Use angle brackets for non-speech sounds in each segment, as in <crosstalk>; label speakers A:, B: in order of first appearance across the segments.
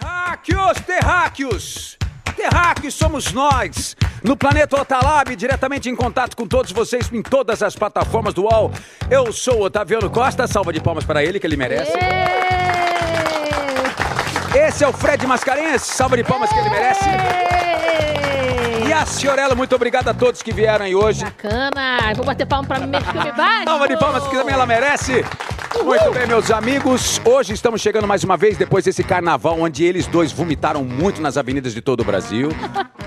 A: Caros terráqueos! Terráqueos somos nós! No planeta Otalab, diretamente em contato com todos vocês em todas as plataformas do UOL. Eu sou o Otaviano Costa, salva de palmas para ele, que ele merece. Esse é o Fred Mascarenhas, salva de palmas que ele merece.
B: É.
A: E a Ciorella, muito obrigado a todos que vieram aí hoje.
B: Bacana! Vou bater palma pra mim mesmo que eu me baixo.
A: Salva de palmas que também ela merece. Muito bem, meus amigos. Hoje estamos chegando mais uma vez depois desse carnaval onde eles dois vomitaram muito nas avenidas de todo o Brasil.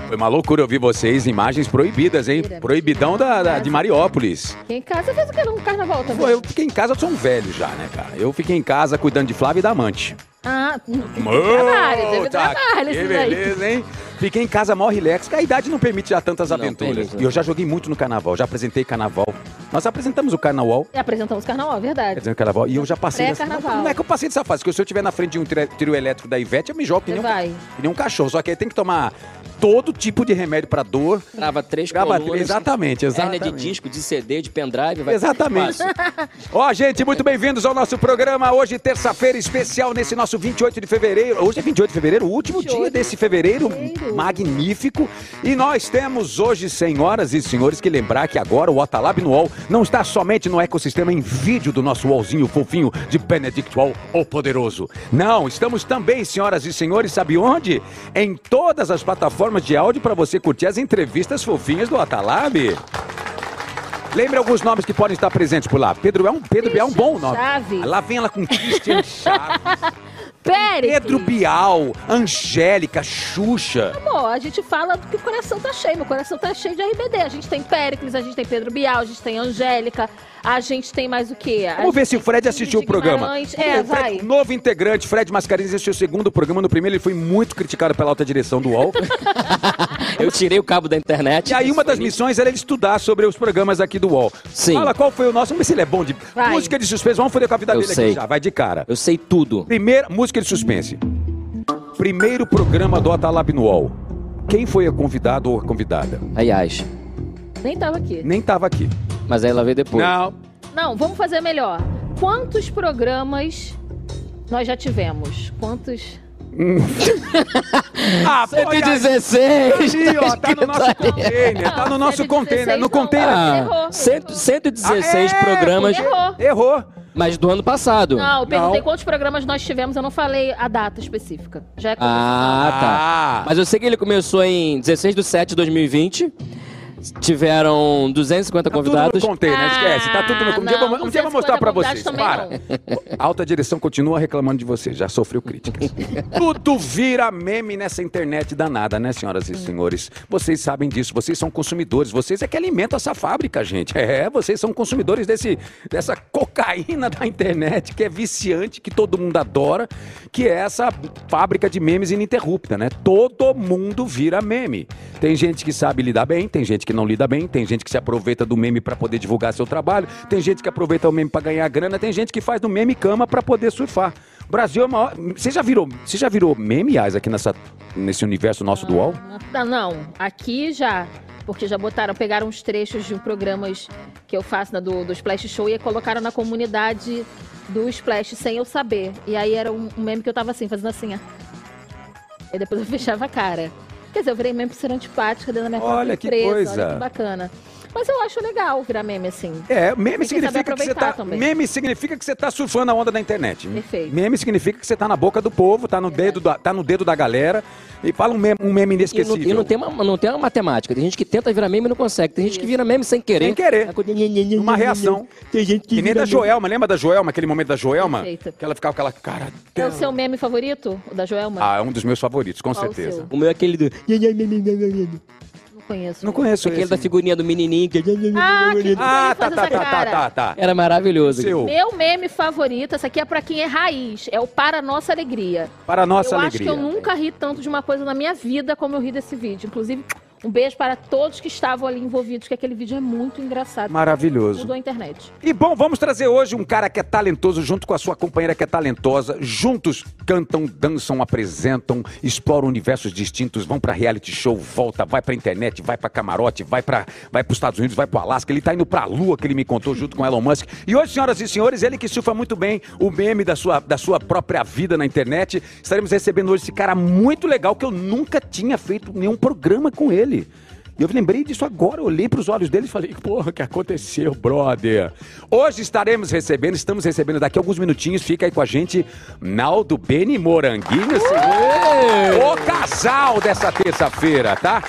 A: Foi uma loucura eu vi vocês, imagens proibidas, hein? Proibidão da, da- de Mariópolis.
B: Aqui em casa fez o que no carnaval também?
A: Pô, eu fiquei em casa, eu sou um velho já, né, cara? Eu fiquei em casa cuidando de Flávio e da amante.
B: Ah, trabalho,
A: Mano,
B: teve trabalho
A: que
B: esses aí.
A: beleza, hein? Fiquei em casa mó relax, que a idade não permite já tantas
C: Não
A: aventuras.
C: permite,
A: E eu já joguei muito no carnaval, já apresentei carnaval. Nós apresentamos o carnaval.
B: E apresentamos carnaval, é
A: Quer
B: verdade.
A: dizer, carnaval. E eu já passei. Dessa...
B: Pré-carnaval.
A: Não é que eu passei dessa fase, porque se eu estiver na frente de um trio trio elétrico da Ivete, eu me jogo que nem,
B: Você
A: um,
B: vai.
A: que nem um cachorro. Só que aí tem que tomar todo tipo de remédio pra dor.
C: Trava três
A: Grava
C: colunas.
A: exatamente,
C: Hérnia
A: exatamente.
C: de disco, de CD, de pendrive. Vai
A: Exatamente.
C: Fácil.
A: Ó, gente, muito bem-vindos ao nosso programa. Hoje, terça-feira especial, nesse nosso 28 de fevereiro. Hoje é 28 de fevereiro, o último
B: 28
A: dia desse fevereiro,
B: fevereiro.
A: magnífico. E nós temos hoje, senhoras e senhores, que lembrar que agora o Otalab no UOL não está somente no ecossistema em vídeo do nosso UOLzinho fofinho de Benedict UOL, o poderoso. Não, estamos também, senhoras e senhores, sabe onde? Em todas as plataformas de áudio para você curtir as entrevistas fofinhas do Otalab. Lembre alguns nomes que podem estar presentes por lá. Pedro é um Pedro Bial é um bom nome.
B: Chaves.
A: Lá vem ela com
B: <laughs>
A: Christian Chaves.
B: Pérez!
A: Pedro Bial, Angélica, Xuxa.
B: Bom, a gente fala do que o coração tá cheio. Meu coração tá cheio de RBD. A gente tem Péricles, a gente tem Pedro Bial, a gente tem Angélica, a gente tem mais o quê? A
A: Vamos ver se o Fred
B: gente
A: assistiu o
B: tem Ingrid
A: programa.
B: Guimarães.
A: O
B: É,
A: Fred,
B: vai.
A: Novo integrante, Fred Mascarenhas, esse é o segundo programa. No primeiro, ele foi muito criticado pela alta direção do
B: <laughs>
A: UOL.
C: Eu tirei o cabo da internet.
A: e aí, uma das missões era ele estudar sobre os programas aqui do UOL.
C: Sim.
A: Fala qual foi o nosso. Vamos ver se ele é bom de
B: Vai.
A: música de suspense. Vamos foder com a vida
C: Eu
A: dele
C: sei.
A: aqui já. Vai de cara.
C: Eu sei tudo.
A: Primeira música de suspense. Primeiro programa do Atalab no UOL. Quem foi a convidado ou a convidada?
C: Aliás,
B: Nem tava aqui.
A: Nem tava aqui.
C: mas aí ela veio depois.
A: Não.
B: Não, vamos fazer melhor. Quantos programas nós já tivemos? Quantos?
A: Ah, pô, olha aí, <laughs>
C: 116!
A: ó, tá no nosso container. Tá no nosso
B: 116
A: container. No
B: não.
A: container.
C: Ah,
B: Errou.
C: cento- 116
A: Ah, é,
C: programas,
B: Errou.
A: Errou.
C: mas do ano passado.
B: Não, eu perguntei
A: Não.
B: quantos programas nós tivemos, eu não falei a data específica. Já é
C: Ah, tá.
A: Ah.
C: Mas eu sei que ele começou em 16 de 7 de 2020. Tiveram 250
A: Tá tudo no
C: convidados.
A: container, esquece. Tá tudo no
B: Ah,
A: Um dia,
B: não,
A: vamos- um dia eu vou mostrar pra vocês.
B: 250
A: Para. A alta direção continua reclamando de você. Já sofreu
B: <laughs>
A: críticas. tudo vira meme nessa internet danada, né, senhoras e senhores? Vocês sabem disso. Vocês são consumidores. Vocês é que alimentam essa fábrica, gente. <laughs> É, vocês são consumidores desse, dessa cocaína da internet que é viciante, que todo mundo adora, que é essa fábrica de memes ininterrupta, né? Todo mundo vira meme. Tem gente que sabe lidar bem, tem gente que não lida bem, tem gente que se aproveita do meme pra poder divulgar seu trabalho, tem gente que aproveita o meme pra ganhar grana, tem gente que faz do meme cama pra poder surfar. O Brasil é o maior. Você já virou, você já virou meme, Ais, aqui nessa, nesse universo nosso do UOL?
B: Não, Ah, não, aqui já. Porque já botaram, pegaram uns trechos de programas que eu faço né, do, do Splash Show e colocaram na comunidade do Splash sem eu saber. E aí era um, um meme que eu tava assim, fazendo assim, ó. E depois eu <laughs> fechava a cara. Quer dizer, eu virei meme por ser antipática dentro da minha própria
A: Olha que
B: empresa.
A: coisa.
B: Olha que bacana. Mas eu acho legal virar meme assim.
A: É, meme
B: que saber
A: significa que você
B: aproveitar
A: tá.
B: também.
A: Meme significa que você tá surfando a onda da internet.
B: Perfeito.
A: Meme significa que você tá na boca do povo, tá no, dedo da, tá no dedo da galera. E fala um meme, um meme
C: E não,
A: inesquecível.
C: e não tem uma, não tem uma matemática. Tem gente que tenta virar meme e não consegue. Tem gente que vira meme sem querer.
A: Sem querer. Uma
C: Uma
A: reação.
C: né? Tem gente que
A: Que nem
C: vira
A: da
C: meme.
A: Joelma, lembra da Joelma, aquele momento da Joelma?
B: Perfeito.
A: Que ela ficava com aquela cara.
B: É o seu meme favorito? O da Joelma?
A: Ah, é um dos meus favoritos, com
B: Qual o
A: certeza.
B: seu?
C: O meu é aquele do...
B: Não conheço.
A: Não conheço
C: Aquele
A: esse.
C: da figurinha do menininho. que-
B: Ah, que
A: Ah,
B: faz
A: tá, tá,
B: essa
A: tá,
B: cara.
A: tá, tá, tá.
C: Era maravilhoso.
A: Seu,
B: Meu meme favorito, essa aqui é pra quem é raiz, é o Para Nossa Alegria.
A: para a nossa
B: eu acho
A: alegria.
B: que eu nunca ri tanto de uma coisa na minha vida como eu ri desse vídeo. Inclusive, Um beijo para todos que estavam ali envolvidos, que aquele vídeo é muito engraçado.
A: Maravilhoso.
B: Mudou a internet.
A: E bom, vamos trazer hoje um cara que é talentoso junto com a sua companheira que é talentosa. Juntos cantam, dançam, apresentam, exploram universos distintos, vão pra reality show, volta, vai pra internet, vai pra camarote, vai para vai pros Estados Unidos, vai pro Alasca. Ele tá indo pra lua que ele me contou junto com Elon Musk. E hoje, senhoras e senhores, ele que surfa muito bem o meme da sua, da sua própria vida na internet. Estaremos recebendo hoje esse cara muito legal que eu nunca tinha feito nenhum programa com ele. E eu lembrei disso agora, eu olhei para os olhos dele e falei, porra, o que aconteceu, brother? Hoje estaremos recebendo, estamos recebendo daqui a alguns minutinhos, fica aí com a gente, Naldo Beni e Moranguinho, assim, o casal dessa terça-feira, tá?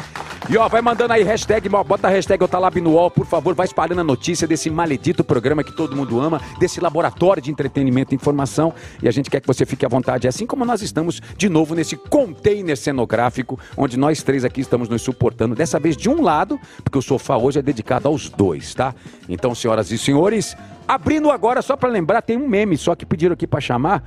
A: E ó, vai mandando aí hashtag, ó, bota a hashtag Otalab no UOL, por favor, vai espalhando a notícia desse maledito programa que todo mundo ama, desse laboratório de entretenimento e informação. E a gente quer que você fique à vontade, assim como nós estamos de novo nesse container cenográfico, onde nós três aqui estamos nos suportando. Dessa vez de um lado, porque o sofá hoje é dedicado aos dois, tá? Então, senhoras e senhores, abrindo agora, só pra lembrar, tem um meme, só que pediram aqui pra chamar,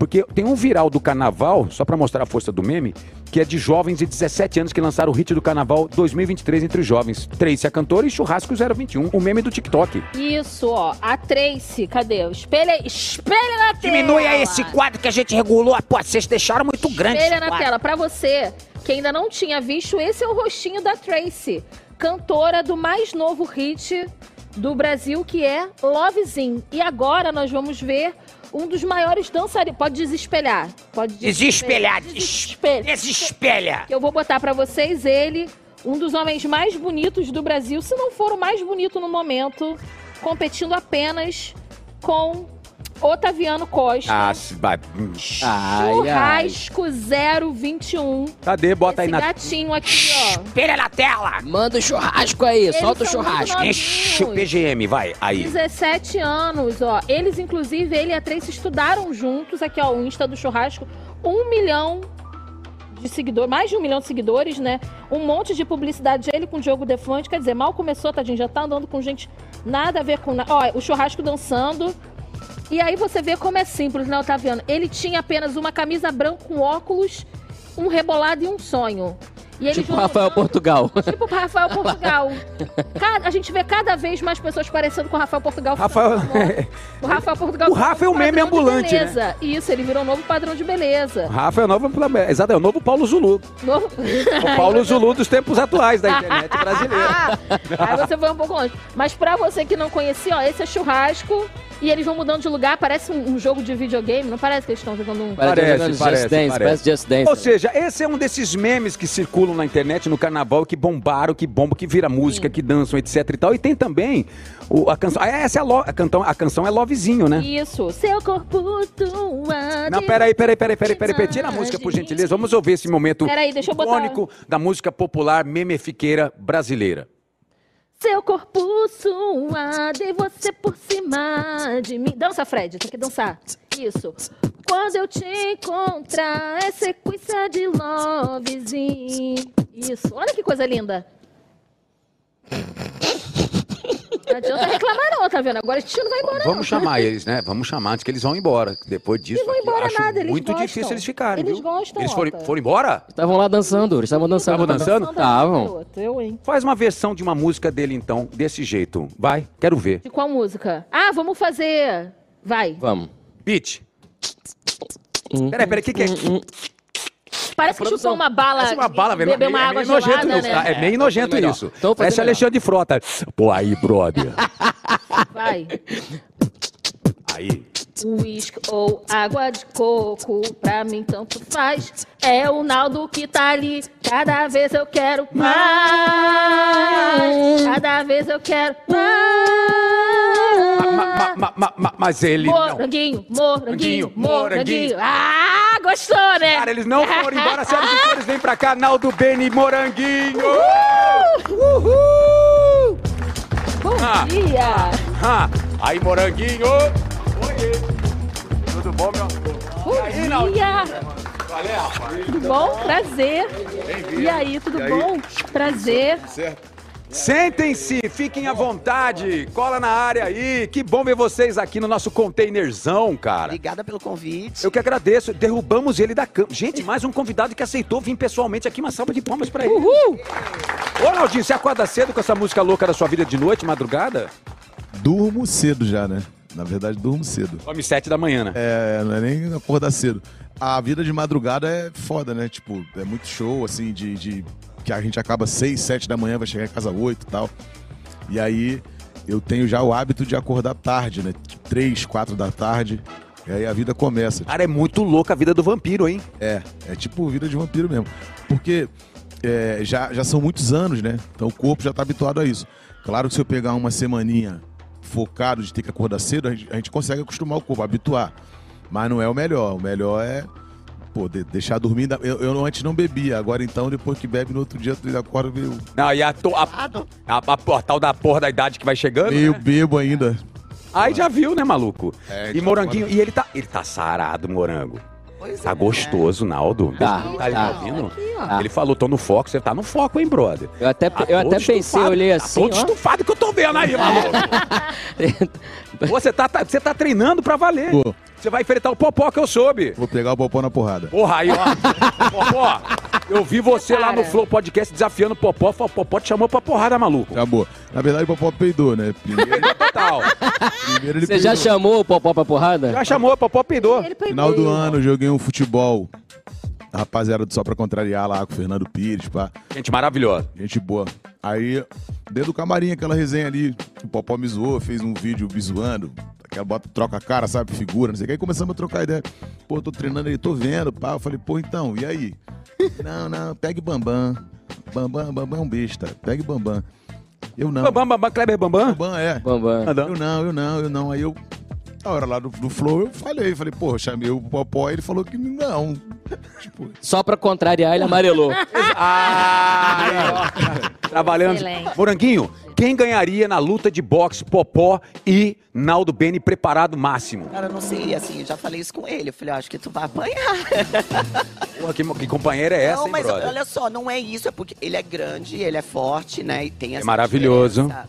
A: porque tem um viral do carnaval, só pra mostrar a força do meme, que é de jovens de 17 anos que lançaram o hit do carnaval 2023 entre os jovens. Tracy a cantora e Churrasco 021, o meme do TikTok.
B: Isso, ó. A Tracy, cadê? Espelha, espelha na tela!
D: Diminui esse quadro que a gente regulou. Ah, Pô, vocês deixaram muito grande.
B: Espelha
D: esse
B: na
D: quadro.
B: tela. Pra você que ainda não tinha visto, esse é o rostinho da Tracy, cantora do mais novo hit do Brasil, que é Lovezinho. E agora nós vamos ver um dos maiores dançarinos. Pode desespelhar. Pode
D: Desespelhar.
B: desespelhar.
D: des- Desespelha.
B: Que Eu vou botar pra vocês ele, um dos homens mais bonitos do Brasil, se não for o mais bonito no momento, competindo apenas com Otaviano Costa.
A: Ah, se vai. Ah,
C: Ai, ai.
B: Churrasco 021.
A: Cadê? Bota aí
B: Esse
A: na.
B: gatinho aqui, ó.
D: Espelha na tela.
C: Manda o churrasco aí,
B: Eles
C: solta o
B: são muito
C: churrasco.
B: novinhos.
A: Enche o PGM, vai.
B: é
A: Aí.
B: 17 anos, ó. Eles, inclusive, ele e a Tracy estudaram juntos. Aqui, ó, o Insta do Churrasco. Um milhão de seguidores, mais de um milhão de seguidores, né? Um monte de publicidade ele com o Diogo Defante. Quer dizer, mal começou, tadinho, já tá andando com gente nada a ver com nada. Ó, o Churrasco dançando. E aí você vê como é simples, né, Otaviano? Ele tinha apenas uma camisa branca, um óculos, um rebolado e um sonho. E eles
C: Tipo
B: vão
C: Rafael
B: mudando-
C: Portugal.
B: Tipo o Rafael Portugal. Cada- a gente vê cada vez mais pessoas parecendo com o Rafael Portugal.
A: Rafael. <laughs>
B: O Rafael Portugal.
A: O Rafa é o meme
B: padrão de
A: ambulante, né?
B: beleza. Isso, ele virou um novo padrão de beleza.
A: Rafa é o novo. Exato, é o novo Paulo Zulu.
B: Novo- <laughs>
A: O Paulo Zulu dos tempos atuais da internet
B: <laughs>
A: brasileira.
B: Aí você vai um pouco longe. Mas pra você que não conhecia, ó, esse é churrasco. E eles vão mudando de lugar, parece um, um jogo de videogame. Não parece que eles estão jogando um.
A: <laughs> Parece,
C: jogando
A: parece,
C: Just Dance,
A: parece.
C: parece Just Dance.
A: Ou seja, esse é um desses memes que circulam na internet no carnaval, que bombaram, que bomba, que vira música, que dançam, etc e tal. E tem também o- a canção. Ah, Essa é a, lo- a cantão- a canção é Lovezinho, né?
B: Isso, seu corpo, tua.
A: Não, peraí, peraí, peraí, peraí, peraí, peraí. Tira a música, por gentileza. Vamos ouvir esse momento
B: Peraí, deixa eu botar.
A: icônico da música popular memefiqueira brasileira.
B: Seu corpo suado e você por cima de mim. Dança, Fred, tem que dançar. Isso. Quando eu te encontrar, é sequência de lovezinho. Isso. Olha que coisa linda. Não adianta reclamar, não, tá vendo? Agora a gente não vai embora, não.
A: Vamos chamar eles, né? Vamos chamar antes que eles vão embora. Depois disso,
B: Eles vão
A: aqui,
B: embora
A: acho
B: nada, eles
A: muito
B: gostam.
A: difícil eles ficarem.
B: Eles
A: viu?
B: gostam,
A: Eles foram,
B: Otá.
A: foram embora?
C: Estavam lá dançando, eles estavam dançando.
A: Estavam dançando?
C: Estavam.
B: Eu, hein?
A: Faz uma versão de uma música dele, então, desse jeito. Vai, quero ver.
B: De qual música? Ah, vamos fazer. Vai.
C: Vamos.
A: Beat.
C: Hum.
A: Peraí, peraí, o que, que é?
B: Parece que chupou uma bala.
A: Parece uma bala, velho.
B: Bebeu uma
A: é
B: água
A: meio nojento,
B: gelada,
A: isso, tá?
B: né?
A: É meio nojento
C: melhor.
A: isso.
C: Então vou fazer
A: Parece
C: melhor.
A: Alexandre Frota. Pô, aí,
B: <laughs>
A: brother.
B: Vai.
A: Aí.
B: Um Uísque ou água de coco, pra mim tanto faz. É o Naldo que tá ali, cada vez eu quero mais. Cada vez eu quero
A: Ma- ma-
B: mais.
A: ma- ma- ma- mas ele não.
B: Moranguinho,
A: Moranguinho,
B: moranguinho, moranguinho.
A: moranguinho.
B: Ah, gostou, né?
A: Cara, eles não foram embora. Senhoras e senhores, vem pra cá, Naldo Beni Moranguinho.
B: Uh!
A: Uhul!
B: Bom
A: Ah.
B: dia.
A: Ah, aí, Moranguinho. Oiê. Tudo bom, meu amor?
B: Bom
A: aí,
B: dia.
A: Valeu, rapaz.
B: Tudo bom? Prazer. E aí, tudo bom? Prazer.
A: Sentem-se, fiquem à vontade, cola na área aí. Que bom ver vocês aqui no nosso containerzão, cara.
D: Obrigada pelo convite.
A: Eu que agradeço, derrubamos ele da cama. Gente, mais um convidado que aceitou vir pessoalmente aqui, uma salva de palmas pra ele. Uhul! Ô, Naldinho, você acorda cedo com essa música louca da sua vida de noite, madrugada?
E: um. Durmo cedo já, né? Na verdade, durmo cedo.
A: Come sete da manhã, né?
E: É, não é nem acordar cedo. A vida de madrugada é foda, né? Tipo, é muito show, assim, de. de- que a gente acaba seis sete da manhã, vai chegar em casa oito e tal. E aí eu tenho já o hábito de acordar tarde, né? Tipo, três quatro da tarde. E aí a vida começa.
A: Cara, é muito louca a vida do vampiro, hein?
E: É, é tipo vida de vampiro mesmo. Porque é, já, já são muitos anos, né? Então o corpo já tá habituado a isso. Claro que se eu pegar uma semaninha focado de ter que acordar cedo, a gente, a gente consegue acostumar o corpo, habituar. Mas não é o melhor. O melhor é, pô, de- deixar dormir. ainda- Eu, eu antes não bebia, agora então, depois que bebe no outro dia, tu ainda acorda meio,
A: Não, e a, to- a, a, a portal da porra da idade que vai chegando.
E: meio
A: né?
E: bebo ainda.
A: Aí já viu, né, maluco?
E: É,
A: e
E: então
A: moranguinho,
E: agora-
A: e ele tá. Ele tá sarado, morango.
D: Pois
A: Tá
D: é.
A: gostoso, Naldo.
C: Tá,
A: tá,
C: tá.
A: vendo?
B: Aqui, ó.
A: Ele falou, tô no foco, você tá no foco, hein, brother?
C: Eu até,
A: Tá
C: eu até
A: todo
C: pensei,
A: estufado,
C: olhei
A: tá
C: assim,
A: todo
C: ó.
A: estufado que eu tô vendo aí, maluco. Pô, você tá, tá- você tá treinando pra valer.
E: Pô.
A: Você vai enfrentar o Popó, que eu soube.
E: Vou pegar o popó na porrada.
A: Porra, aí, ó. Popó, eu vi você lá no
B: Cara.
A: Flow Podcast desafiando o Popó. falou, O Popó te chamou pra porrada, maluco.
E: Acabou. Na verdade, o popó peidou, né? Primeiro,
A: Total.
E: primeiro ele
C: Você já
E: peidou.
C: chamou o Popó pra porrada?
A: Já chamou, o Popó peidou.
B: Ele pegou.
E: Final do ano, joguei um futebol. A rapaziada do Só Pra Contrariar lá com o Fernando Pires, pá.
A: Gente maravilhosa.
E: Gente boa. Aí, dentro do camarim, aquela resenha ali, o Popó me zoou, fez um vídeo me zoando. Aquela bota, troca a cara, sabe? Figura, não sei o que. Aí começamos a trocar ideia. Pô, tô treinando aí, tô vendo, pá. Eu falei, pô, então, e aí? não, não, pegue Bambam. Bambam, Bambam é um besta. Pegue Bambam. Eu não.
A: Bambam, Bambam, Kleber Bambam.
E: Bambam é.
C: Bambam.
A: Andam.
E: Eu não, eu não, eu não. Aí eu, na hora lá do, do Flow, eu falei, falei, pô, eu chamei o Popó e ele falou que não. <laughs> tipo,
C: Só pra contrariar,
A: <laughs>
C: ele amarelou.
A: Ah, aí, ó. <laughs> Trabalhando.
B: Excelente.
A: Moranguinho, quem ganharia na luta de boxe Popó e Naldo Bene preparado máximo?
D: Cara, eu não sei, assim, eu já falei isso com ele. Eu falei, ó, acho que tu vai apanhar.
A: Porra, que, que companheira é essa,
D: não,
A: hein,
D: mas
A: brother?
D: olha só, não é isso. É porque ele é grande, ele é forte, né? E tem essa
A: É maravilhoso.
D: diferença.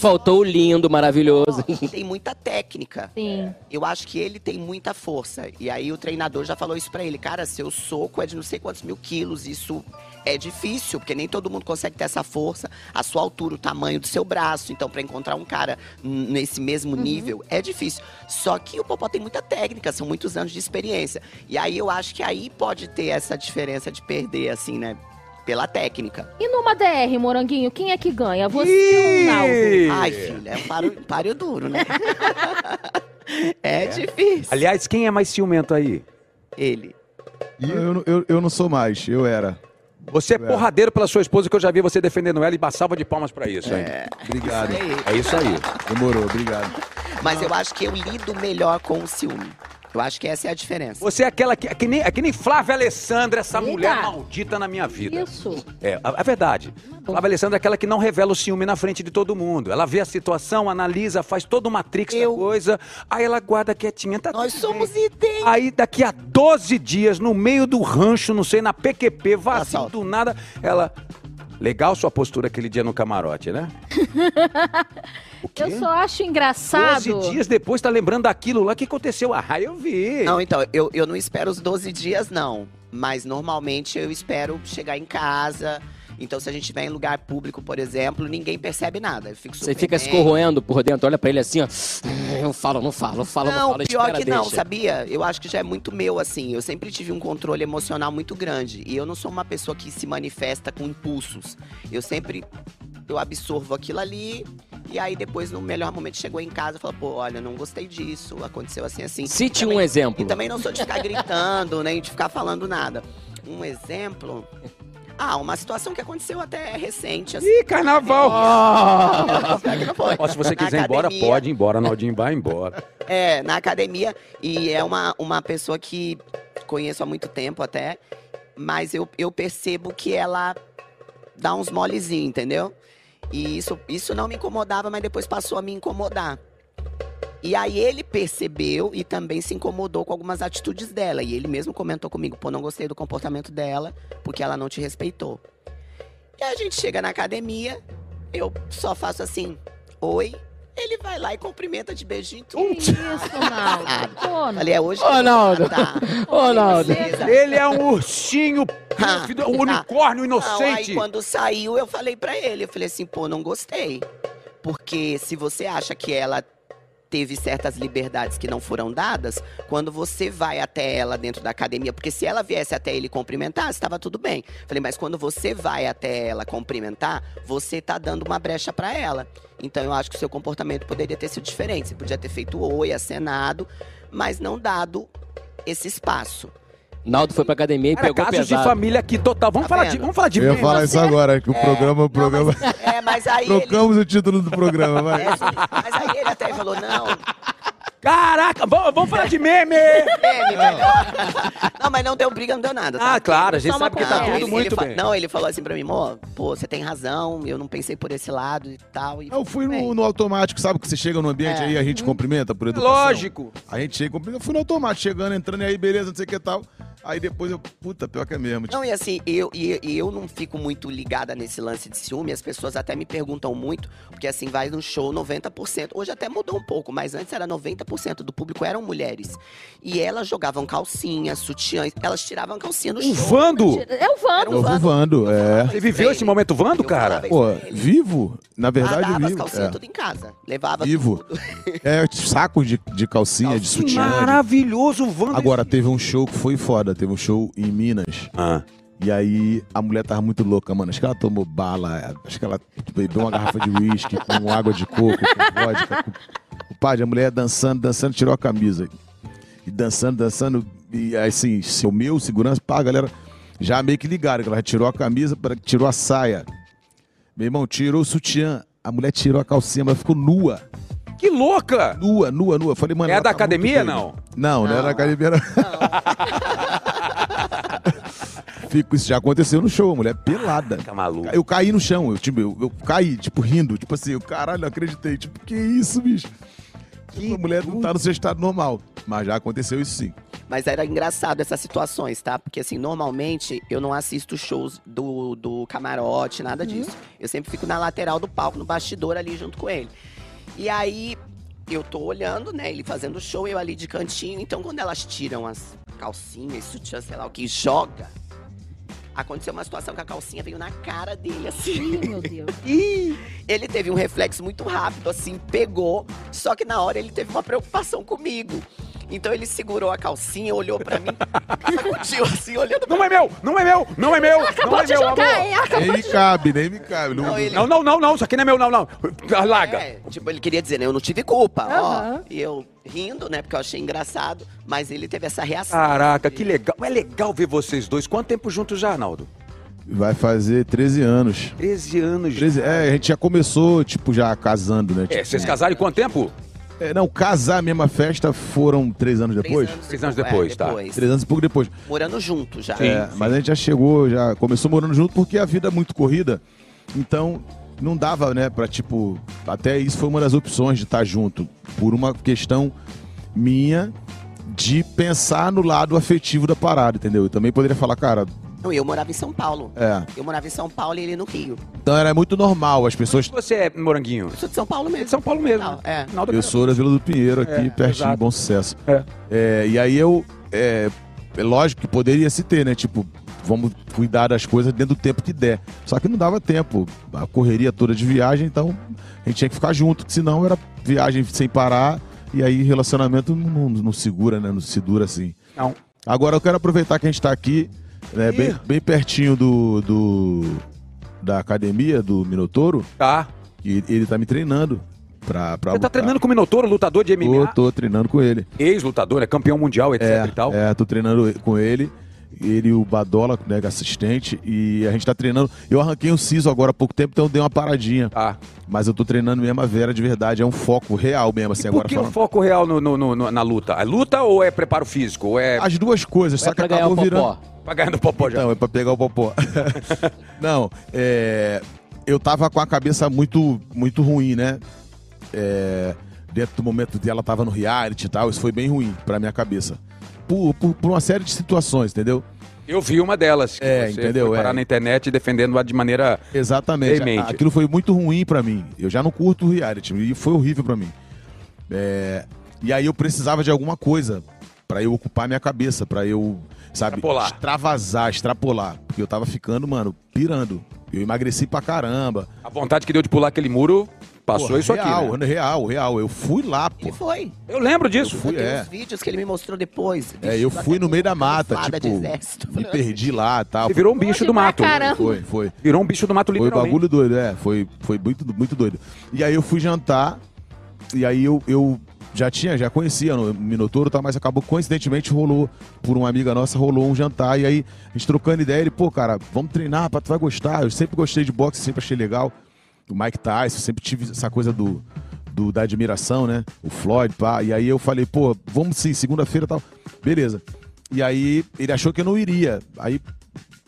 C: Faltou o lindo, maravilhoso.
D: <laughs> Tem muita técnica. É.
B: Sim.
D: Eu acho que ele tem muita força. E aí o treinador já falou isso pra ele. Cara, seu soco é de não sei quantos mil quilos. Isso é difícil, porque nem todo mundo consegue ter essa força, a sua altura, o tamanho do seu braço. Então, pra encontrar um cara n- nesse mesmo nível, é difícil. Só que o Popó tem muita técnica, são muitos anos de experiência. E aí eu acho que aí pode ter essa diferença de perder, assim, né? Pela técnica.
B: E numa DR, Moranguinho, quem é que ganha? Você ou o Naldo?
A: Ih!
D: Ai, filha, é um paro, páreo duro, né? <laughs> é difícil.
A: Aliás, quem é mais ciumento aí?
D: Ele.
E: eu, não- eu, eu não sou mais, eu era.
A: Você é porradeiro pela sua esposa, que eu já vi você defendendo ela e passava de palmas pra isso, hein?
E: É. Obrigado.
D: Isso aí.
A: É isso aí.
E: Demorou, obrigado.
D: Mas eu acho que eu lido melhor com o ciúme. Eu acho que essa é a diferença.
A: Você é aquela que. É que nem, é que nem Flávia Alessandra, essa
B: Eita.
A: mulher maldita na minha vida.
B: Isso.
A: É, a, a verdade. Flávia Alessandra é aquela que não revela o ciúme na frente de todo mundo. Ela vê a situação, analisa, faz todo o matrix
D: Eu.
A: da coisa, aí ela guarda quietinha. Tá
D: Nós
A: tudo
D: somos
A: bem.
D: idênticos.
A: Aí daqui a 12 dias, no meio do rancho, não sei, na PQP, vazio
D: Assalto.
A: do nada, ela. Legal sua postura aquele dia no camarote, né? O quê?
B: Eu só acho engraçado.
A: 12 dias depois tá lembrando daquilo lá que aconteceu. Ah, eu vi.
D: Não, então, eu, eu não espero os 12 dias, não. Mas normalmente eu espero chegar em casa. Então, se a gente estiver em lugar público, por exemplo, ninguém percebe nada. Eu fico
C: <laughs> Você
D: super
C: fica se
D: bem.
C: corroendo por dentro, olha pra ele assim, ó. <laughs> Eu falo, não falo, falo, não,
D: Não,
C: falo,
D: pior
C: espera,
D: que não,
C: deixa.
D: sabia? Eu acho que já é muito meu, assim. Eu sempre tive um controle emocional muito grande. E eu não sou uma pessoa que se manifesta com impulsos. Eu sempre eu absorvo aquilo ali. E aí, depois, no melhor momento, chegou em casa e falou: pô, olha, não gostei disso, aconteceu assim, assim.
C: Cite
D: Também-
C: um exemplo.
D: E também não sou de ficar gritando, <laughs> nem de ficar falando nada. Um exemplo. Ah, uma situação que aconteceu até recente, assim. É,
A: Ih, carnaval!
D: <laughs>
A: <laughs>
D: Não foi.
A: Ó, se você
D: Na
A: quiser ir embora,
D: academia.
A: pode ir embora, Naldinho, vai embora.
D: É, na academia. E é uma, uma pessoa que conheço há muito tempo até. Mas eu, eu percebo que ela dá uns molezinhos, entendeu? E isso, isso não me incomodava, mas depois passou a me incomodar. E aí ele percebeu e também se incomodou com algumas atitudes dela. E ele mesmo comentou comigo, pô, não gostei do comportamento dela, porque ela não te respeitou. E a gente chega na academia, Eu só faço assim, oi. Ele vai lá e cumprimenta de beijinho e tudo.
B: Que isso, Naldo?
A: <laughs>
B: Pô, Naldo.
D: <laughs> Falei, é hoje.
C: Ô, Naldo.
D: Tá.
C: Ô, Naldo.
B: tá
D: Precisa.
A: Ele é um ursinho,
D: Ah,
A: filho- um unicórnio
D: Não, aí
A: inocente.
D: quando saiu, eu falei pra ele, eu falei assim, pô, não gostei. Porque se você acha que ela teve certas liberdades que não foram dadas, quando você vai até ela dentro da academia, porque se ela viesse até ele cumprimentar, estava tudo bem. Falei, mas quando você vai até ela cumprimentar, você tá dando uma brecha pra ela. Então eu acho que o seu comportamento poderia ter sido diferente. Você podia ter feito oi, acenado, mas não dado esse espaço.
C: Naldo foi pra academia e
A: Cara,
C: pegou
A: casos de
C: pesado.
A: família aqui total. Vamos,
D: Tá
A: falar, de,
D: vendo?
A: vamos falar de
E: Eu ia
A: merda.
E: falar isso agora, que o programa, o programa.
D: É, mas
E: <laughs>
D: aí ele...
E: Trocamos o título do programa, vai.
D: É, mas aí ele até falou, não,
A: Caraca, vamos, vamos falar de
D: <laughs>
A: meme!
D: meme, melhor. Não, mas não deu briga, não deu nada. tá?
A: Ah, claro, a gente
B: Só uma
A: sabe que tá
B: conversa.
A: tudo
D: ele,
A: muito
D: ele fa-
A: bem.
D: Não, ele falou assim pra mim, amor, pô, você tem razão, eu não pensei por esse lado e tal. E
E: Eu fui
D: tudo bem.
E: no, no automático, sabe? Que você chega no ambiente
D: É.
E: aí, a gente cumprimenta por educação.
A: Lógico.
E: A gente chega e cumprimenta. Eu fui no automático, chegando, entrando e aí, beleza, não sei o que tal. Aí depois eu, puta, pior que é mesmo. Tipo,
D: Não, e assim, eu, e, e eu não fico muito ligada nesse lance de ciúme, as pessoas até me perguntam muito, porque assim, vai no show 90%. Hoje até mudou um pouco, mas antes era 90% do público eram mulheres. E elas jogavam calcinha, sutiãs, elas tiravam calcinha no
A: O
D: show.
A: Vando!
B: É o Vando.
E: eu vou voando, é.
A: Você viveu esse momento Vando, cara?
E: Pô, vivo? Na verdade,
D: Guardava é as
E: vivo. é.
D: calcinhas tudo em casa. Levava
E: Vivo.
D: tudo.
E: <laughs>
D: <laughs>
E: É, é saco de, de calcinha, de
A: Que
E: sutiã. de-
A: maravilhoso, Vando!
E: Agora, teve um show que foi foda. Teve um show em Minas.
A: Ah.
E: E aí, a mulher tava muito louca, mano. Acho que ela tomou bala, acho que ela tipo, bebeu uma garrafa de uísque com água de coco, com vodka. Com... O padre, a mulher dançando, dançando, tirou a camisa. E dançando, dançando. E aí, assim, seu meu, segurança, pá, a galera já meio que ligaram. que Ela tirou a camisa, pra- tirou a saia. Meu irmão, tirou o sutiã. A mulher tirou a calcinha, mas ficou nua.
A: Que louca!
E: Nua, nua, nua. Eu Falei, mano.
A: É
E: ela
A: da
E: tá muito
A: academia,
E: doida.
A: não?
E: Não, não, é da academia, não. <laughs> Fico, isso já aconteceu no show, a mulher é pelada.
A: Tá maluco.
E: Eu caí no chão, eu, tipo, eu, eu caí, tipo, rindo, tipo assim, eu, caralho, não acreditei. Tipo, que isso, bicho? a mulher não tá no seu estado normal. Mas já aconteceu isso sim.
D: Mas era engraçado essas situações, tá? Porque, assim, normalmente eu não assisto shows do, do camarote,
E: Uhum.
D: nada disso. Eu sempre fico na lateral do palco, no bastidor ali junto com ele. E aí eu tô olhando, né? Ele fazendo show, eu ali de cantinho. Então, quando elas tiram as calcinhas, sutiã, sei lá o que, e joga. Aconteceu uma situação que a calcinha veio na cara dele, assim.
A: um
B: Ih, meu Deus.
D: Ih! Ele teve um reflexo muito rápido, assim, pegou. Só que na hora ele teve uma preocupação comigo. Então ele segurou a calcinha, olhou
E: <laughs>
D: pra mim, sacudiu assim, olhando pra
A: Não é meu! Não é meu! Não é meu! não
B: Acabou
A: é
B: de
A: meu,
B: jogar,
A: amor.
B: hein? Acabou
E: Nem me cabe, nem me cabe. Não,
D: Não, ele-
A: Não, não, não, não, isso aqui não é meu, não, não. Larga!
D: É, tipo, ele queria dizer, né, eu não tive culpa, ó.
B: Aham.
D: E eu rindo, né, porque eu achei engraçado. Mas ele teve essa reação.
E: Ah,
A: Caraca, que legal. É legal ver vocês dois. Quanto tempo juntos já, Arnaldo?
E: Vai fazer 13 anos.
A: 13 anos.
E: 13, é, a gente já começou, tipo, já casando, né?
A: É,
E: Tipo,
A: vocês casaram em quanto tempo?
E: é, não, casar mesmo a festa foram três anos
D: Três
E: depois?
D: anos
A: Três anos
D: é,
A: depois, tá.
E: Três anos e pouco depois.
D: Morando junto já.
E: É, mas a gente já chegou, já começou morando junto porque a vida é muito corrida. Então não dava, né, pra tipo. Até isso foi uma das opções de estar junto. Por uma questão minha de pensar no lado afetivo da parada, entendeu? Eu também poderia falar, cara,
D: Não, e eu morava em São Paulo.
E: é.
D: Eu morava em São Paulo e ele no Rio.
E: Então era muito normal as pessoas.
A: Você é moranguinho?
D: Eu sou de São Paulo
A: É de
D: mesmo.
A: São Paulo mesmo.
D: Não,
A: né?
D: é.
A: Arnaldo
E: Eu sou da Vila do Pinheiro aqui,
A: É,
E: pertinho
A: exato.
E: de bom sucesso.
A: É.
E: É, e aí eu. É, é lógico que poderia se ter, né? Tipo, vamos cuidar das coisas dentro do tempo que der. Só que não dava tempo. A correria toda de viagem, então a gente tinha que ficar junto, que senão era viagem sem parar. E aí relacionamento não, não- não segura, né? Não se dura assim.
A: Não.
E: Agora eu quero aproveitar que a gente tá aqui, né,
A: Ih.
E: bem, bem pertinho do, do- da academia do Minotouro,
A: Tá.
E: e ele tá me treinando pra. pra
A: Você tá
E: lutar.
A: treinando com o Minotouro, lutador de
E: Tô,
A: MMA?
E: tô treinando com ele.
A: Ex-lutador, é campeão mundial, etc
E: É,
A: e tal.
E: é, tô treinando com ele. Ele e o Badola, né, que é assistente, e a gente tá treinando. Eu arranquei um siso agora há pouco tempo, então eu dei uma paradinha.
A: Tá.
E: Mas eu tô treinando mesmo a Vera de verdade, é um foco real mesmo, assim,
A: E por
E: agora
A: que o
E: falando.
A: foco real no- no- no- no- na luta? É luta ou é preparo físico? Ou é
E: As duas coisas,
C: Vai
E: só que
C: pra ganhar
E: acabou
C: o
E: virando.
C: popó.
A: pra ganhar no popó já?
E: Não, é pra pegar o popó. <laughs> Não, é. Eu tava com a cabeça muito, muito ruim, né? É, dentro do momento dela tava no reality e tal, isso foi bem ruim pra minha cabeça. Por, por, por uma série de situações, entendeu?
A: Eu vi uma delas. que
E: Então. É,
A: você
E: entendeu?
A: Foi parar
E: É.
A: na internet defendendo-a de maneira.
E: Exatamente.
A: Demente.
E: Aquilo foi muito ruim pra mim. Eu já não curto reality e foi horrível pra mim. É, E aí eu precisava de alguma coisa pra eu ocupar minha cabeça, pra eu, sabe,
A: Extrapolar.
E: extravasar, extrapolar, porque eu tava ficando, mano, pirando. Eu emagreci pra caramba.
A: A vontade que deu de pular aquele muro passou
E: Pô,
A: isso aqui.
E: real,
A: né?
E: Real, real, eu fui lá, pô.
D: Ele foi.
A: Eu lembro disso.
E: Eu fui,
D: Eu tenho
E: é.
D: os vídeos que ele me mostrou depois.
E: É, eu
D: Bicho,
E: fui no meio da mata,
D: camuflada
E: tipo,
D: de exército. né?
E: me perdi lá e tal.
A: Você virou um bicho do
B: pra
A: mato.
B: caramba.
E: Foi, foi.
A: Virou um bicho do mato
E: Foi
A: literalmente.
E: bagulho doido, é. Foi, foi muito, muito doido. E aí eu fui jantar, e aí eu, eu já tinha, já conhecia o Minotouro, tá, mas acabou, coincidentemente, rolou, por uma amiga nossa, rolou um jantar, e aí a gente trocando ideia, ele, pô, cara, vamos treinar, rapaz, tu vai gostar. Eu sempre gostei de boxe, sempre achei legal. O Mike Tyson, sempre tive essa coisa do, do- da admiração, né? O Floyd, pá. E aí eu falei, pô, vamos sim, segunda-feira e tal. Beleza. E aí ele achou que eu não iria. Aí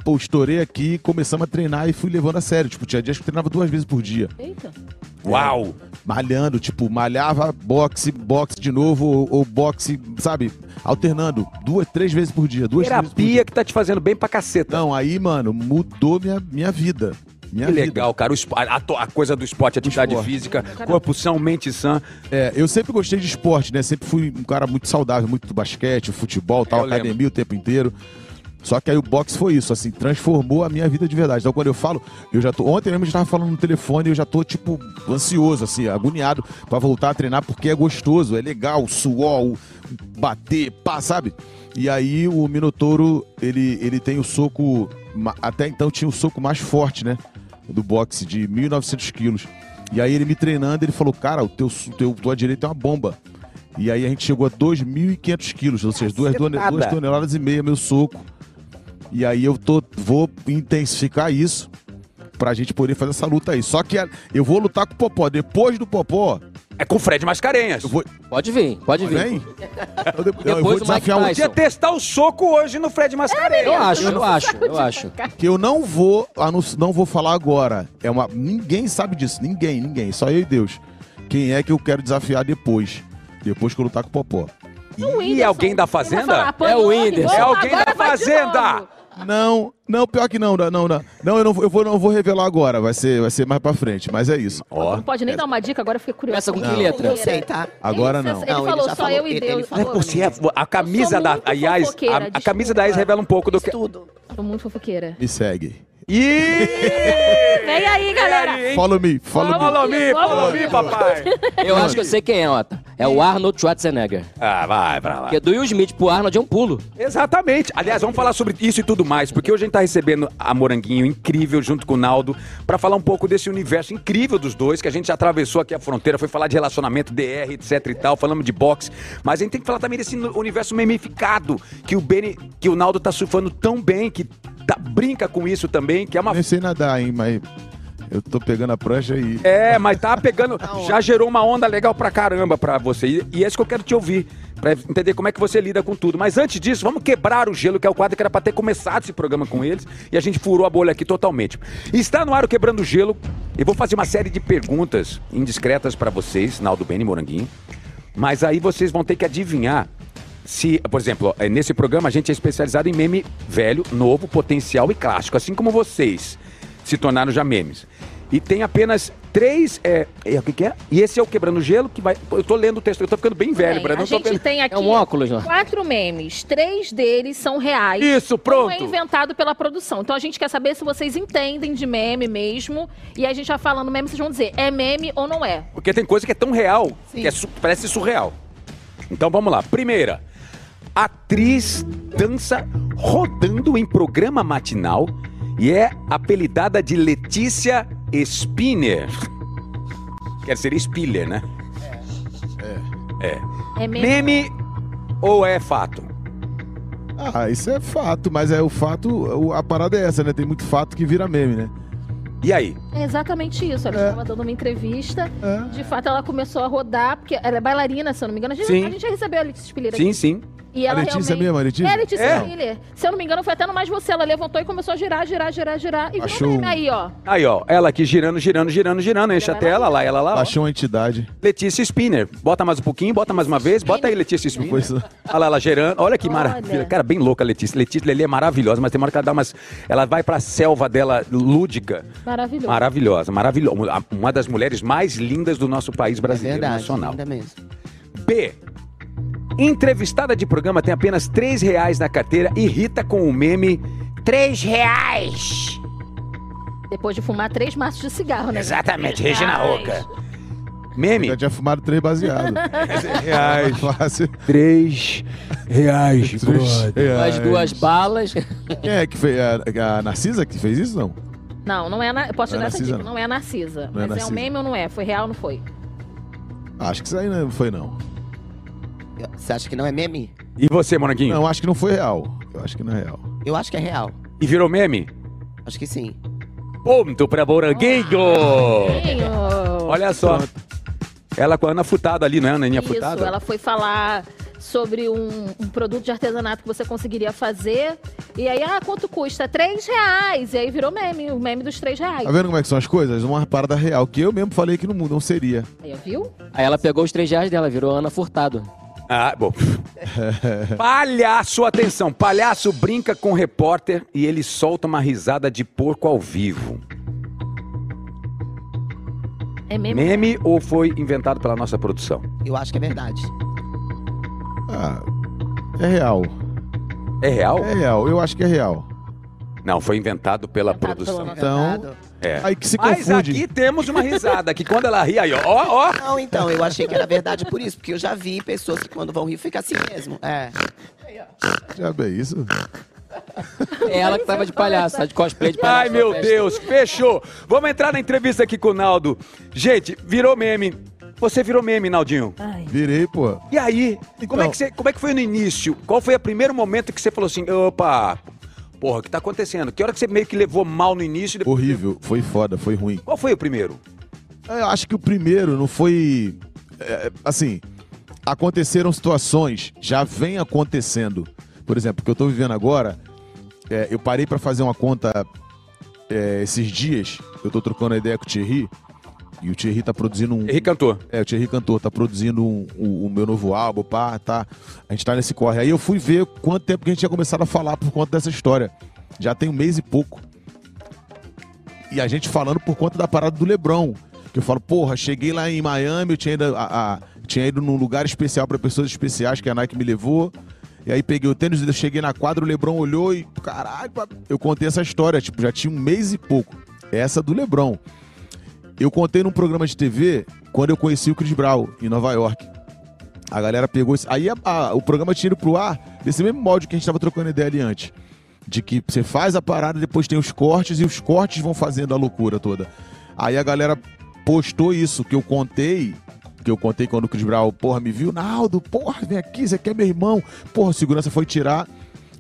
E: pô, estourei aqui, começamos a treinar e fui levando a sério. Tipo, tinha dias que eu treinava duas vezes por dia.
B: Eita.
A: Uau!
E: Malhando, tipo, malhava boxe, boxe de novo, ou, ou boxe, sabe? Alternando. Duas, três vezes por dia. Duas, três vezes por dia.
A: Terapia que tá te fazendo bem pra caceta.
E: Não, aí, mano, mudou minha, minha vida. Minha
A: que
E: vida.
A: legal, cara. O espo- a, to- a coisa do esporte, atividade
E: Esporte.
A: física, corpo são, mente sã.
E: É, eu sempre gostei de esporte, né? Sempre fui um cara muito saudável, muito do basquete, futebol, tal,
A: É, Eu lembro.
E: academia o tempo inteiro. Só que aí o boxe foi isso, assim, transformou a minha vida de verdade. Então quando eu falo, eu já tô. Ontem mesmo eu já tava falando no telefone e eu já tô, tipo, ansioso, assim, agoniado pra voltar a treinar, porque é gostoso, é legal, o suor, o bater, pá, sabe? E aí o Minotouro, ele, ele tem o soco. ma- Até então tinha o soco mais forte, né? Do boxe, de 1.900 quilos. E aí ele me treinando, ele falou, cara, o teu, su- teu tua direita é uma bomba. E aí a gente chegou a 2.500 quilos, ou seja, duas, tone-
A: Cacetada.
E: duas toneladas e meia meu soco. E aí eu tô, vou intensificar isso pra gente poder fazer essa luta aí. Só que a- eu vou lutar com o Popó. Depois do Popó,
A: É com o Fred Mascarenhas.
E: eu vou...
C: Pode vir, pode vir.
E: Vem? Eu, de- eu
C: Depois
E: vou
C: o
E: desafiar
C: Mike
E: o...
A: Podia
C: Tyson.
A: testar o soco hoje no
B: É
A: Fred Mascarenhas.
C: Eu acho, eu acho, eu acho.
E: Que eu não vou, anunci- não vou falar agora. É uma, ninguém sabe disso. Ninguém, ninguém. Só eu e Deus. Quem é que eu quero desafiar depois? Depois que eu lutar com o Popó.
B: O
A: E
B: um Whindersson.
A: alguém da
B: Ele vai falar,
A: Fazenda?
B: apanhou
C: É o
B: aqui,
C: Whindersson.
A: É
B: voltou,
A: alguém da
B: agora vai de
A: Fazenda.
B: novo.
E: Não, não, pior que não, não, não, não. Não, eu não, vou- eu vou, não vou revelar agora, vai ser, vai ser mais pra frente, mas é isso.
A: Ó.
B: Não pode nem dar um uma dica, agora eu fiquei curioso.
C: Começa com que letra?
D: Eu sei, tá?
E: Agora
B: ele,
E: não.
B: Ele
D: Não, ele
B: falou
D: já
B: só
D: falou,
B: eu e
D: ele-
B: Deus.
D: ele
A: É
D: falou.
A: você, é- a camisa
B: sou
A: da
B: muito
A: aliás,
B: fofoqueira,
A: a, a camisa da ex
B: desculpa.
A: revela um pouco do que
D: Tudo.
B: Tô muito fofoqueira.
E: Me segue.
A: E
B: Vem aí, galera.
A: Hein?
E: Follow me, follow me.
A: Follow me, follow me, papai.
C: Eu acho que eu sei quem é, Ota. É o Arnold Schwarzenegger.
A: Ah, vai pra lá.
C: Porque do Will Smith pro Arnold é um pulo.
A: Exatamente. Aliás, vamos falar sobre isso e tudo mais, porque hoje a gente tá recebendo a Moranguinho incrível junto com o Naldo pra falar um pouco desse universo incrível dos dois, que a gente já atravessou aqui a fronteira, foi falar de relacionamento, DR, etc e tal, falamos de boxe, mas a gente tem que falar também desse nu- universo memificado que o Beni, que o Naldo tá surfando tão bem, que tá- brinca com isso também, que é uma
E: Nem sei nadar, hein, mas eu tô pegando a prancha e.
A: É, mas tá pegando. já gerou uma onda legal pra caramba pra você. E, e é isso que eu quero te ouvir, pra entender como é que você lida com tudo. Mas antes disso, vamos quebrar o gelo, que é o quadro que era pra ter começado esse programa com eles. E a gente furou a bolha aqui totalmente. Está no ar o Quebrando o Gelo. Eu vou fazer uma série de perguntas indiscretas pra vocês, Naldo Beni e Moranguinho. Mas aí vocês vão ter que adivinhar se, por exemplo, ó, eh, nesse programa a gente é especializado em meme velho, novo, potencial e clássico, assim como vocês se tornaram já memes. E tem apenas três. É, é, o que, que é? E esse é o Quebrando o Gelo, que vai. Eu tô lendo o texto, eu tô ficando bem velho,
B: Bem,
A: Brandão.
B: a
A: eu tô
B: gente
A: vendo-
B: tem aqui
C: É um óculos lá.
B: quatro memes. Três deles são reais.
A: Isso,
B: Um é
A: pronto!
B: inventado pela produção. Então a gente quer saber se vocês entendem de meme mesmo. E a gente já falando meme, vocês vão dizer é meme ou não é.
A: Porque tem coisa que é tão real,
D: Sim.
A: que é su- parece surreal. Então vamos lá. Primeira, atriz dança rodando em programa matinal e é apelidada de Letícia Spinner. Quer dizer, Spiller, né? É. É.
B: É meme.
A: Meme ou é fato?
E: Ah, isso é fato, mas é o fato, o- a parada é essa, né? Tem muito fato que vira meme, né?
A: E aí?
B: É exatamente isso. Ela
E: É.
B: estava dando uma entrevista.
E: É.
B: De fato, ela começou a rodar, porque ela é bailarina, se eu não me engano. A gente,
A: Sim.
B: a gente já recebeu a Letícia Spiller aqui.
A: Sim, sim.
B: E ela
E: a Letícia
B: realmente...
E: mesmo, a Letícia?
B: É, a Letícia
A: É?
B: Miller. Se eu não me engano, foi até no Mais Você. Ela levantou e começou a girar, girar, girar, girar. E
E: Achou
B: virou meme
E: um-
B: aí, ó.
A: Aí, ó, ela aqui girando, girando, girando, girando, enche a
B: Ela é vai
A: tela, lá, ela lá. ó.
E: Achou uma entidade.
A: Letícia Spinner. Bota mais um pouquinho, bota mais uma vez, bota aí Letícia Spinner.
E: Coisa-
A: Olha lá, ela gerando. Olha que maravilha.
B: Olha.
A: Cara, bem louca a Letícia. Letícia Lelê é maravilhosa, mas tem uma hora que ela dá umas. Ela vai pra selva dela lúdica.
B: Maravilhoso.
A: Maravilhosa, maravilhosa. A- Uma das mulheres mais lindas do nosso
D: É
A: país brasileiro nacional.
D: Ainda mesmo.
A: B. Entrevistada de programa tem apenas 3 reais na carteira e irrita com o meme 3 reais.
B: Depois de fumar três maços de cigarro, né?
A: Exatamente, Regina
B: Ai.
A: Oca. Meme.
E: Já tinha fumado três baseados.
A: <laughs>
E: <laughs>
A: reais.
E: Fácil. É,
A: 3 reais, brother.
C: As duas balas.
E: Quem é que fez? A, a Narcisa que fez isso, não?
B: Não, não é. Na... Eu posso te
E: Não é
B: dar essa
E: Narcisa,
B: dica.
E: não.
B: Não é Narcisa.
E: Não é
B: mas é
E: Narcisa.
B: um meme ou não é? Foi real ou não foi?
E: Acho que isso aí não foi, não.
D: Eu- Você acha que não é meme?
A: E você, Moranguinho?
E: Não, acho que não foi real. Eu acho que não é real.
D: Eu acho que é real.
A: E virou meme?
D: Acho que sim.
A: Ponto pra
E: Ah.
A: Moranguinho!
B: Tenho.
A: Olha só. Ela com a Ana Futada ali, não é, a Aninha
B: Isso,
A: Futada?
B: ela foi falar sobre um, um produto de artesanato que você conseguiria fazer. E aí, ah, quanto custa? Três reais. E aí virou meme, o meme dos três reais.
E: Tá vendo como é que são as coisas? Uma parada real, que eu mesmo falei que no mundo não seria.
B: Aí, ó, viu?
C: Aí ela pegou os três reais dela, virou Ana Furtado.
A: Ah,
E: <laughs>
A: bom. Palhaço, atenção. Palhaço brinca com repórter e ele solta uma risada de porco ao vivo.
B: É meme.
A: Meme ou foi inventado pela nossa produção?
D: Eu acho que é verdade.
E: Ah, é real.
A: É real?
E: É real, eu acho que é real.
A: Não, foi inventado pela
B: Inventado
A: produção.
B: pela-
E: Então-
D: Verdade.
A: É.
E: Aí que se
A: Mas aqui
E: confunde.
A: temos uma risada, que quando ela ri aí, ó, ó, ó.
D: Não, então, eu achei que era verdade por isso, porque eu já vi pessoas que quando vão rir fica assim mesmo. É.
E: Já bem isso.
C: É ela que tava de palhaço, tá de cosplay de palhaço.
A: Ai, meu
C: na festa.
A: Deus, fechou. Vamos entrar na entrevista aqui com o Naldo. Gente, virou meme. Você virou meme, Naldinho.
B: Ai.
E: Virei, pô.
A: E aí, como, é
E: Então.
A: que você, como é que foi no início? Qual foi o primeiro momento que você falou assim, opa, porra, o que tá acontecendo? Que hora que você meio que levou mal no início? e depois-
E: Horrível, foi foda, foi ruim.
A: Qual foi o primeiro?
E: Eu acho que o primeiro não foi. é, assim, aconteceram situações, já vem acontecendo. Por exemplo, o que eu tô vivendo agora, é, eu parei pra fazer uma conta é, esses dias, eu tô trocando a ideia com o Thierry, e o Thierry tá produzindo um.
A: Henrique cantou.
E: É, o Thierry Cantor tá produzindo um- o, o meu novo álbum, pá, tá. A gente tá nesse corre. Aí eu fui ver quanto tempo que a gente tinha começado a falar por conta dessa história. Já tem um mês e pouco. E a gente falando por conta da parada do Lebron. Que eu falo, porra, cheguei lá em Miami, eu tinha ido, a- a- tinha ido num lugar especial pra pessoas especiais que a Nike me levou. E aí peguei o tênis, eu cheguei na quadra, o Lebron olhou e, caralho, pá. eu contei essa história, tipo, já tinha um mês e pouco. Essa do Lebron. Eu contei num programa de TV quando eu conheci o Chris Brown, em Nova York. A galera pegou isso. Aí a- a- o programa tinha ido pro ar desse mesmo molde que a gente tava trocando ideia ali antes. De que você faz a parada, depois tem os cortes, e os cortes vão fazendo a loucura toda. Aí a galera postou isso que eu contei. Que eu contei quando o Chris Brown, porra, me viu. Naldo, porra, vem aqui, você quer meu irmão. Porra, o segurança foi tirar.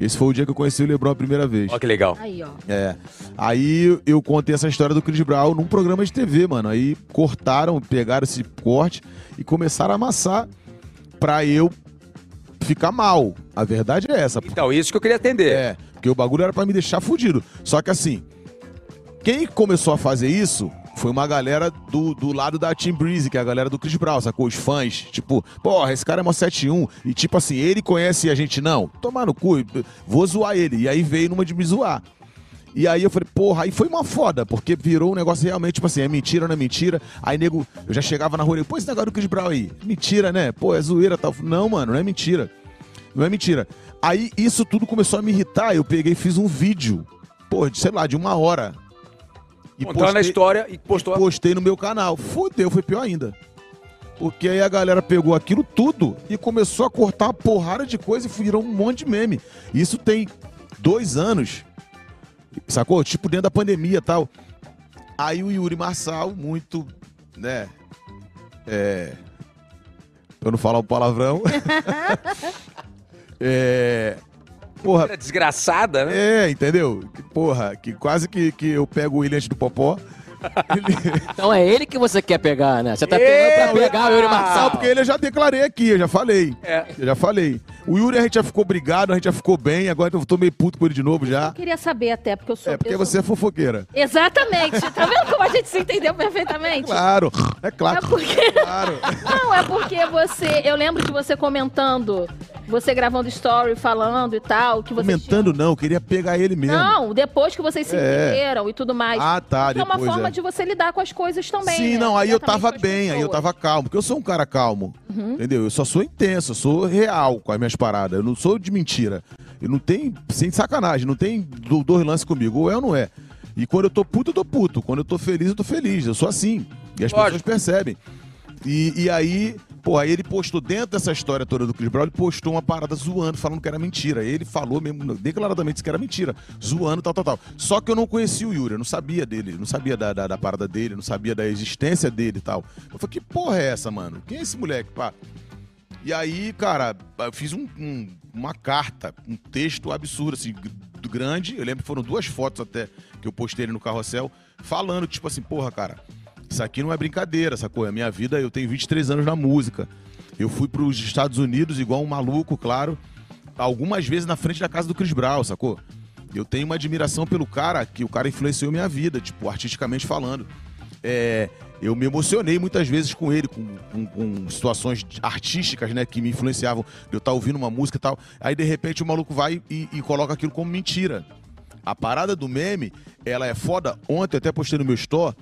E: Esse foi o dia que eu conheci o Lebron a primeira vez.
A: Ó que legal.
B: Aí, ó.
E: É. Aí eu contei essa história do Chris Brown num programa de TV, mano. Aí cortaram, pegaram esse corte e começaram a amassar pra eu ficar mal. A verdade é essa.
A: Então, isso que eu queria atender.
E: É, porque o bagulho era pra me deixar fudido. Só que assim, quem começou a fazer isso foi uma galera do, do lado da Team Breeze, que é a galera do Chris Brown, sacou? Os fãs, tipo, porra, esse cara é mó 71. E tipo assim, ele conhece e a gente não. Tomar no cu, vou zoar ele. E aí veio numa de me zoar. E aí eu falei, porra, aí foi uma foda, porque virou um negócio realmente, tipo assim, é mentira, não é mentira. Aí, nego, eu já chegava na rua e pô, esse negócio do Chris Brown aí, mentira, né? Pô, é zoeira tal. Não, mano, não é mentira. Não é mentira. Aí isso tudo começou a me irritar. Eu peguei e fiz um vídeo, pô, de, sei lá, de uma hora. E
A: Contando a história e postou.
E: postei no meu canal. Fudeu, foi pior ainda. Porque aí a galera pegou aquilo tudo e começou a cortar uma porrada de coisa e virou um monte de meme. Isso tem dois anos, sacou? Tipo, dentro da pandemia e tal. Aí o Yuri Marçal, muito, né? É. Pra eu não falar o palavrão. é. Porra,
A: Era <laughs> desgraçada, né?
E: é, entendeu? Que Porra, que quase que, que eu pego o William antes do Popó. Ele-
C: Então é ele que você quer pegar, né? Você tá
A: Eu!
C: pegando pra pegar o Yuri Marçal.
E: Não, porque ele eu já declarei aqui, eu já falei.
A: É.
E: Eu já falei. O Yuri a gente já ficou brigado, a gente já ficou bem, agora eu tô meio puto com ele de novo já.
B: Eu queria saber até, porque eu sou.
E: É, porque
B: eu sou-
E: você é fofoqueira.
B: Exatamente. Tá vendo como a gente se entendeu perfeitamente?
E: Claro, é
B: É
E: claro,
B: porque.
E: claro.
B: Não, é porque você. Eu lembro de você comentando, você gravando story, falando e tal, que você.
E: Comentando não, eu queria pegar ele mesmo.
B: Não, depois que vocês se
E: É.
B: entenderam e tudo mais.
E: Ah, tá,
B: é uma
E: depois,
B: forma
E: é.
B: de você lidar com as coisas também.
E: Sim,
B: né?
E: não, aí eu
B: Diretamente
E: tava
B: com as
E: bem, aí eu
B: pessoas. Uhum.
E: tava calmo, porque eu sou um cara calmo, entendeu? Eu só sou intenso, eu sou real com as minhas paradas, eu não sou de mentira. Eu não tenho, sem sacanagem, não tem do- dois lances comigo, ou é ou não é. E quando eu tô puto, eu tô puto, quando eu tô feliz, eu tô feliz, eu sou assim. E as pessoas percebem. E, e aí, pô, aí ele postou dentro dessa história toda do Chris Brown, ele postou uma parada zoando, falando que era mentira. Ele falou mesmo, declaradamente que era mentira, zoando, tal, tal, tal. Só que eu não conhecia o Yuri, eu não sabia dele, eu não sabia da, da, da parada dele, eu não sabia da existência dele e tal. Eu falei, que porra é essa, mano? Quem é esse moleque, pá? E aí, cara, eu fiz um- um- uma carta, um texto absurdo, assim, gr- grande. Eu lembro que foram duas fotos até que eu postei ele no carrossel, falando, tipo assim, porra, cara, isso aqui não é brincadeira, sacou? É a minha vida, eu tenho 23 anos na música. Eu fui para os Estados Unidos igual um maluco, claro, algumas vezes na frente da casa do Chris Brown, sacou? Eu tenho uma admiração pelo cara, que o cara influenciou minha vida, tipo, artisticamente falando. É, eu me emocionei muitas vezes com ele, com, com- com situações artísticas, né, que me influenciavam. Eu tava ouvindo uma música e tal. Aí, de repente, o maluco vai e, e coloca aquilo como mentira. A parada do meme, ela é foda. Ontem, eu até postei no meu store,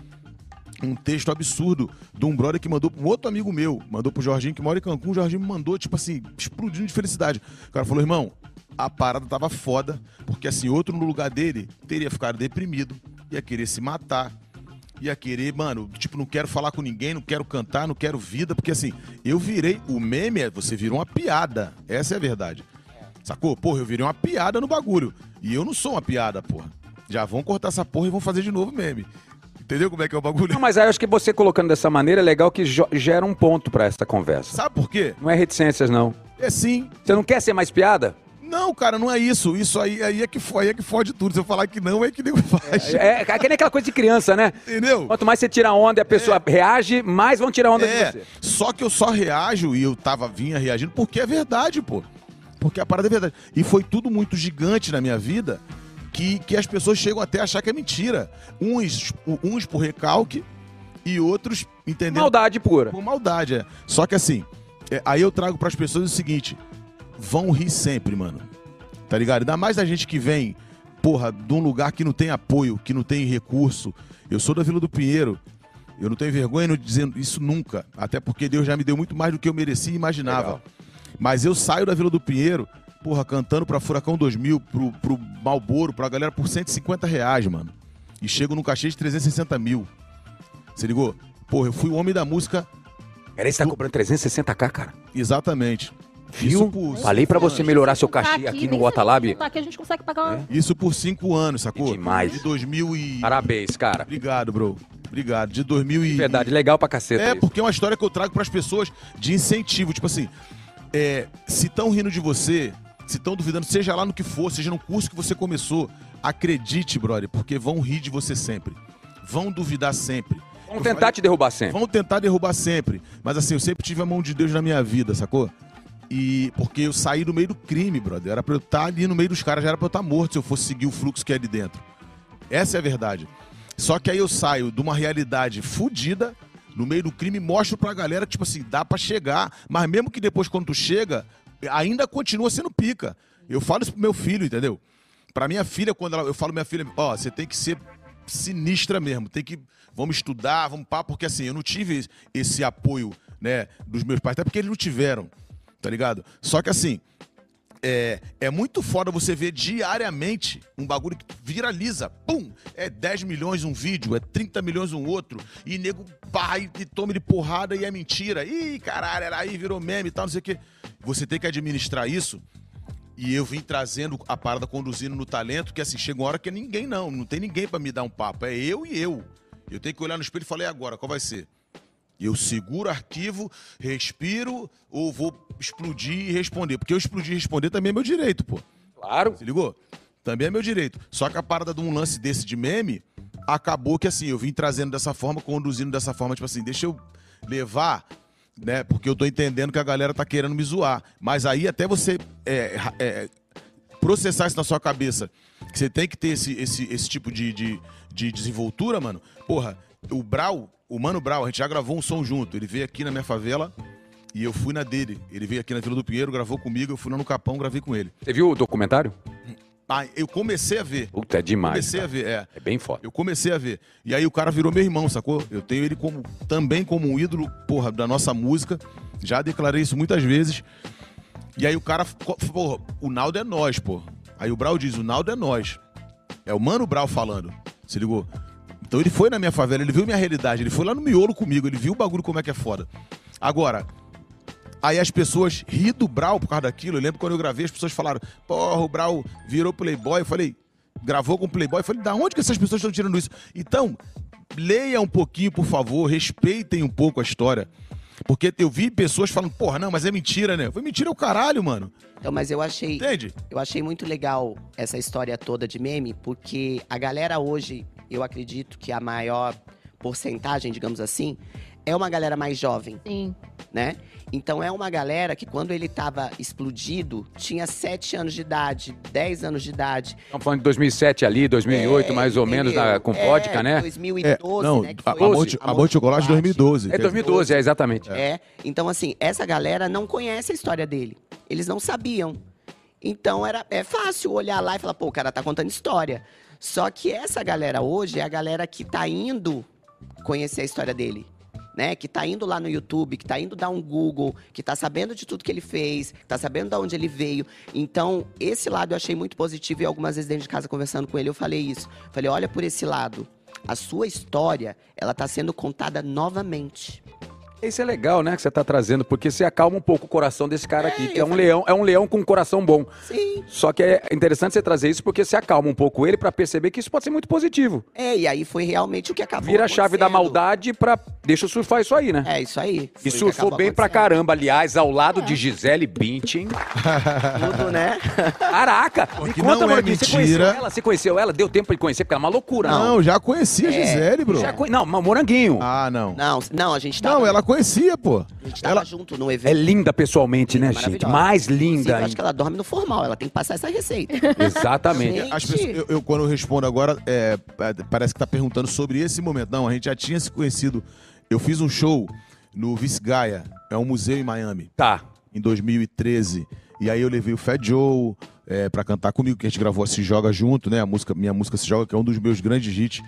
E: um texto absurdo de um brother que mandou para um outro amigo meu, mandou pro Jorginho que mora em Cancún, o Jorginho me mandou, tipo assim, explodindo de felicidade. O cara falou, irmão, a parada tava foda, porque assim, outro no lugar dele teria ficado deprimido, ia querer se matar, ia querer, mano, tipo, não quero falar com ninguém, não quero cantar, não quero vida, porque assim, eu virei, o meme é, você virou uma piada, essa é a verdade. Sacou? Porra, eu virei uma piada no bagulho. E eu não sou uma piada, porra. Já vão cortar essa porra e vão fazer de novo o meme. Entendeu como é que é o bagulho?
A: Não, mas aí eu acho que você colocando dessa maneira é legal que jo- gera um ponto pra essa conversa.
E: Sabe por quê?
A: Não é reticências, não.
E: É sim.
A: Você não quer ser mais piada?
E: Não, cara, não é isso. Isso aí, aí, é, que, fo- aí é que fode tudo. Se eu falar que não, é que nego faz.
A: É, é que nem aquela coisa de criança, né?
E: Entendeu?
A: Quanto mais você tira onda e a pessoa reage, mais vão tirar onda de
E: É,
A: você.
E: só que eu só reajo e eu tava, vinha reagindo porque é verdade, pô. Porque a parada é verdade. E foi tudo muito gigante na minha vida que, que as pessoas chegam até a achar que é mentira. Uns, uns por recalque e outros, entendeu?
A: Maldade pura.
E: Por maldade, é. Só que assim, é, aí eu trago pras pessoas o seguinte: vão rir sempre, mano. Tá ligado? Ainda mais da gente que vem, porra, de um lugar que não tem apoio, que não tem recurso. Eu sou da Vila do Pinheiro. Eu não tenho vergonha de dizer isso nunca. Até porque Deus já me deu muito mais do que eu merecia e imaginava.
A: Legal.
E: Mas eu saio da Vila do Pinheiro, porra, cantando pra Furacão 2000, pro, pro Malboro, pra galera por 150 reais, mano. E chego num cachê de 360 mil. Você ligou? Porra, eu fui o homem da música
A: Peraí, você tá cobrando 360k, cara.
E: Exatamente.
A: Viu?
E: por
A: Falei pra
E: cinco
A: você
E: anos.
A: melhorar seu
B: Tá
A: cachê aqui
B: nem
A: no
B: se a gente
A: Watalab. É?
B: juntar tá Aqui a gente consegue pagar uma.
E: Isso por cinco anos, sacou?
A: Que demais.
E: De 2000 e...
A: Parabéns, cara.
E: Obrigado, bro. Obrigado. De 2000 e...
A: Verdade, legal pra caceta
E: É,
A: isso.
E: porque é uma história que eu trago pras pessoas de incentivo. Tipo assim, é, se estão rindo de você, se estão duvidando, seja lá no que for, seja no curso que você começou, acredite, brother, porque vão rir de você sempre. Vão duvidar sempre.
A: Vão
E: Eu
A: tentar
E: falei-
A: te derrubar sempre.
E: Vão tentar derrubar sempre. Mas assim, eu sempre tive a mão de Deus na minha vida, sacou? E porque eu saí do meio do crime, brother. Era pra eu estar ali no meio dos caras, já era pra eu estar morto se eu fosse seguir o fluxo que é ali dentro. Essa é a verdade. Só que aí eu saio de uma realidade fodida, no meio do crime, mostro pra galera, tipo assim, dá pra chegar. Mas mesmo que depois, quando tu chega, ainda continua sendo pica. Eu falo isso pro meu filho, entendeu? Pra minha filha, quando ela, eu falo minha filha, ó, você tem que ser sinistra mesmo, tem que, vamos estudar, vamos pá, porque assim, eu não tive esse apoio, né, dos meus pais, até porque eles não tiveram, tá ligado? Só que assim, é, é muito foda você ver diariamente um bagulho que viraliza. Pum! É 10 milhões um vídeo, é 30 milhões um outro. E nego pai e toma de porrada e é mentira. Ih, caralho, era aí, virou meme e tal, não sei o quê. Você tem que administrar isso. E eu vim trazendo a parada, conduzindo no talento, que assim, chega uma hora que é ninguém não. Não tem ninguém pra me dar um papo. É eu e eu. Eu tenho que olhar no espelho e falar, e agora, qual vai ser? Eu seguro o arquivo, respiro ou vou explodir e responder? Porque eu explodir e responder também é meu direito, pô.
A: Claro.
E: Se ligou? Também é meu direito. Só que a parada de um lance desse de meme, acabou que assim, eu vim trazendo dessa forma, conduzindo dessa forma, tipo assim, deixa eu levar né? Porque eu tô entendendo que a galera tá querendo me zoar. Mas aí até você é, ra- é, processar isso na sua cabeça, que você tem que ter esse, esse, esse tipo de, de, de desenvoltura, mano. Porra, o Brau, o Mano Brau, a gente já gravou um som junto. Ele veio aqui na minha favela e eu fui na dele. Ele veio aqui na Vila do Pinheiro, gravou comigo, eu fui lá no Capão, gravei com ele.
A: Você viu o documentário?
E: Ah, eu comecei a ver.
A: Puta, é demais.
E: Comecei a
A: cara.
E: ver, é.
A: É bem foda.
E: Eu comecei a ver. E aí o cara virou meu irmão, sacou? Eu tenho ele como também como um ídolo, porra, da nossa música. Já declarei isso muitas vezes. E aí o cara, ficou- porra, o Naldo é nós, pô. Aí o Brau diz, o Naldo é nós. É o Mano Brau falando. Se ligou? Então ele foi na minha favela, ele viu minha realidade, ele foi lá no miolo comigo, ele viu o bagulho como é que é foda. Agora, Aí as pessoas ri do Brau por causa daquilo. Eu lembro quando eu gravei, as pessoas falaram: Porra, o Brau virou Playboy. Eu falei: Gravou com Playboy. Eu falei: Da onde que essas pessoas estão tirando isso? Então, leia um pouquinho, por favor, respeitem um pouco a história. Porque eu vi pessoas falando: Porra, não, mas é mentira, né? Foi mentira é o caralho, mano.
D: Então, mas eu achei.
E: Entende?
D: Eu achei muito legal essa história toda de meme, porque a galera hoje, eu acredito que a maior porcentagem, digamos assim, é uma galera mais jovem,
B: Sim.
D: né? Então é uma galera que quando ele tava explodido, tinha 7 anos de idade, 10 anos de idade.
A: Estamos falando de 2007 ali, 2008 mais ou menos, na- com
D: É,
A: vodka, né?
D: 2012, né? que
E: É, a,
D: foi
E: Amor de, Amor de Chocolate de 2012.
A: É 2012, é, exatamente.
D: É. Então, assim, essa galera não conhece a história dele. Eles não sabiam. Então, era, é fácil olhar lá e falar, pô, o cara tá contando história. Só que essa galera hoje é a galera que tá indo conhecer a história dele. Né? Que tá indo lá no YouTube, que tá indo dar um Google, que tá sabendo de tudo que ele fez, que tá sabendo de onde ele veio. Então, esse lado eu achei muito positivo e algumas vezes dentro de casa conversando com ele, eu falei isso. Falei, olha por esse lado. A sua história, ela tá sendo contada novamente.
A: Isso é legal, né, que você tá trazendo, porque você acalma um pouco o coração desse cara aqui, que é
D: eu
A: um
D: falei-
A: leão, é um leão com um coração bom.
D: Sim.
A: Só que é interessante você trazer isso porque você acalma um pouco ele pra perceber que isso pode ser muito positivo.
D: É, e aí foi realmente o que acabou
A: Vira a chave da
D: acontecendo.
A: maldade pra deixa eu surfar isso aí, né?
D: É, isso aí.
A: E
D: Foi o que
A: surfou
D: acabou
A: bem pra
D: acontecendo.
A: caramba, aliás, ao lado de Gisele Bündchen.
D: Tudo, né?
A: Caraca! Me
E: que
A: conta,
E: não é
A: mano, você conheceu
E: mentira.
A: ela? Você conheceu ela? Deu tempo de conhecer, porque ela é uma loucura,
E: Não, já conhecia a Gisele, bro.
A: Já conhe- Não, mas moranguinho.
E: Ah, não.
D: Não, não, a gente tava,
E: Não, ela conhecia, pô.
D: a gente tava
E: Ela,
D: junto no
A: É
D: evento.
A: linda pessoalmente, né,
D: maravilhosa.
A: gente? Mais
D: Inclusive,
A: linda.
D: eu acho que
A: ainda.
D: ela dorme no formal, ela tem que passar essa receita.
A: Exatamente.
D: Sim.
E: As
D: Gente.
E: pessoas- eu, eu, quando eu respondo agora, é, pa- parece que tá perguntando sobre esse momento. Não, a gente já tinha se conhecido. Eu fiz um show no Vice Gaia, é um museu em Miami,
A: Tá.
E: em 2013. E aí eu levei o Fat Joe é, pra cantar comigo, que a gente gravou a Se Joga Junto, né? A música, minha música Se Joga, que é um dos meus grandes hits.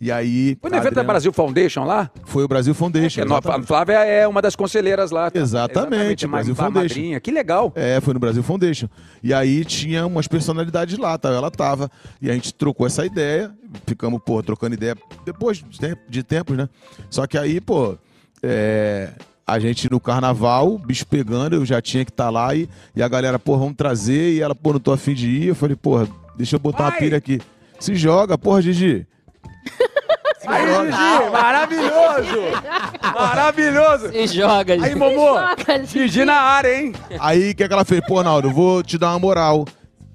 E: E aí.
A: Foi no
E: a
A: evento da
E: Adriana-
A: Brasil É, Foundation lá?
E: Foi o Brasil Foundation.
A: Que no- a
E: exatamente.
A: Flávia é uma das conselheiras lá. tá?
E: Exatamente,
A: é mais
E: Brasil
A: uma
E: Foundation.
A: madrinha. Que legal.
E: É, foi no Brasil Foundation. E aí tinha umas personalidades lá, tá? ela tava. E a gente trocou essa ideia, ficamos, pô, trocando ideia depois de, tempo, de tempos, né? Só que aí, pô, é, a gente no carnaval, o bicho pegando, eu já tinha que estar lá e, e a galera, pô, vamos trazer. E ela, pô, não tô afim de ir. Eu falei, pô, deixa eu botar
A: Vai!
E: uma pilha aqui. Se joga, porra, Gigi.
A: Aí, Gigi, maravilhoso! Maravilhoso!
C: Se joga,
A: Aí,
C: gente.
A: Momô,
B: Joga, Gigi.
A: Gigi na área, hein?
E: Aí o que, que ela fez? Pô, Naldo, eu vou te dar uma moral.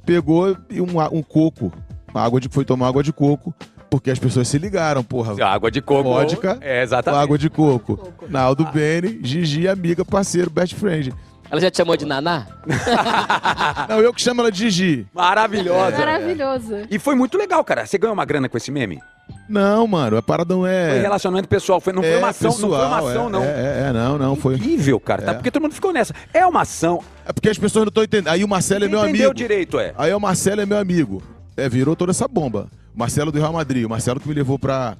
E: Pegou e um, a- um coco. Uma água de, foi tomar água de coco, porque as pessoas se ligaram, porra.
A: Água de coco.
E: Vodka.
A: É, exatamente. Ah.
E: Água de coco.
B: Coco.
E: Naldo Bene, Gigi, amiga, parceiro, best friend.
C: Ela já te chamou de Naná?
A: Ah.
E: Não, eu que chamo ela de Gigi.
A: Maravilhosa.
B: Maravilhoso.
A: E foi muito legal, cara. Você ganhou uma grana com esse meme?
E: Não, mano, a parada não é.
A: Foi relacionamento pessoal. Foi, não
E: é
A: foi uma ação, não foi
E: pessoal,
A: uma ação,
E: é,
A: não.
E: É, é, é, não, não, foi.
A: Incrível, cara. Tá? Porque todo mundo ficou nessa. É uma ação.
E: É porque as pessoas não estão entendendo. Aí o Marcelo é meu
A: Entendeu
E: amigo.
A: direito, é.
E: Aí o Marcelo é meu amigo. É, virou toda essa bomba. O Marcelo do Real Madrid, o Marcelo que me levou pra.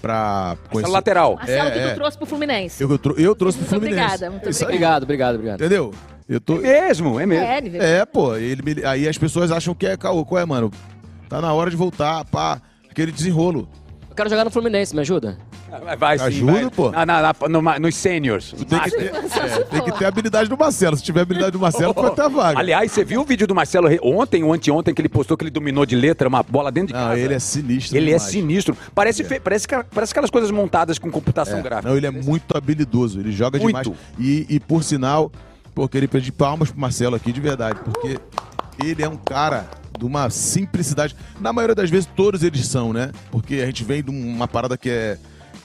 E: pra
A: Essa
E: conhecer-
A: lateral.
B: Marcelo, o que
E: é.
B: tu trouxe pro Fluminense?
E: Eu, eu, tro- eu trouxe pro
B: Muito
E: Fluminense.
B: obrigada, muito
E: É isso aí,
C: Obrigado, obrigado, obrigado.
E: Entendeu? Eu tô.
A: Mesmo, é mesmo.
B: É, ele veio.
E: É, pô, ele me- aí as pessoas acham que é caô. Qual é, mano? Tá na hora de voltar, pá. Aquele desenrolo.
C: Eu quero jogar no Fluminense, me ajuda?
B: É.
A: Vai, Vai, sim,
E: Ajuda,
A: vai.
E: pô.
A: Na, na, na- numa- nos seniors.
E: Tem que, ter, é, tem que ter a habilidade do Marcelo. Se tiver a habilidade do
A: <laughs>
E: Marcelo, vai ter a vaga.
A: Oh, Aliás, você viu o vídeo do Marcelo Re- ontem ou anteontem que ele postou que ele dominou de letra uma bola dentro de
E: Não,
A: casa?
E: ele é sinistro.
A: Ele é
E: demais.
A: sinistro. Parece, fe- parece, ca- parece aquelas coisas montadas com computação gráfica.
E: Não, ele é muito habilidoso. Ele joga
A: Muito.
E: demais. E, e por sinal, pô, queria pedir palmas pro Marcelo aqui, de verdade. Porque ele é um cara de uma simplicidade. Na maioria das vezes, todos eles são, né? Porque a gente vem de uma um, parada que é.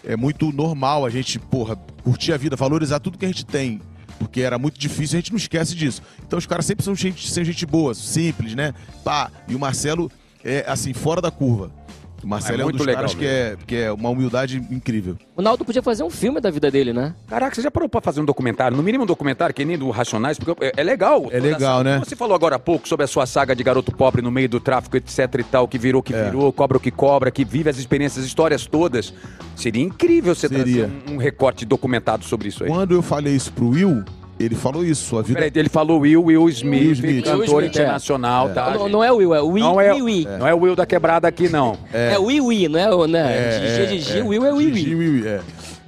E: é muito normal a gente, porra, curtir a vida, valorizar tudo que a gente tem. Porque era muito difícil, a gente não esquece disso. Então os caras sempre são gente, são gente boa, simples, né? Pá, e o Marcelo é assim, fora da curva. O Marcelo
A: Ah, é
E: é, um
A: muito
E: dos
A: legal
E: caras que é, que é uma humildade incrível.
C: O Naldo podia fazer um filme da vida dele, né?
A: Caraca, você já parou pra fazer um documentário? No mínimo um documentário, que nem do Racionais, porque é, é legal.
E: É
A: toda
E: legal,
A: essa-
E: né?
A: Você falou agora há pouco sobre a sua saga de garoto pobre no meio do tráfico, etc e tal, que virou,
E: É.
A: que virou, cobra o que cobra, que vive as experiências, as histórias todas. Seria incrível você
E: Seria.
A: trazer um, um recorte documentado sobre isso aí.
E: Quando eu falei isso pro Will, ele falou isso, sua vida
A: Peraí, ele falou Will, Will Smith,
E: Will Smith.
A: cantor
C: Will Smith, é.
A: internacional, tá?
C: não,
A: gente?
C: não é o Will, é o Will,
A: Não é,
C: Will, Will.
A: não é o Will da quebrada aqui, não.
C: É o Will, Will, não é o, né?
E: É,
C: Gigi, Gigi,
E: é,
C: Will é Will,
E: Gigi,
C: Will.
E: Will, é.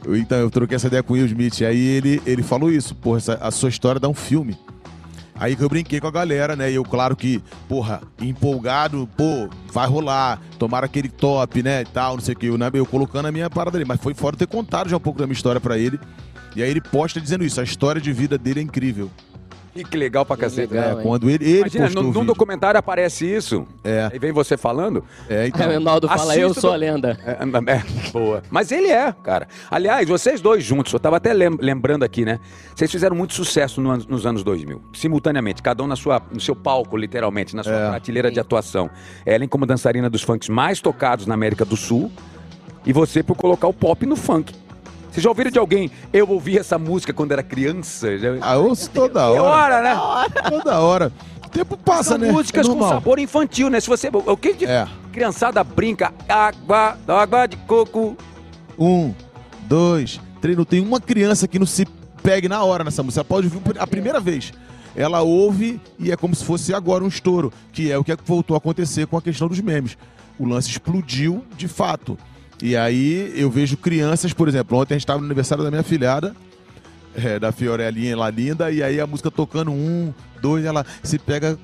E: Eu- Então, eu troquei essa ideia com o Will Smith. Aí ele, ele falou isso, porra, essa- a sua história dá um filme. Aí que eu brinquei com a galera, né? E eu, claro que, porra, empolgado, pô, vai rolar, tomara aquele top, né? E tal, não sei o que. Eu, né, eu colocando a minha parada ali. Mas foi fora ter contado já um pouco da minha história pra ele. E aí ele posta dizendo isso, a história de vida dele é incrível.
A: E que legal pra cacete.
C: legal.
A: né?
E: É,
C: hein?
E: quando ele, ele
A: Imagina,
E: postou
A: num,
E: o
A: num
E: vídeo.
A: documentário aparece isso,
E: É.
A: aí vem você falando,
E: É, então.
C: o Naldo fala, eu
A: Assista
C: sou
A: do-
C: a lenda.
A: É, é, boa. Mas ele é, cara. Aliás, vocês dois juntos, eu tava até lem- lembrando aqui, né? Vocês fizeram muito sucesso no an- nos anos 2000, simultaneamente, cada um na sua, no seu palco, literalmente, na sua
E: É.
A: prateleira de atuação. Ellen como dançarina dos funks mais tocados na América do Sul e você por colocar o pop no funk. Vocês já ouviram de alguém? Eu ouvi essa música quando era criança. Já...
E: Ah, eu ouço toda
A: Que
E: hora.
A: hora, né?
E: Toda hora. O tempo passa,
A: São
E: né?
A: músicas
E: É
A: com
E: normal.
A: sabor infantil, né? Se você. O que de
E: É.
A: criançada brinca? Água, água de coco.
E: Um, dois, três. Não tem uma criança que não se pegue na hora nessa música. Ela pode ouvir a primeira vez. Ela ouve e é como se fosse agora um estouro, que é o que voltou a acontecer com a questão dos memes. O lance explodiu de fato. E aí eu vejo crianças, por exemplo, ontem a gente estava no aniversário da minha filhada, é, da Fiorelinha lá linda, e aí a música tocando um, dois, ela se pega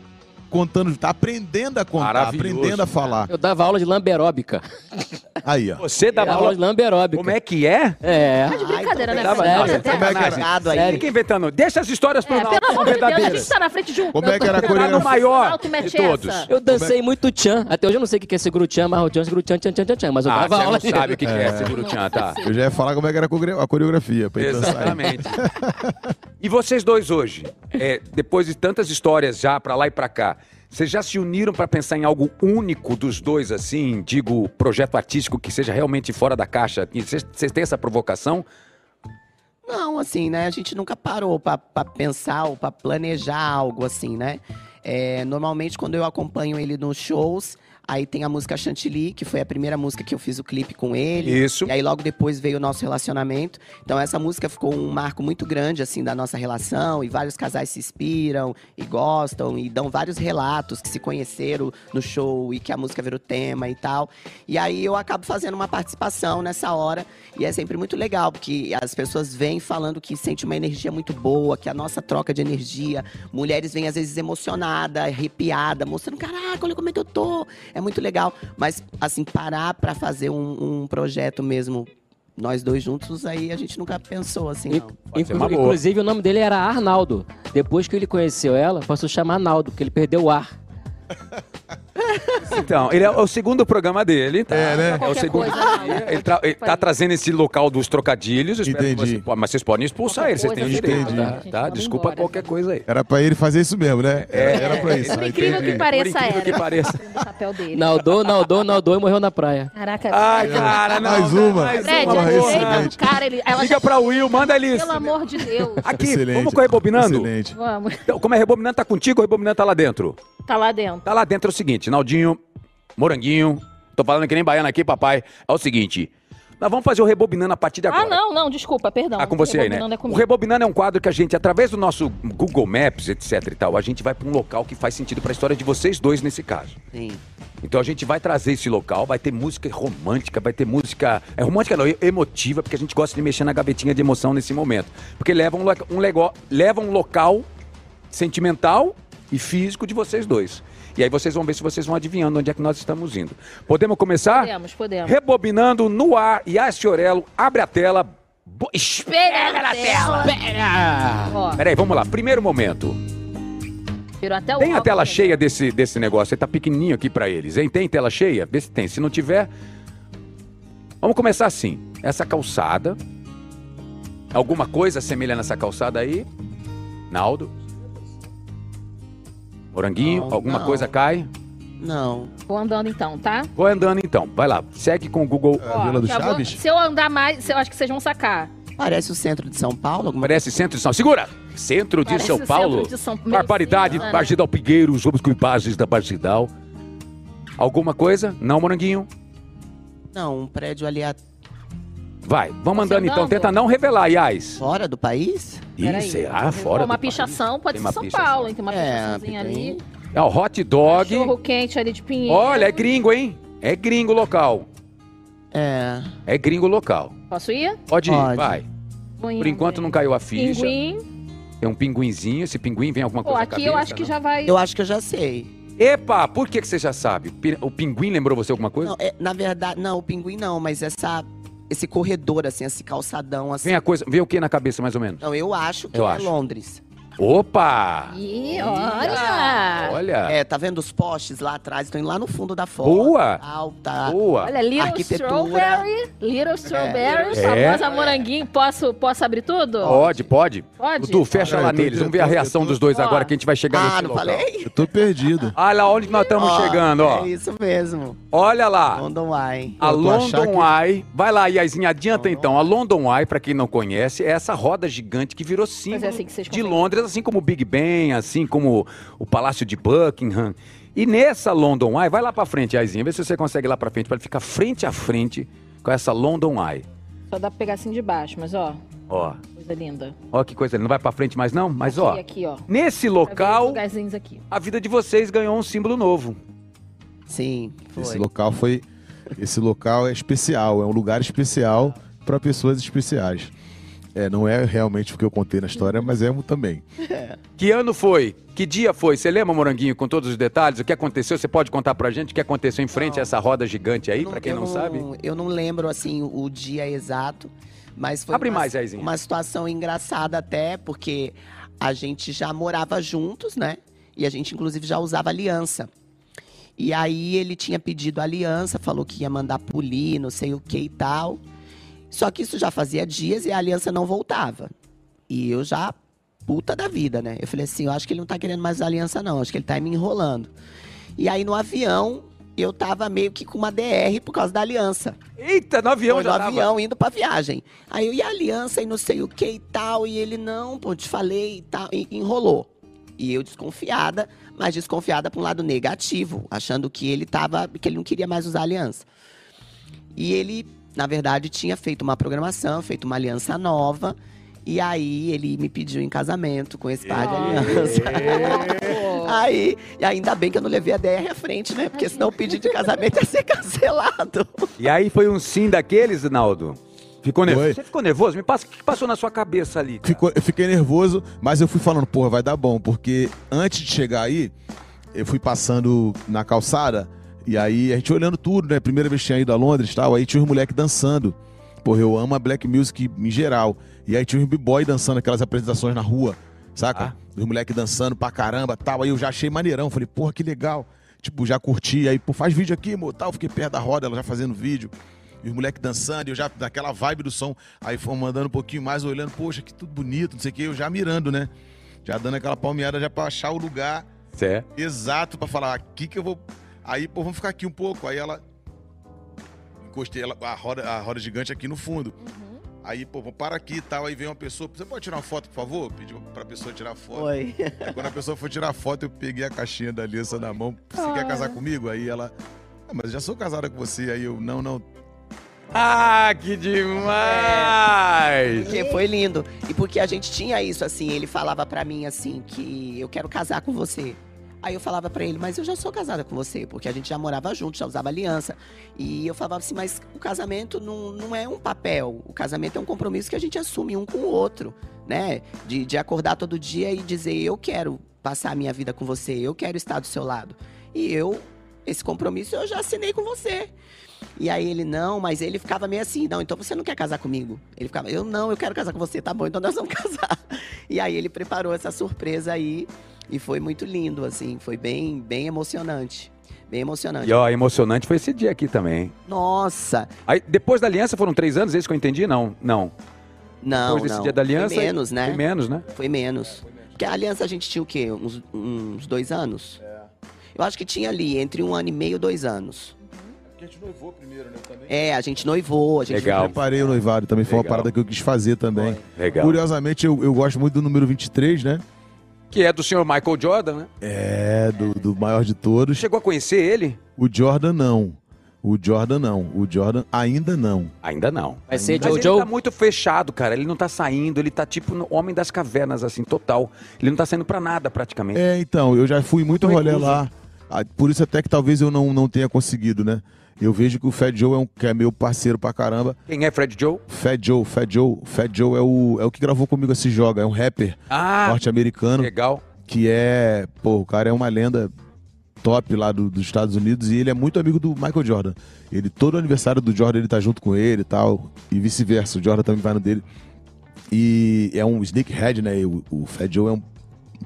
E: contando, tá aprendendo a contar,
A: Maravilhoso.
E: aprendendo a falar.
C: Eu dava aula de lamberóbica.
E: Aí, ó.
A: Você dá
C: Dava aula
A: aula.
C: de lamberóbica.
A: Como é que é?
C: É.
B: Tá de brincadeira, né?
D: então
A: tava-
B: Fernanda?
A: não,
B: Até-
A: tava-
D: Como é que era?
A: Sacanagem.
D: Aí.
C: Sério.
A: Fica inventando. Deixa as histórias pro
B: É,
A: Naldo.
B: pelo amor de Deus, a
A: verdadeiras.
B: gente tá na frente de um.
E: Como é que era a
A: Tá no
E: coreografia?
A: maior
B: Ronaldo mete
A: de todos.
B: essa.
C: Eu dancei muito tchan. Até hoje eu não sei o que é seguro tchan, marro tchan, seguro tchan, tchan, tchan, tchan, tchan. Mas eu
A: Ah,
C: dava
A: você
C: aula
A: não
C: de-
A: sabe o que, que é, seguro tchan, tá?
E: Eu já ia falar como é que era a core- a coreografia, pra ele dançar. aí.
A: Exatamente. E vocês dois hoje, é, depois de tantas histórias já pra lá e pra cá, vocês já se uniram pra pensar em algo único dos dois, assim, digo, projeto artístico que seja realmente fora da caixa? E Vocês vocês têm essa provocação?
D: Não, assim, né? A gente nunca parou pra pra pensar ou pra planejar algo assim, né? É, normalmente, quando eu acompanho ele nos shows, aí tem a música Chantilly, que foi a primeira música que eu fiz o clipe com ele.
A: Isso.
D: E aí, logo depois, veio o nosso relacionamento. Então, essa música ficou um marco muito grande, assim, da nossa relação. E vários casais se inspiram e gostam e dão vários relatos que se conheceram no show e que a música virou tema e tal. E aí, eu acabo fazendo uma participação nessa hora. E é sempre muito legal, porque as pessoas vêm falando que sente uma energia muito boa, que a nossa troca de energia. Mulheres vêm, às vezes, emocionada, arrepiada, mostrando, caraca, olha como é que eu tô. É muito legal. Mas, assim, parar pra fazer um, um projeto mesmo, nós dois juntos, aí a gente nunca pensou, assim,
C: In-
D: não.
A: Pode ser
C: inclu-
A: uma boa.
C: Inclusive, o nome dele era Arnaldo. Depois que ele conheceu ela, passou a chamar Arnaldo, porque ele perdeu o ar.
A: Então, ele é o segundo programa dele, tá?
E: É, né?
A: É o
B: Qualquer
A: segundo.
B: coisa,
A: ele,
B: né?
A: ele tra- ele tá trazendo esse local dos trocadilhos. espero que
E: Entendi.
A: você po- mas vocês podem expulsar
B: Qualquer
A: ele, vocês têm
B: coisa,
A: o direito.
E: Entendi.
A: Tá?
B: Gente,
A: Tá?
B: vamos
A: Desculpa
B: embora. né?
A: qualquer coisa aí.
E: Era pra ele fazer isso mesmo, né? Era pra isso.
B: Por
E: aí
B: incrível
E: entendi.
B: que pareça, é,
A: Por
B: né?
A: É. incrível
B: era.
A: que pareça.
B: Do papel dele.
C: Naldou, Naldou, Naldou e morreu na praia.
B: Caraca.
A: Ai, cara, não.
E: É. Mais
A: cara,
E: uma.
A: mais
B: É. Fred,
A: uma,
E: Porra,
B: a
A: porra.
B: direita do
E: excelente.
B: cara, ele, ela
A: Liga
B: já...
A: pra Will, manda ele.
B: Pelo amor de Deus.
A: Aqui,
E: Excelente.
A: vamos com o Rebobinando?
E: Excelente.
B: Vamos.
A: Então, como é Rebobinando, tá contigo, o Rebobinando tá lá dentro.
B: Tá lá dentro.
A: Tá lá dentro é o seguinte, Naldinho, Moranguinho, tô falando que nem baiano aqui, papai. É o seguinte, nós vamos fazer o Rebobinando a partir de agora.
B: Ah, não, não, desculpa, perdão.
A: Ah, com você aí, né?
B: Rebobinando é
A: o
B: comigo.
A: Rebobinando é um quadro que a gente, através do nosso Google Maps, etc e tal, a gente vai pra um local que faz sentido pra história de vocês dois nesse caso.
D: Sim.
A: Então a gente vai trazer esse local, vai ter música romântica, vai ter música. É romântica não, emotiva, porque a gente gosta de mexer na gavetinha de emoção nesse momento. Porque leva um, lo- um lego- leva um local sentimental e físico de vocês dois. E aí vocês vão ver se vocês vão adivinhando onde é que nós estamos indo. Podemos começar?
B: Podemos, podemos.
A: Rebobinando no ar, Yassi Orello abre a tela. Bo... Espera na tela!
B: Ó,
A: Peraí, vamos lá. Primeiro momento.
B: virou até o
A: Tem a
B: óculos,
A: tela
B: né?
A: cheia desse, desse negócio. Ele tá pequenininho aqui pra eles, hein? Tem tela cheia? Vê se tem. Se não tiver. Vamos começar assim. essa calçada. Alguma coisa assemelha nessa calçada aí? Naldo? Moranguinho?
D: Não,
A: alguma
D: não.
A: coisa cai?
D: Não.
B: Vou andando então, tá?
A: Vou andando então. Vai lá. Segue com o Google.
E: É, A Vila do
B: já vou-
E: Chaves?
B: se eu andar mais, se eu acho que vocês vão sacar.
D: Parece o centro de São Paulo, alguma
A: Parece centro de São Segura! Centro de
B: Parece
A: São
B: o
A: Paulo.
B: centro de São- meio
A: Barbaridade,
B: cinza, né?
A: Bargidal Pinheiro, os homens culpagens da Bargidal. Alguma coisa? Não, Moranguinho?
D: Não, um prédio ali a-
A: Vai, vamos andando então.
B: andando?
A: Tenta não revelar, Yas.
D: fora do país?
A: Ih,
B: Tá é. Peraí.
A: será? Fora
B: Pô, uma
A: do país.
B: pichação pode
A: Tem
B: ser
A: uma
B: São
A: pichação.
B: Paulo, hein? Tem uma
D: É,
B: pichaçãozinha
D: tem.
B: ali.
A: É o hot dog.
B: Churro quente ali de pinheiro.
A: Olha, é gringo, hein? É gringo local.
D: É.
A: É gringo local.
B: Posso ir?
A: Pode, ir,
D: Pode.
A: vai.
B: Vou
A: Por
B: indo,
A: enquanto
B: hein?
A: não caiu a ficha.
B: Pinguim.
A: Tem um pinguinzinho. Esse pinguim vem alguma
B: Pô,
A: coisa
B: aqui
A: na
B: eu
A: cabeça,
B: acho que
A: não?
B: já vai.
D: Eu acho que eu já sei.
A: Epa, por que, que você já sabe? Pi- O pinguim lembrou você alguma coisa?
D: Não, é, na verdade, não, o pinguim não, mas essa, esse corredor, assim, esse calçadão, assim.
A: Vem a coisa, vem o que na cabeça mais ou menos?
D: Não, eu acho que
A: Eu
D: é
A: acho.
D: Londres.
A: Opa!
B: Ih, olha!
A: Olha,
D: É, tá vendo os postes lá atrás? Estão indo lá no fundo da foto. tá.
A: Boa!
B: é.
D: Alta.
A: boa.
B: Olha, Little
D: Arquitetura.
B: Strawberry. Little Strawberry,
A: É.
B: famosa moranguinho. Posso, posso abrir tudo?
A: Pode, pode.
B: Pode?
A: Dudu, fecha
E: Olha,
A: lá
E: eu tô-
A: neles.
E: eu
A: Vamos ver a
E: tô- eu
A: reação
E: tô-
A: dos dois
B: Ó.
A: agora que a gente vai chegar
D: Ah,
A: nesse
D: não
A: local.
D: falei?
E: Eu tô perdido.
A: Olha lá onde nós estamos
D: Ó,
A: chegando, ó.
D: É isso mesmo.
A: Olha lá.
D: London Eye.
A: A
E: Eu tô achando
A: London Eye, vai lá, Iazinha, adianta então. A London Eye, pra quem não conhece, é essa roda gigante que virou símbolo
B: assim que vocês
A: de
B: conseguem.
A: Londres, assim como o Big Ben, assim como o Palácio de Buckingham. E nessa London Eye, vai lá pra frente, Iazinha, vê se você consegue ir lá pra frente, pra ficar frente a frente com essa London Eye.
B: Só dá pra pegar assim de baixo, mas ó,
A: Ó,
B: coisa linda.
A: ó que coisa, ele não vai pra frente mais não? Mas ó,
B: E aqui, ó.
A: nesse
B: pra ver os
A: local,
B: Lugarzinhos aqui.
A: a vida de vocês ganhou um símbolo novo.
D: Sim,
E: Esse
D: foi.
E: local foi. Esse local é especial, é um lugar especial para pessoas especiais. É, não é realmente o que eu contei na história, mas é um também.
A: Que ano foi? Que dia foi? Você lembra, Moranguinho, com todos os detalhes? O que aconteceu? Você pode contar pra gente o que aconteceu em frente a essa roda gigante aí,
D: Eu
A: pra quem
D: eu
A: não sabe?
D: Eu não lembro, assim, o o dia exato, mas foi
A: Abre
D: uma,
A: mais, Aizinha.
D: uma situação engraçada até, porque a gente já morava juntos, né? E a gente, inclusive, já usava aliança. E aí ele tinha pedido aliança, falou que ia mandar polir, não sei o que e tal. Só que isso já fazia dias e a aliança não voltava. E eu já, puta da vida, né? Eu falei assim, eu acho que ele não tá querendo mais aliança, não. Acho que ele tá me enrolando. E aí, no avião, eu tava meio que com uma DR por causa da aliança.
A: Eita, no avião
D: Foi no
A: já tava.
D: avião, indo pra viagem. Aí eu, e a aliança, e não sei o que e tal. E ele, não, pô, te falei e tal. E enrolou. E eu desconfiada, mas desconfiada pra um lado negativo. Achando que ele tava, que ele não queria mais usar a aliança. E ele, na verdade, tinha feito uma programação, feito uma aliança nova. E aí ele me pediu em casamento com esse par
B: <laughs>
D: de aliança. <laughs>
B: Pô,
D: Aí, e ainda bem que eu não levei a DR à frente, né? Porque senão o pedido de casamento ia ser cancelado.
A: E aí foi um sim daqueles, Naldo? Ficou nervoso?
E: Foi.
A: Você ficou nervoso? Me passa o que passou na sua cabeça ali. cara?
E: Ficou- eu fiquei nervoso, mas eu fui falando, porra, vai dar bom, porque antes de chegar aí, eu fui passando na calçada, e aí a gente olhando tudo, né? Primeira vez que tinha ido a Londres e tal, aí tinha os moleques dançando. Porra, eu amo a black music em geral. E aí tinha os b-boy dançando aquelas apresentações na rua, saca? Os moleques dançando pra caramba tal. Aí eu já achei maneirão, falei, porra, que legal. Tipo, já curti, aí, pô, faz vídeo aqui, mo, tal. Fiquei perto da roda, ela já fazendo vídeo. E os moleques dançando, e eu já, daquela vibe do som. Aí fomos mandando um pouquinho mais, olhando, poxa, que tudo bonito, não sei o que. Eu já mirando, né? Já dando aquela palmeada já pra achar o lugar
A: Cé.
E: Exato, pra falar aqui que eu vou. Aí, pô, vamos ficar aqui um pouco. Aí ela. Encostei ela, a, roda, a roda gigante aqui no fundo. Aí, pô, vou parar aqui e tal. Aí vem uma pessoa. Você pode tirar uma foto, por favor? Pedi pra pessoa tirar foto.
D: Foi.
E: Aí, quando a pessoa foi tirar foto, eu peguei a caixinha da aliança na mão. Você quer casar comigo? Aí ela. Ah, mas eu já sou casada com você. Aí eu, não, não.
A: Ah, que demais!
D: Porque foi lindo. E porque a gente tinha isso, assim, ele falava pra mim assim, que eu quero casar com você. Aí eu falava pra ele, mas eu já sou casada com você, porque a gente já morava junto, já usava aliança. E eu falava assim, mas o casamento não, não é um papel. O casamento é um compromisso que a gente assume um com o outro, né? De, de acordar todo dia e dizer, eu quero passar a minha vida com você, eu quero estar do seu lado. E eu, esse compromisso eu já assinei com você. E aí ele, não, mas ele ficava meio assim, não, então você não quer casar comigo? Ele ficava, eu não, eu quero casar com você, tá bom, então nós vamos <laughs> casar. E aí ele preparou essa surpresa aí e foi muito lindo, assim, foi bem, bem emocionante. Bem emocionante.
A: E ó, emocionante foi esse dia aqui também. hein?
D: Nossa!
A: Aí, depois da aliança foram três anos, é isso que eu entendi? Não, não.
D: Não,
A: depois desse
D: não.
A: dia da aliança.
D: Foi menos, né?
A: Foi menos, né?
D: Foi menos. Porque a aliança a gente tinha o quê? Uns, uns dois anos? Eu acho que tinha ali entre um ano e meio e dois anos.
E: A gente noivou primeiro, né? Também.
D: É, a gente noivou, a gente.
A: Legal.
E: Preparei o noivado, também foi uma
A: Legal.
E: parada que eu quis fazer também.
A: Legal.
E: Curiosamente, eu, eu gosto muito do número 23, né?
A: Que é do senhor Michael Jordan, né?
E: É, do, do maior de todos.
A: Chegou a conhecer ele?
E: O Jordan não. O Jordan não. O Jordan ainda não.
A: Ainda não.
C: Vai ser
A: Mas ele
C: Jojo?
A: tá muito fechado, cara. Ele não tá saindo, ele tá tipo no homem das cavernas, assim, total. Ele não tá saindo pra nada, praticamente.
E: É, então, eu já fui muito
A: Tô
E: rolê
A: recluso.
E: lá. Ah, Por isso até que talvez eu não, não tenha conseguido, né? Eu vejo que o Fat Joe é, um, que é meu parceiro pra caramba.
A: Quem é Fred Joe?
E: Fat Joe, Fat Joe, Fat Joe é o, é o que gravou comigo esse joga, é um rapper
A: Ah,
E: norte-americano.
A: legal.
E: que é, pô, o cara é uma lenda top lá do- dos Estados Unidos e ele é muito amigo do Michael Jordan. Ele todo aniversário do Jordan ele tá junto com ele e tal, e vice-versa, o Jordan também vai no dele. E é um sneakhead, né? E o, o Fat Joe é um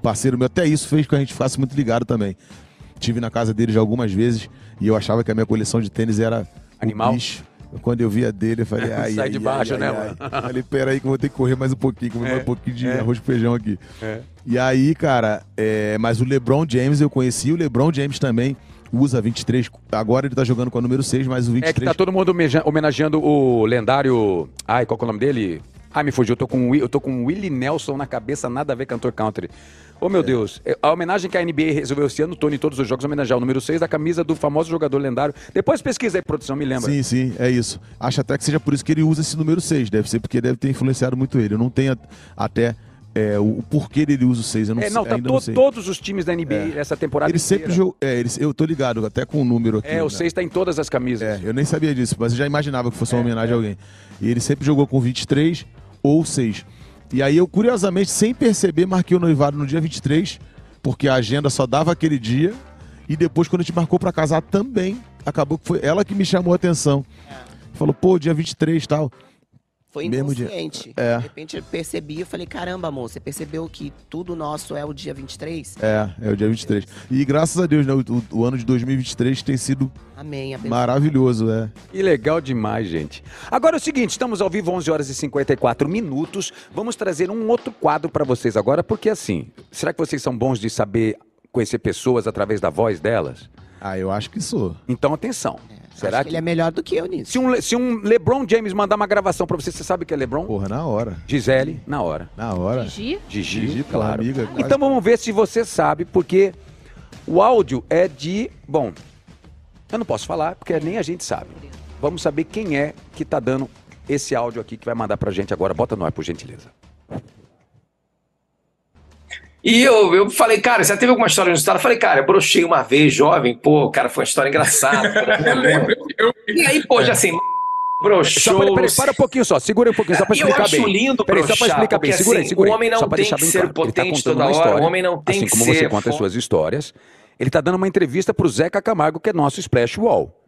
E: parceiro meu, até isso fez com que a gente ficasse muito ligado também. Tive na casa dele já algumas vezes e eu achava que a minha coleção de tênis era o
A: Animal?
E: bicho. Quando eu via dele, eu falei, ai,
A: <laughs> Sai
E: ai,
A: de
E: ai,
A: baixo,
E: ai,
A: né,
E: ai.
A: mano?
E: Falei, peraí que eu vou ter que correr mais um pouquinho, comer mais um pouquinho de arroz com feijão aqui.
A: É.
E: E aí, cara, é, mas o LeBron James eu conheci, o LeBron James também usa 23. Agora ele tá jogando com a número 6, mas o 23.
A: É que tá todo mundo homeja- homenageando o lendário. Ai, qual que é o nome dele? Ai, me fugiu. Eu tô com o Wi- eu tô com o Willie Nelson na cabeça, nada a ver cantor country. Ô meu Deus, É, a homenagem que a NBA resolveu esse ano, Tony, todos os jogos homenagear o número 6 da camisa do famoso jogador lendário. Depois pesquisa aí, produção, me lembra.
E: Sim, sim, é isso. Acho até que seja por isso que ele usa esse número 6. Deve ser porque deve ter influenciado muito ele. Eu não tenho a- até é, o, o porquê dele usa o 6. Eu não,
A: é, não,
E: sei-
A: tá
E: ainda
A: to-
E: não sei. É.
A: todos os times da NBA essa temporada
E: Ele sempre
A: inteira.
E: jogou. É, ele- eu tô ligado, até com o número aqui.
A: É,
E: né?
A: o 6 tá em todas as
E: É,
A: camisas.
E: eu nem sabia disso, mas eu já imaginava que fosse uma homenagem a alguém. E ele sempre jogou com 23 ou 6. E aí eu, curiosamente, sem perceber, marquei o noivado no dia 23, porque a agenda só dava aquele dia. E depois, quando a gente marcou pra casar também, acabou que foi ela que me chamou a atenção. Falou, pô, dia 23 e tal.
D: Foi
E: Mesmo dia.
D: inconsciente.
E: É.
D: De repente eu percebi, eu falei, caramba, amor, você percebeu que tudo nosso é o dia 23?
E: É, é o dia 23. E graças a Deus, né, o, o ano de 2023 tem sido
D: Amém, abençoe.
E: maravilhoso, é.
A: E legal demais, gente. Agora é o seguinte, estamos ao vivo 11 horas e 54 minutos. Vamos trazer um outro quadro para vocês agora, porque assim, será que vocês são bons de saber conhecer pessoas através da voz delas?
E: Ah, eu acho que sou.
A: Então, atenção. Será que,
D: Acho que ele é melhor do que eu nisso.
A: se, um, Le- se um LeBron James mandar uma gravação para você, você sabe que é LeBron?
E: Porra, na hora.
A: Gisele, na hora.
E: Na hora.
B: Gigi?
A: Gigi,
E: Gigi, porra,
A: claro.
E: amiga, quase.
A: Então vamos ver se você sabe, porque o áudio é de. Bom, eu não posso falar, porque nem a gente sabe. Vamos saber quem é que tá dando esse áudio aqui que vai mandar pra gente agora. Bota no ar, por gentileza.
F: E eu, eu falei, cara, já teve alguma história no estado? Eu falei, cara, eu brochei uma vez, jovem, pô, cara, foi uma história engraçada. e aí, pô, já assim,
A: Só
F: brochou.
A: peraí, peraí, para um pouquinho só, segura um pouquinho, só pra
F: E eu
A: explicar
F: acho
A: bem.
F: lindo
A: Peraí, só pra
F: broxar,
A: explicar bem,
F: porque,
A: segura aí,
F: assim,
A: segura aí.
F: o homem não
A: só pra
F: tem
A: deixar
F: que
A: bem
F: ser
A: claro. Ele tá
F: potente
A: contando
F: toda
A: uma
F: hora,
A: história,
F: o homem não tem
A: assim
F: que
A: como você
F: ser
A: conta as
F: fo-
A: suas histórias, ele tá dando uma entrevista pro Zeca Camargo, que é nosso Splash Wall.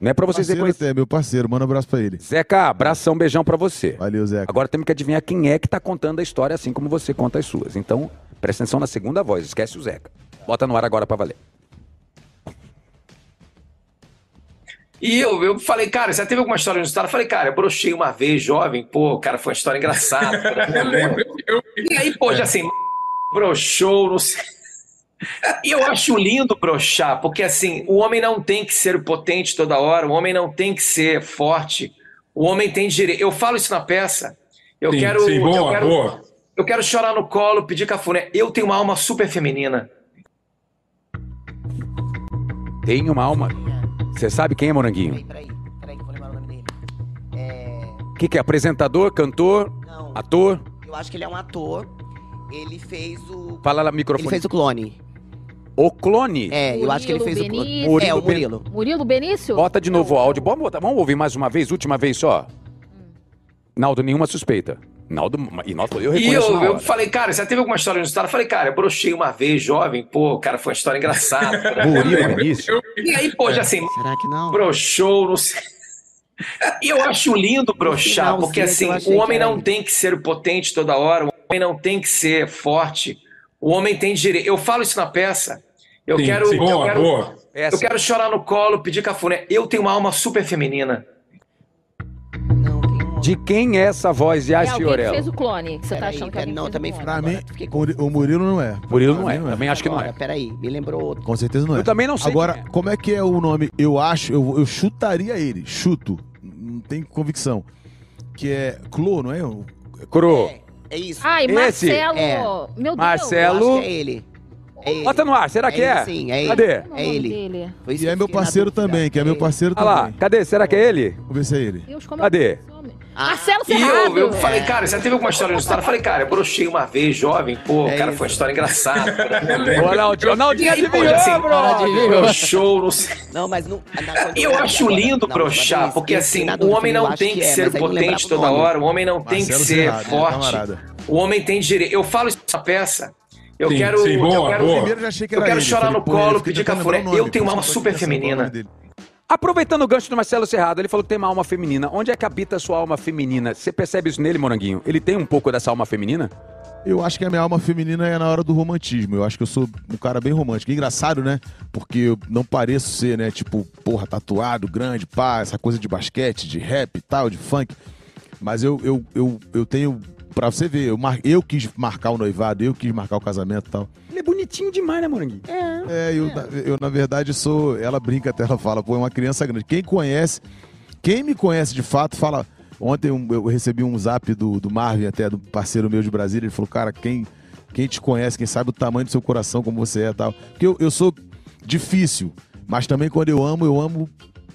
A: Não é pra vocês
E: Parceiro
A: reconhecerem.
E: até, meu parceiro, manda um abraço pra ele.
A: Zeca, abração, beijão pra você.
E: Valeu, Zeca.
A: Agora temos que adivinhar quem é que tá contando a história assim como você conta as suas. Então, presta atenção na segunda voz, esquece o Zeca. Bota no ar agora pra valer.
F: E eu, eu falei, cara, já teve alguma história no estado? Eu falei, cara, eu brochei uma vez, jovem, pô, cara, foi uma história
G: <laughs>
F: engraçada. e aí, pô, já assim, <laughs> brochou, não sei. E eu acho lindo brochar, porque assim, o homem não tem que ser potente toda hora, o homem não tem que ser forte, o homem tem direito. Eu falo isso na peça. Eu
G: Sim,
F: quero.
G: sim, boa,
F: eu quero,
G: boa.
F: Eu quero chorar no colo, pedir cafuné. Eu tenho uma alma super feminina.
A: Tem uma alma. Você sabe quem é Moranguinho?
D: Peraí, peraí, peraí, que eu vou lembrar o nome dele. É.
A: O que, que é? Apresentador, cantor,
D: Não,
A: ator?
D: eu acho que ele é um ator. Ele fez o.
A: Fala lá no
D: Ele
A: microfone.
D: fez o clone.
A: O clone.
D: É, eu acho que ele fez
B: Murilo
D: o clone.
B: Benício.
D: É, o
A: Ben-
D: Murilo.
B: Murilo Benício?
A: Bota de novo o áudio. Vamos, botar- vamos ouvir mais uma vez, última vez só. Naldo, nenhuma suspeita. Naldo, e Naldo, eu
F: E
A: reconheço
F: eu,
A: na
F: eu
A: hora.
F: falei, cara, já teve alguma história no estado? Eu falei, cara, eu brochei uma vez, jovem, pô, cara, foi uma
A: <laughs>
F: história engraçada.
A: Murilo é Benício.
F: E aí, pô, já assim,
D: Será que não?
F: broxou, não sei. E eu acho lindo broxar,
D: finalzinho
F: porque
D: é que
F: assim,
D: eu achei
F: o homem
D: que era
F: não
D: ele.
F: tem que ser potente um toda hora, o homem não tem que ser forte, o homem tem direito. Eu falo isso na peça. Eu
G: Sim,
F: quero.
G: sim.
F: eu
G: Boa,
F: quero,
G: boa.
A: É
F: eu quero chorar no colo, pedir cafuné. Eu tenho uma alma super feminina.
D: Não, tem um...
A: De quem é essa voz de
B: É
A: As
B: alguém que
A: Fiorello?
B: fez o clone. que Você tá
D: Peraí,
B: achando que
D: pera-
B: alguém
D: não,
B: fez
D: também
B: o
D: fica-
B: clone.
E: Pra
D: Agora,
E: mim,
D: tu fiquei com-
E: o Murilo não é.
A: Murilo não
E: Pra
A: é.
E: mim
A: Também acho que não
D: Agora,
A: é.
D: Peraí, me lembrou outro.
E: Com certeza não é.
A: Eu também não sei.
E: Agora,
A: quem é.
E: como é que é o nome? Eu acho, eu, eu chutaria ele. Chuto. Não tenho convicção. Que é Clo, não é? O-
A: Cru.
D: É, é isso.
B: Ai,
A: Esse?
B: Marcelo!
D: É.
B: Meu Deus!
D: Eu
A: Marcelo.
D: acho que é ele. É ele.
A: Bota no ar, será que
D: É ele,
A: é?
D: sim, é ele.
A: Cadê?
B: Como
A: Olha
B: o
D: É
B: nome
D: ele.
B: dele?
D: Foi isso
E: E
D: eu
E: é meu
D: fiquei na
E: parceiro
D: dúvida.
E: também, que é meu
D: ele.
E: parceiro
A: lá,
E: também.
A: cadê? Será que é ele?
E: Vamos ver se é ele.
B: Deus, como
A: Cadê?
B: eu-
D: Ah.
B: Marcelo
F: E eu,
B: Serrado!
F: eu falei, cara, já teve alguma história no estado? Eu falei, cara, eu brochei uma vez, jovem, pô,
D: É
F: cara,
D: isso.
F: foi uma história engraçada.
A: O Ronaldinho, Ronaldinho
F: E aí, pô,
A: adivinhou,
F: assim,
A: bro.
F: brochou, não sei.
D: Não, mas não. na-
F: <laughs> Eu acho lindo
D: na última
F: brochar,
D: vez,
F: porque
D: eu
F: assim,
D: fiquei na
F: o
D: dúvida,
F: homem
D: eu
F: não
D: acho
F: tem que
D: é,
F: ser
D: mas aí não lembrava
F: potente
D: o
F: toda
D: nome.
F: hora, o homem não tem que
E: Marcelo
F: ser
E: Serrado,
F: forte,
E: camarada.
F: o homem tem direito. Eu falo isso na peça. Eu
G: Sim,
F: quero.
G: sim,
F: eu
G: boa,
F: quero
G: boa.
E: Primeiro eu já achei que
F: Eu
E: era
F: quero
E: ele.
F: chorar
E: Falei,
F: no
E: pô,
F: colo,
E: eu fiquei
F: pedir
E: tentando
F: cafuné.
E: lembrar o nome,
F: Eu tenho uma
E: por isso que
F: alma
E: eu tô
F: super
E: pensando no nome
F: feminina.
E: dele.
A: Aproveitando o gancho do Marcelo Serrado, ele falou que tem uma alma feminina. Onde é que habita a sua alma feminina? Você percebe isso nele, Moranguinho? Ele tem um pouco dessa alma feminina?
E: Eu acho que a minha alma feminina é na hora do romantismo. Eu acho que eu sou um cara bem romântico. Engraçado, né? Porque eu não pareço ser, né? Tipo, porra, tatuado, grande, pá, essa coisa de basquete, de rap e tal, de funk. Mas eu, eu, eu, eu tenho. Pra você ver, eu, mar- eu quis marcar o noivado, eu quis marcar o casamento e tal.
A: Ele é bonitinho demais, né, Moranguinho?
E: É, eu, na- eu na verdade sou. Ela brinca até, ela fala, pô, é uma criança grande. Quem conhece, quem me conhece de fato, fala. Ontem um- eu recebi um zap do, do Marvin, até do parceiro meu de Brasília. Ele falou, cara, quem, quem te conhece, quem sabe o tamanho do seu coração, como você é e tal. Porque eu, eu sou difícil, mas também quando eu amo, eu amo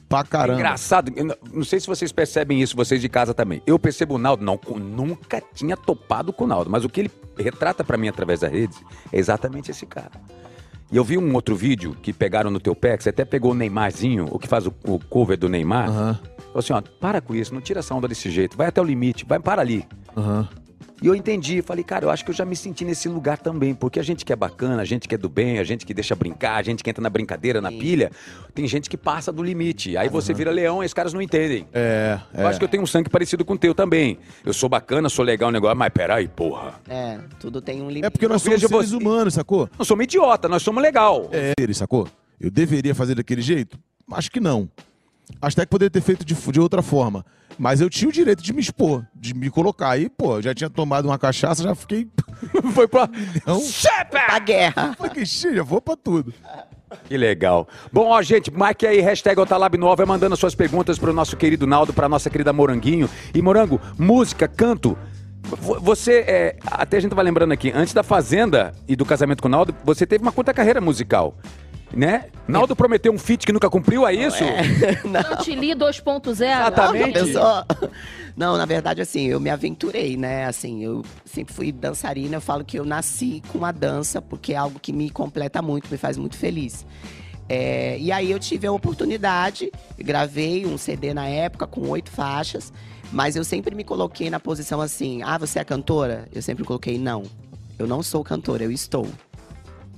E: pra caramba.
A: É Engraçado, eu não- não sei se vocês percebem isso, vocês de casa também. Eu percebo o Naldo, não, com- nunca tinha topado com o Naldo, mas o que ele retrata pra mim através das redes é exatamente esse cara. E eu vi um outro vídeo que pegaram no teu pé, que você até pegou o Neymarzinho, o que faz o, o cover do Neymar.
E: Aham,
A: Falou assim, ó, para com isso, não tira essa onda desse jeito, vai até o limite, vai para ali.
E: aham.
A: E eu entendi, falei, cara, eu acho que eu já me senti nesse lugar também, porque a gente que é bacana, a gente que é do bem, a gente que deixa brincar, a gente que entra na brincadeira, na
D: Sim.
A: pilha, tem gente que passa do limite. Aí você vira leão e os caras não entendem.
E: É, é.
A: Eu acho que eu tenho um sangue parecido com o teu também. Eu sou bacana, sou legal, um negócio, mas peraí, porra.
D: É, tudo tem um limite.
E: É porque nós
A: Eu vejo
E: somos seres
A: você-
E: humanos, sacou?
A: Não somos idiota, nós somos legal.
E: é ele, sacou? Eu deveria fazer daquele jeito? Acho que não. Acho até que poderia ter feito de, de outra forma. Mas eu tinha o direito de me expor, de me colocar. Aí, pô, eu já tinha tomado uma cachaça, já fiquei.
A: <laughs> Foi pra.
E: <laughs> Não.
D: Pra guerra.
E: Falei, que cheio, já vou pra tudo.
A: Que legal. Bom, ó, gente, marque aí, hashtag Otalab Nova, mandando suas perguntas pro nosso querido Naldo, pra nossa querida Moranguinho. E Morango, música, canto. vo- Você, é, até a gente tava lembrando aqui, antes da Fazenda e do casamento com o Naldo, você teve uma curta carreira musical, né? Naldo prometeu um feat que nunca cumpriu, é isso?
B: Eu te li 2.0.
A: Exatamente.
D: Eu só. Não, na verdade, assim, eu me aventurei, né? Assim, eu sempre fui dançarina, eu falo que eu nasci com a dança, porque é algo que me completa muito, me faz muito feliz. É, e aí eu tive a oportunidade, gravei um CD na época com oito faixas, mas eu sempre me coloquei na posição assim, ah, você é cantora? Eu sempre coloquei, não, eu não sou cantora, eu estou.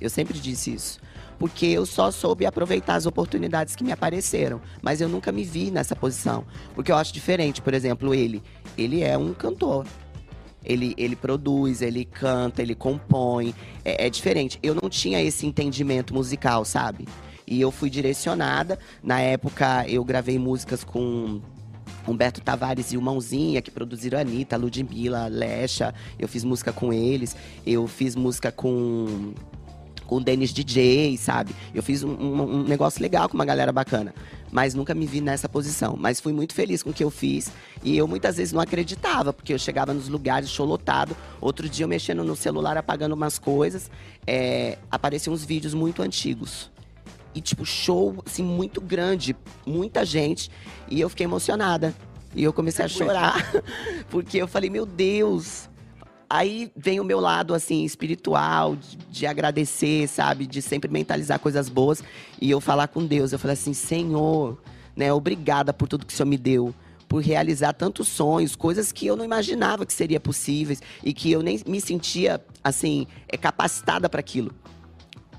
D: Eu sempre disse isso. Porque eu só soube aproveitar as oportunidades que me apareceram. Mas eu nunca me vi nessa posição. Porque eu acho diferente, por exemplo, ele. Ele é um cantor. Ele, ele produz, ele canta, ele compõe. É, é diferente. Eu não tinha esse entendimento musical, sabe? E eu fui direcionada. Na época, eu gravei músicas com Humberto Tavares e o Mãozinha, que produziram Anitta, Ludmilla, Lecha. Eu fiz música com eles. Eu fiz música com com o Dennis DJ, sabe? Eu fiz um, um- um negócio legal com uma galera bacana. Mas nunca me vi nessa posição. Mas fui muito feliz com o que eu fiz. E eu muitas vezes não acreditava, porque eu chegava nos lugares, show lotado. Outro dia eu mexendo no celular, apagando umas coisas. é, apareciam uns vídeos muito antigos. E tipo, show assim, muito grande, muita gente. E eu fiquei emocionada. E eu comecei a chorar. <laughs> Porque eu falei, meu Deus, Aí vem o meu lado, assim, espiritual, de, de agradecer, sabe? De sempre mentalizar coisas boas. E eu falar com Deus. Eu falei assim, Senhor, né? Obrigada por tudo que o Senhor me deu. Por realizar tantos sonhos, coisas que eu não imaginava que seria possíveis. E que eu nem me sentia, assim, eh, capacitada para é aquilo.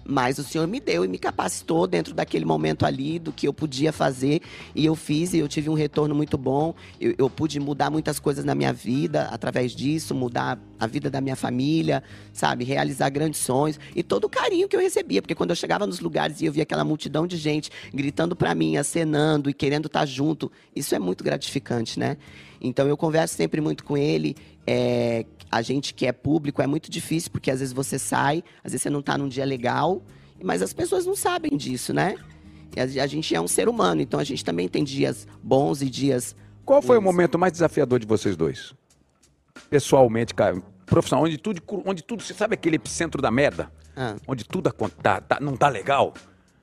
D: Mas o Senhor me deu e me capacitou dentro daquele momento ali do que eu podia fazer. E eu fiz e eu tive um retorno muito bom. Eu, eu pude mudar muitas coisas na minha vida através disso, mudar a vida da minha família, sabe? Realizar grandes sonhos. E todo o carinho que eu recebia. Porque quando eu chegava nos lugares e eu via aquela multidão de gente gritando pra mim, acenando e querendo estar junto, isso é muito gratificante, né? Então eu converso sempre muito com ele. É, a gente que é público é muito difícil, porque às vezes você sai, às vezes você não tá num dia legal, mas as pessoas não sabem disso, né? E a, a gente é um ser humano, então a gente também tem dias bons e dias.
A: Qual foi o
D: ruins.
A: momento mais desafiador de vocês dois? Pessoalmente, cara, profissional, onde tudo, cru- onde tudo, você sabe aquele epicentro da merda?
D: Ah.
A: Onde tudo acon- tá, tá- não tá legal?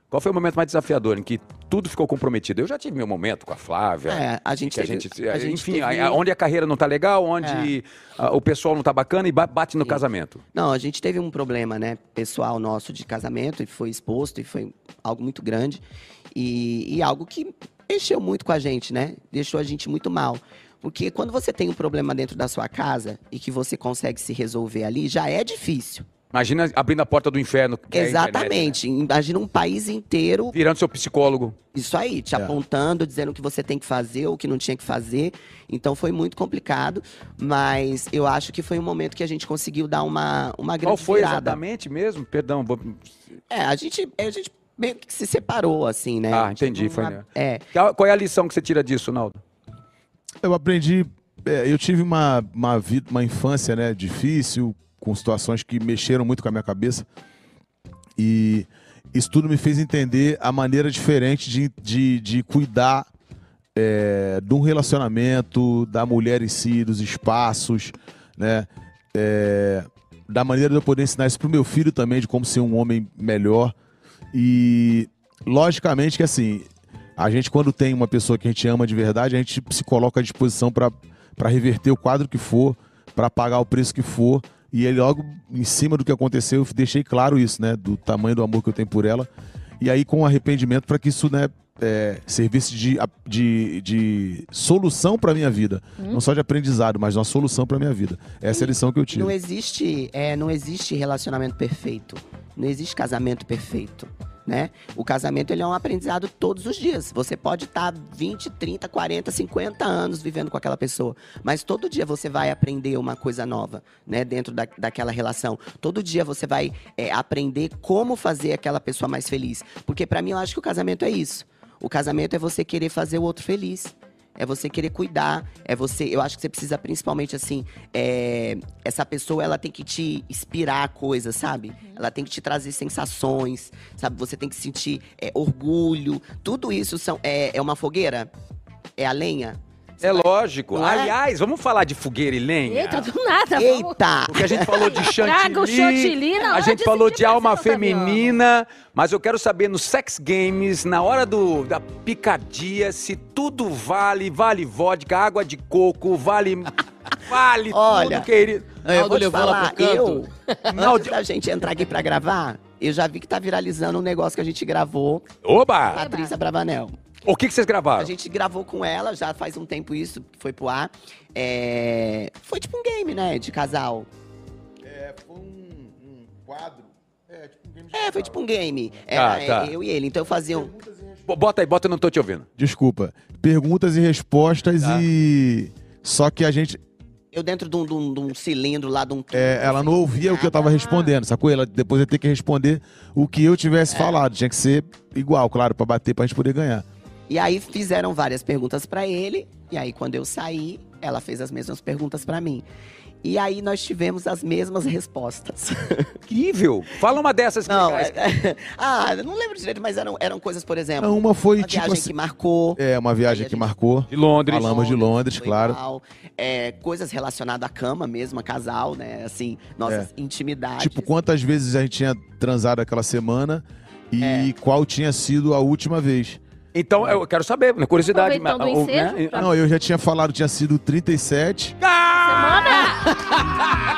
A: Qual foi o momento mais desafiador em que tudo ficou comprometido? Eu já tive meu momento com a Flávia.
D: É, a gente
A: que a
D: teve-
A: gente,
D: a gente
A: enfim,
D: teve- É.
A: a- onde a carreira não tá legal, onde ah, o pessoal não tá bacana e ba- bate no casamento.
D: Não, a gente teve um problema, né, pessoal nosso de casamento, e foi exposto, e foi algo muito grande. E, e algo que mexeu muito com a gente, né? Deixou a gente muito mal. Porque quando você tem um problema dentro da sua casa e que você consegue se resolver ali, já é difícil.
A: Imagina abrindo a porta do inferno. que é a internet, né?
D: Exatamente. Imagina um país inteiro
A: Virando seu psicólogo.
D: isso aí, te
E: É.
D: apontando, dizendo o que você tem que fazer, o que não tinha que fazer. Então foi muito complicado, mas eu acho que foi um momento que a gente conseguiu dar uma, uma grande
A: Qual foi
D: virada.
A: exatamente mesmo? Perdão, vou-
D: É, a gente, a gente meio que se separou, assim, né?
A: Ah, entendi,
D: Tipo,
A: foi,
D: uma-
A: né?
D: É,
A: Qual- qual é a lição que você tira disso, Naldo?
E: Eu aprendi. é, eu tive uma, uma, vida, uma infância né, difícil, com situações que mexeram muito com a minha cabeça. E isso tudo me fez entender a maneira diferente de, de, de cuidar é, de um relacionamento, da mulher em si, dos espaços, né? É, da maneira de eu poder ensinar isso pro meu filho também, de como ser um homem melhor. E logicamente que assim, a gente quando tem uma pessoa que a gente ama de verdade, a gente se coloca à disposição para reverter o quadro que for, para pagar o preço que for. E ele logo em cima do que aconteceu, eu deixei claro isso, né, do tamanho do amor que eu tenho por ela. E aí com arrependimento para que isso, né, é, servisse de, a- de, de solução para minha vida, não só de aprendizado, mas uma solução para minha vida. Essa é a lição que eu tiro.
D: não existe, é, não existe relacionamento perfeito. Não existe casamento perfeito, né? O casamento ele é um aprendizado todos os dias. Você pode tá estar 20, 30, 40, 50 anos vivendo com aquela pessoa, mas todo dia você vai aprender uma coisa nova, né, dentro da, daquela relação. Todo dia você vai é, aprender como fazer aquela pessoa mais feliz, porque pra mim eu acho que o casamento é isso. O casamento é você querer fazer o outro feliz. É você querer cuidar, é você. Eu acho que você precisa principalmente assim, é, essa pessoa ela tem que te inspirar a coisa, sabe? Ela tem que te trazer sensações, sabe? Você tem que sentir é, orgulho. Tudo isso são é, é uma fogueira, é a lenha. Você
A: É
D: vai-
A: lógico.
D: Não é?
A: Aliás, vamos falar de fogueira e lenha.
B: Eita, do nada. vamos-
D: Eita!
A: Porque a gente falou de chantilly,
B: Traga o chantilly na
A: a
B: hora
A: gente
B: de
A: falou
B: sentir
A: de alma
B: prazer no Fabiano.
A: feminina, mas eu quero saber nos sex games, na hora do, da picadia, se tudo vale, vale vodka, água de coco, vale, vale
D: Olha,
A: tudo, querido.
C: É, Eu vou
D: te
C: levar lá pro canto.
D: eu,
A: Não,
D: antes da gente entrar aqui pra gravar, eu já vi que tá viralizando um negócio que a gente gravou com a
A: Oba!
D: Patrícia Bravanel.
A: O que, que vocês
D: A
A: gravaram?
D: gente gravou com ela já faz um tempo isso, que foi pro ar. É, Foi tipo um game, né? De casal.
E: É, foi um, quadro. É, tipo um game de
D: É, foi tipo um game. Era
A: Ah, tá.
D: é, eu e ele. Então eu fazia um.
A: Bo- Bota aí, bota, eu não tô te ouvindo.
E: Desculpa. Perguntas e respostas
A: Tá.
E: e. Só que a gente.
D: Eu dentro de um, de um- de um cilindro lá, de um.
E: é, ela não ouvia o que eu
D: Ah.
E: tava respondendo, sacou? Ela depois ia ter que responder o que eu
D: É.
E: tivesse falado. Tinha que ser igual, claro, pra bater pra gente poder ganhar.
D: E aí fizeram várias perguntas pra ele. E aí quando eu saí, ela fez as mesmas perguntas pra mim. E aí nós tivemos as mesmas respostas.
A: Incrível! Fala uma dessas
D: <laughs>
A: que
D: Não,
A: legais.
D: é- ah, eu não lembro direito, mas eram, eram coisas, por exemplo,
E: Então, uma foi
D: É uma
E: tipo
D: viagem
E: assim.
D: que marcou.
E: É, uma viagem
D: Aí a
E: que
D: gente-
E: marcou.
A: de Londres.
E: Falamos de Londres,
D: foi
E: claro.
D: mal. É, coisas relacionadas à cama mesmo, a casal, né? Assim, nossas intimidades.
E: Tipo, quantas vezes a gente tinha transado aquela semana e
D: É.
E: qual tinha sido a última vez.
A: Então, eu quero saber, né, curiosidade.
B: Aproveitando
A: mas-
B: o
A: ou- né?
B: ensejo,
E: Não, eu já tinha falado, tinha sido 37.
A: Ah!
B: Semana.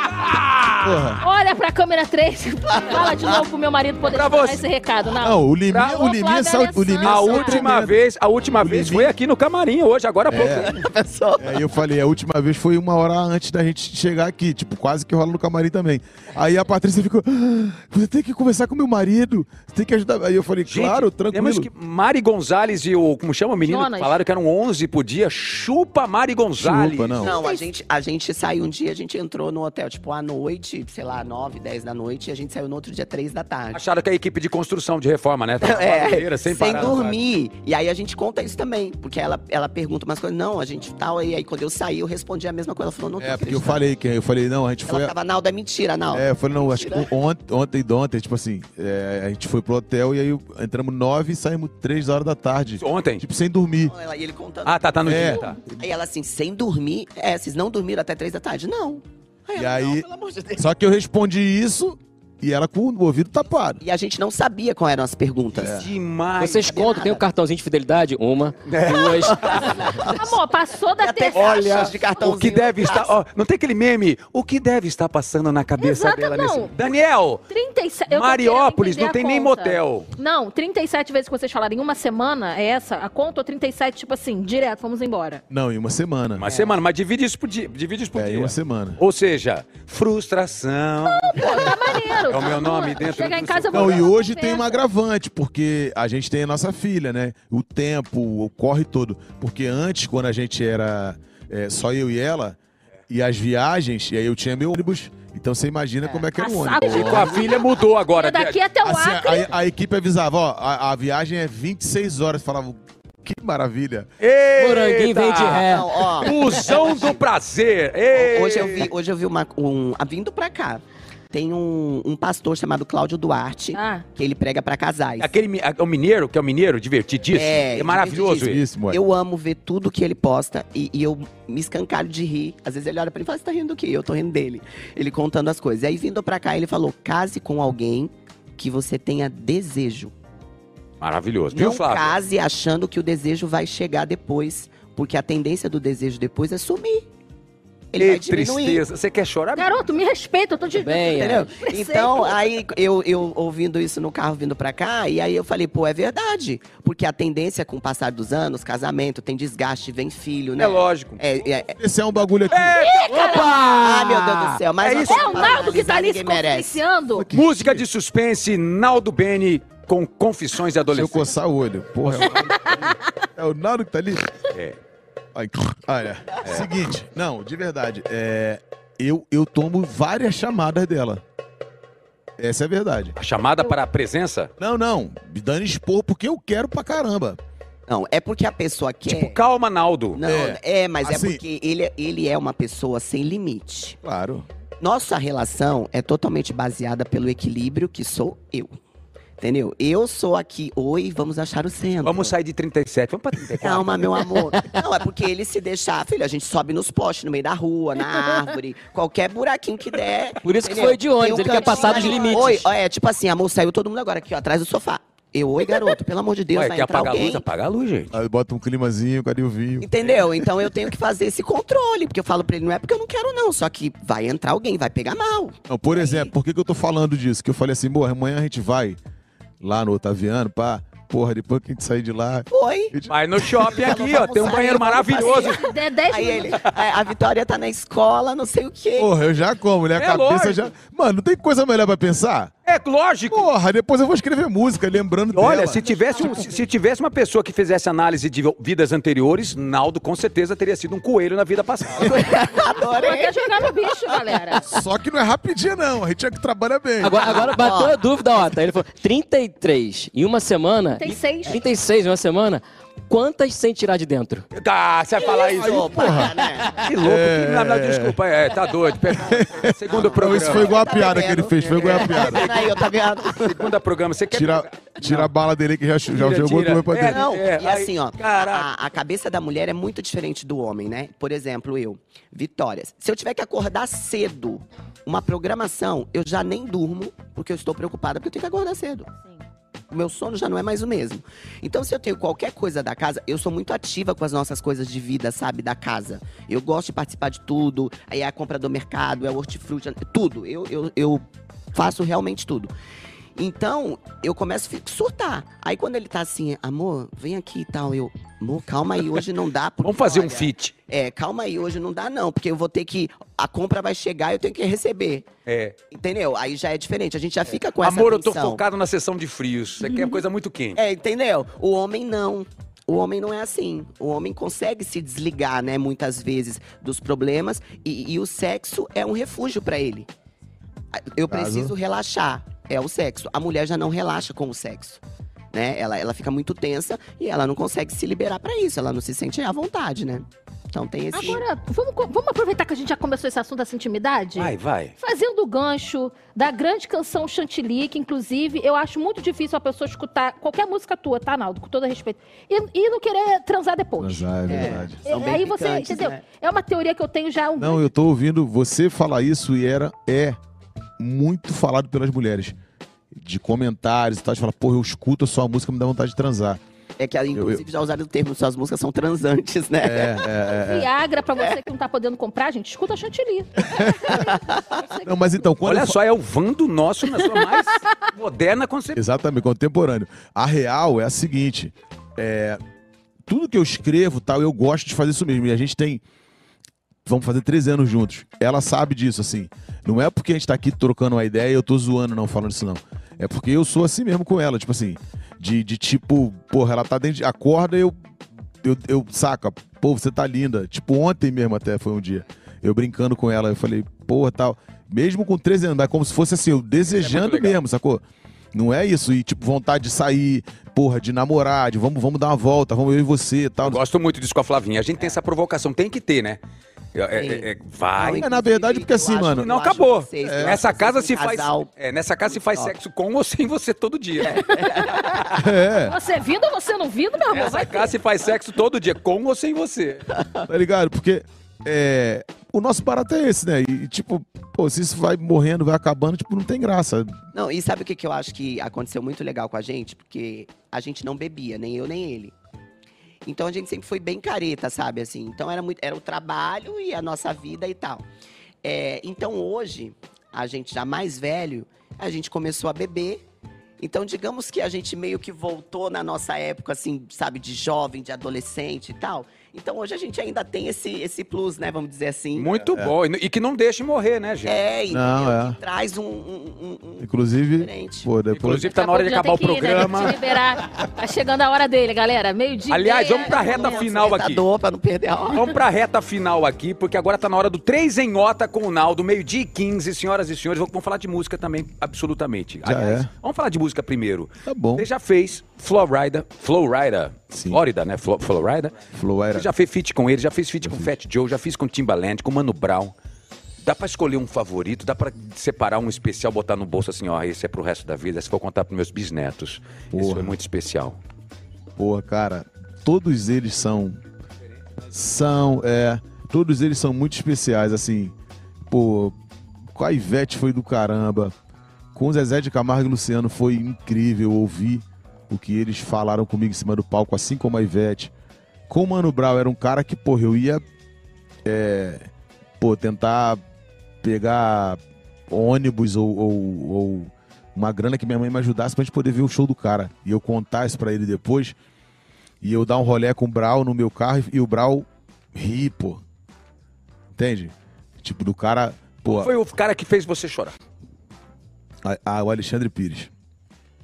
E: Porra.
B: Olha pra câmera 3, <laughs> fala de novo pro meu marido poder
A: Pra
B: te dar
A: você.
B: esse recado. Não,
E: Não, o Liminha,
A: Pra-
E: o Liminha, é saúde- o Liminha é
A: A
E: saúde
A: última
E: tremenda.
A: vez, a última vez foi aqui no camarim hoje, agora há
E: É,
A: pouco.
D: Pessoal,
E: Aí É, eu falei, a última vez foi uma hora antes da gente chegar aqui, tipo, quase que rola no camarim também. Aí a Patrícia ficou, "Ah, você tem que conversar com meu marido, você tem que ajudar. Aí eu falei,
A: Gente,
E: claro,
A: Temos
E: tranquilo.
A: que Mari Gonzalez e o, como chama o menino,
B: Jonas.
A: que falaram que eram 11 por dia, chupa Mari Gonzalez.
E: Chupa, né? não.
D: Não, a gente, a gente saiu um dia, a gente entrou no hotel, tipo, à noite, sei lá, 9, 10 da noite, e a gente saiu no outro dia, 3 da tarde.
A: Acharam que a equipe de construção, de reforma, né?
B: <laughs>
A: Tava
D: É,
A: barulheira,
D: sem,
A: parar na
D: dormir. E aí a gente conta isso também, porque ela, ela pergunta umas coisas, não, a gente tal, e aí quando eu saí, eu respondi a mesma coisa, ela falou, não tô
E: É, porque eu
D: acreditando.
E: falei que eu falei, não, a gente
D: Ela
E: foi.
D: tava, Naldo, é mentira, Naldo.
E: É, eu falei, não, acho que ontem, ontem e de ontem, tipo assim, é, a gente foi pro hotel e aí entramos nove e saímos três horas da tarde.
A: Ontem.
E: Tipo, sem dormir.
D: Ela- E ele contando.
A: Ah, tá, tá no
E: É.
A: dia, tá.
D: Aí ela assim, sem dormir, é, vocês não dormiram até 3 da tarde? Não.
E: E
D: ela,
E: aí-
D: Não, pelo amor de Deus.
E: Só que eu respondi isso e ela com o ouvido tapado.
D: E a gente não sabia quais eram as perguntas.
E: é.
A: É. Demais.
C: Vocês contam, tem o cartãozinho de fidelidade? Uma,
A: É. <laughs>
C: duas.
B: amor, passou da
D: Até
B: terça.
D: caixas de cartãozinho.
A: O que deve
D: na
A: estar.
D: praça.
A: ó, não tem aquele meme? O que deve estar passando na cabeça
B: Exato,
A: dela
B: não.
A: nesse. Daniel!
B: 37, eu tô
A: Mariópolis
B: querendo
A: não
B: entender
A: tem
B: a
A: nem
B: conta.
A: motel.
B: Não, 37 vezes que vocês falaram em uma semana, é essa a conta ou 37, tipo assim, direto, vamos embora.
E: Não, em uma semana.
A: Uma semana, mas divide isso por dia. Divide isso por
E: É, em
A: dia.
E: uma semana.
A: Ou seja, frustração.
B: Pô, tá maneiro.
A: É o meu nome dentro
B: Chegar em
A: do
B: casa, eu vou
E: Não,
B: dar
E: e
B: uma
E: hoje tem um
B: conversa.
E: agravante, porque a gente tem a nossa filha, né? O tempo, o corre todo. Porque antes, quando a gente era é, só eu e ela, e as viagens, e aí eu tinha meu ônibus. Então você imagina como é que era o
B: Passado
E: ônibus.
B: de
A: E com a filha mudou agora.
B: É daqui até o
E: Assim,
B: Acre.
E: a, a equipe avisava, ó, a, a viagem é 26 horas. Falava, que maravilha.
A: Eita!
C: Moranguinho vem de ré.
D: Não, ó.
A: Fusão do prazer. Eita!
D: Hoje eu vi, hoje eu vi uma, um. ah, Vindo pra cá, tem um, um pastor chamado Cláudio Duarte,
B: Ah,
D: que ele prega pra casais.
A: Aquele mi- a- o mineiro, que é o mineiro, divertidíssimo.
D: É,
A: É, maravilhoso isso.
E: Isso, moleque.
D: Eu amo ver tudo que ele posta e, e eu me escancario de rir. Às vezes ele olha pra mim e fala: Você tá rindo do quê? Eu tô rindo dele. Ele contando as coisas. E aí vindo pra cá, ele falou: Case com alguém que você tenha desejo.
A: Maravilhoso. Viu,
D: Não
A: Flávio?
D: case achando que o desejo vai chegar depois. Porque a tendência do desejo depois é sumir. Ele vai
A: Que
D: diminuir.
A: tristeza. Você quer chorar?
B: garoto, me respeita, eu tô de. <laughs>
C: Bem,
D: Entendeu?
B: Preceito.
D: Então, aí eu, eu ouvindo isso no carro vindo pra cá, e aí eu falei, pô, é verdade. Porque a tendência com o passar dos anos, casamento, tem desgaste, vem filho, né?
A: É lógico.
D: É, é, é-
E: Esse é um bagulho aqui.
A: Opa!
D: Ah, meu Deus do céu. Mas
A: É isso.
B: É o Naldo que tá ali se confidenciando.
A: Música de suspense, Naldo Bene com confissões de
E: Se eu
A: adolescente.
E: coçar o olho. Porra, é o Naldo que tá ali. É o Naldo que tá ali?
A: É.
E: Ai, olha, seguinte, não, de verdade, é, eu, eu tomo várias chamadas dela. Essa é a verdade.
A: A chamada para a presença?
E: Não, não, me dando expor porque eu quero pra caramba.
D: Não, é porque a pessoa quer.
A: Tipo, calma, Naldo.
D: não,
E: É.
D: é, mas
E: Assim.
D: é porque ele, ele é uma pessoa sem limite.
E: Claro.
D: Nossa relação é totalmente baseada pelo equilíbrio que sou eu. Entendeu? Eu sou aqui, oi, vamos achar o centro.
A: Vamos sair de 37, vamos para 34.
D: Calma,
C: <laughs>
D: meu amor. Não, é porque ele se deixar, filho, a gente sobe nos postes, no meio da rua, na
C: <laughs>
D: árvore, qualquer buraquinho que der.
C: Por isso que
D: entendeu?
C: foi de ônibus,
D: Tem um
C: ele quer
D: cantinho
C: passar dos
D: ali.
C: limites.
D: Oi, ó, é tipo assim, amor, saiu todo mundo agora aqui, ó, atrás do sofá. Eu, oi, garoto, pelo amor de Deus,
A: Ué,
D: vai
A: quer
D: entrar
A: apagar a
D: alguém.
A: luz? Apaga a luz, gente.
E: Aí bota um climazinho, cadê o vinho?
D: Entendeu? Então eu tenho que fazer esse controle, porque eu falo pra ele, não é porque eu não quero não, só que vai entrar alguém, vai pegar mal.
E: Não, por exemplo, por que, que eu tô falando disso? Que eu falei assim, boa, amanhã a gente vai lá no Otaviano, pá, porra, depois que a gente sair de lá.
D: Oi.
A: Vai no shopping aqui, ó. Tem um
D: Vamos
A: banheiro
D: sair,
A: maravilhoso.
D: vamos
B: É 10
D: Aí ele,
B: minutos.
D: a a Vitória tá na escola, não sei o quê.
E: Porra, eu já como, né? A
A: É
E: cabeça
A: lógico.
E: já. Mano, não tem coisa melhor pra pensar?
A: É lógico.
E: Porra, depois eu vou escrever música, lembrando
A: Olha,
E: dela.
A: se tivesse, um- se se tivesse uma pessoa que fizesse análise de vidas anteriores, Naldo com certeza teria sido um coelho na vida <laughs> passada.
B: Vou
D: Adorei.
B: até jogar no bicho, galera.
E: Só que não é rapidinho, não. A gente é que trabalha bem.
C: Agora, agora bateu a dúvida, ó. tá? Ele falou 33 em uma semana.
B: 36.
C: 36 em uma semana. Quantas sem tirar de dentro?
A: Ah, você vai falar isso.
D: Ô, porra, né?
A: Que louco. que- não, não, desculpa, é, tá doido. pera- Segundo
E: Não,
A: programa.
E: isso foi igual a piada que ele
D: vendo?
E: fez, foi igual a
D: Tá
E: piada.
D: vendo aí, Otaviano?
A: Segunda programa. Você quer...
E: Tira, tira a bala dele que já, já jogou
A: tira.
E: do meu pra
A: É,
E: dele.
D: Não,
A: É,
D: e
A: aí,
D: assim, ó,
A: caraca.
D: a, a cabeça da mulher é muito diferente do homem, né? Por exemplo, eu, Vitórias. Se eu tiver que acordar cedo, uma programação, eu já nem durmo, porque eu estou preocupada, porque eu tenho que acordar cedo. o meu sono já não é mais o mesmo. Então, se eu tenho qualquer coisa da casa, eu sou muito ativa com as nossas coisas de vida, sabe? Da casa. Eu gosto de participar de tudo. Aí é a compra do mercado, é o hortifruti, é tudo. Eu, eu, eu faço realmente tudo. Então, eu começo a fi- surtar. Aí quando ele tá assim, amor, vem aqui e tal, eu, amor, calma aí, hoje não dá. porque,
A: Vamos fazer um
D: olha,
A: fit.
D: É, calma aí, hoje não dá não, porque eu vou ter que, a compra vai chegar, eu tenho que receber.
A: É.
D: Entendeu? Aí já é diferente, a gente já fica com essa
A: Amor, eu tô
D: tensão.
A: focado na sessão de frios. Você quer coisa muito quente.
D: É, entendeu? O homem não. O homem não é assim. O homem consegue se desligar, né, muitas vezes, dos problemas. E, e o sexo é um refúgio pra ele. A- Eu
E: Caso.
D: preciso relaxar. É o sexo. A mulher já não relaxa com o sexo. Né? Ela, ela fica muito tensa e ela não consegue se liberar pra isso. Ela não se sente à vontade, né? Então tem esse.
B: Agora, vamos, co- vamos aproveitar que a gente já começou esse assunto dessa
D: É,
B: intimidade?
A: Vai, vai.
B: Fazendo o gancho da grande canção Chantilly, que inclusive eu acho muito difícil a pessoa escutar qualquer música tua, tá, Naldo? Com todo respeito. E, e não querer transar depois.
E: Transar, é verdade.
B: É,
D: São bem
B: Aí você,
D: picantes,
B: entendeu?
D: né?
B: É uma teoria que eu tenho já há um
E: Não, eu tô ouvindo você falar isso e era é muito falado pelas mulheres. De comentários e tal, de falar, porra, eu escuto a sua música, me dá vontade de transar.
D: É que, inclusive, já usaram o termo, suas músicas são transantes, né?
E: É, é, é.
B: Viagra pra você que não tá podendo comprar, gente. Escuta
E: <laughs>
B: Chantilly.
E: Não, mas então, quando.
A: Olha
E: eu fa-
A: só, é o Vando nosso na sua
D: <laughs>
A: mais moderna concepção.
E: Exatamente, contemporâneo. A real é a seguinte: é, tudo que eu escrevo, tal, eu gosto de fazer isso mesmo. E a gente tem. Vamos fazer 13 anos juntos. Ela sabe disso, assim. Não é porque a gente tá aqui trocando uma ideia e eu tô zoando, não, falando isso, não. É porque eu sou assim mesmo com ela, tipo assim. De, de tipo, porra, ela tá dentro de. Acorda e eu, eu. Eu saca, pô, você tá linda. Tipo, ontem mesmo até foi um dia. Eu brincando com ela, eu falei, porra, tal. Mesmo com 13 anos, mas como se fosse assim, eu desejando
A: legal.
E: mesmo, sacou? Não é isso. E, tipo, vontade de sair, porra, de namorar, de vamos, vamos dar uma volta, vamos eu e você tal.
A: Eu gosto muito disso com a Flavinha. A gente
B: É.
A: tem essa provocação, tem que ter, né? É, é,
D: Sim.
A: é, é, vai.
E: É, na verdade, porque assim, mano- É.
A: Não, acabou. É.
D: Nessa
A: Nessa casa se faz.
D: um Casal,
A: <laughs> É, nessa casa se faz
D: Top.
A: sexo com ou sem você todo dia.
E: <laughs> É,
B: Você vindo ou você não vindo, meu amor?
A: Nessa
B: Vai ter.
A: casa se faz sexo todo dia, com ou sem você.
E: tá ligado? Porque é, o nosso barato é esse, né? E, tipo, pô, se isso vai morrendo, vai acabando, tipo, não tem graça.
D: Não, e sabe o que, que eu acho que aconteceu muito legal com a gente? Porque a gente não bebia, nem eu, nem ele. Então a gente sempre foi bem careta, sabe? Assim, então era, muito, era o trabalho e a nossa vida e tal. É, então hoje, a gente já mais velho, a gente começou a beber. Então, digamos que a gente meio que voltou na nossa época, assim, sabe, de jovem, de adolescente e tal. Então hoje a gente ainda tem esse, esse plus, né? Vamos dizer assim.
A: Muito bom. E e que não deixe morrer, né, gente?
D: É, entendeu?
E: Não, é.
D: Que traz um, um- um- um
E: Inclusive,
D: Diferente.
E: pô, depois.
A: Inclusive, tá na hora de
B: Já
A: acabar o
B: tem que ir, né? Tem que
A: programa.
B: se liberar. Tá chegando a hora dele, galera. Meio dia.
A: Aliás, vamos pra reta
D: um
A: É final
B: tá
A: aqui.
D: despertador pra não perder a hora.
A: Vamos pra reta final aqui, porque agora tá na hora do 3 em Ota com o Naldo, meio-dia e 15, senhoras e senhores. Vamos falar de música também, absolutamente.
E: Já é.
A: vamos falar de música primeiro.
E: Tá bom.
A: Você já fez Florida, Florida,
E: Sim.
A: Flórida, né? Flo, Florida.
E: Flow era.
A: Você já fez feat com ele, já fez feat com Fat Joe, já fiz com Timbaland, com Mano Brown. Dá pra escolher um favorito, dá pra separar um especial, botar no bolso assim, ó, esse é pro resto da vida, esse eu vou contar pros meus bisnetos. Esse
E: Porra.
A: foi muito especial.
E: Porra, cara, todos eles são. São, é. Todos eles são muito especiais, assim. Pô, com a Ivete foi do caramba. Com o Zezé de Camargo e Luciano foi incrível ouvir o que eles falaram comigo em cima do palco, assim como a Ivete. Com o Mano Brown era um cara que, porra, eu ia. é, pô, tentar pegar ônibus ou- ou- ou uma grana que minha mãe me ajudasse pra gente poder ver o show do cara. E eu contar isso pra ele depois. E eu dar um rolé com o Brau no meu carro e- e o Brau ri, pô. Entende? Tipo, do cara. Pô,
A: Foi o cara que fez você chorar.
E: a- a- o Alexandre Pires.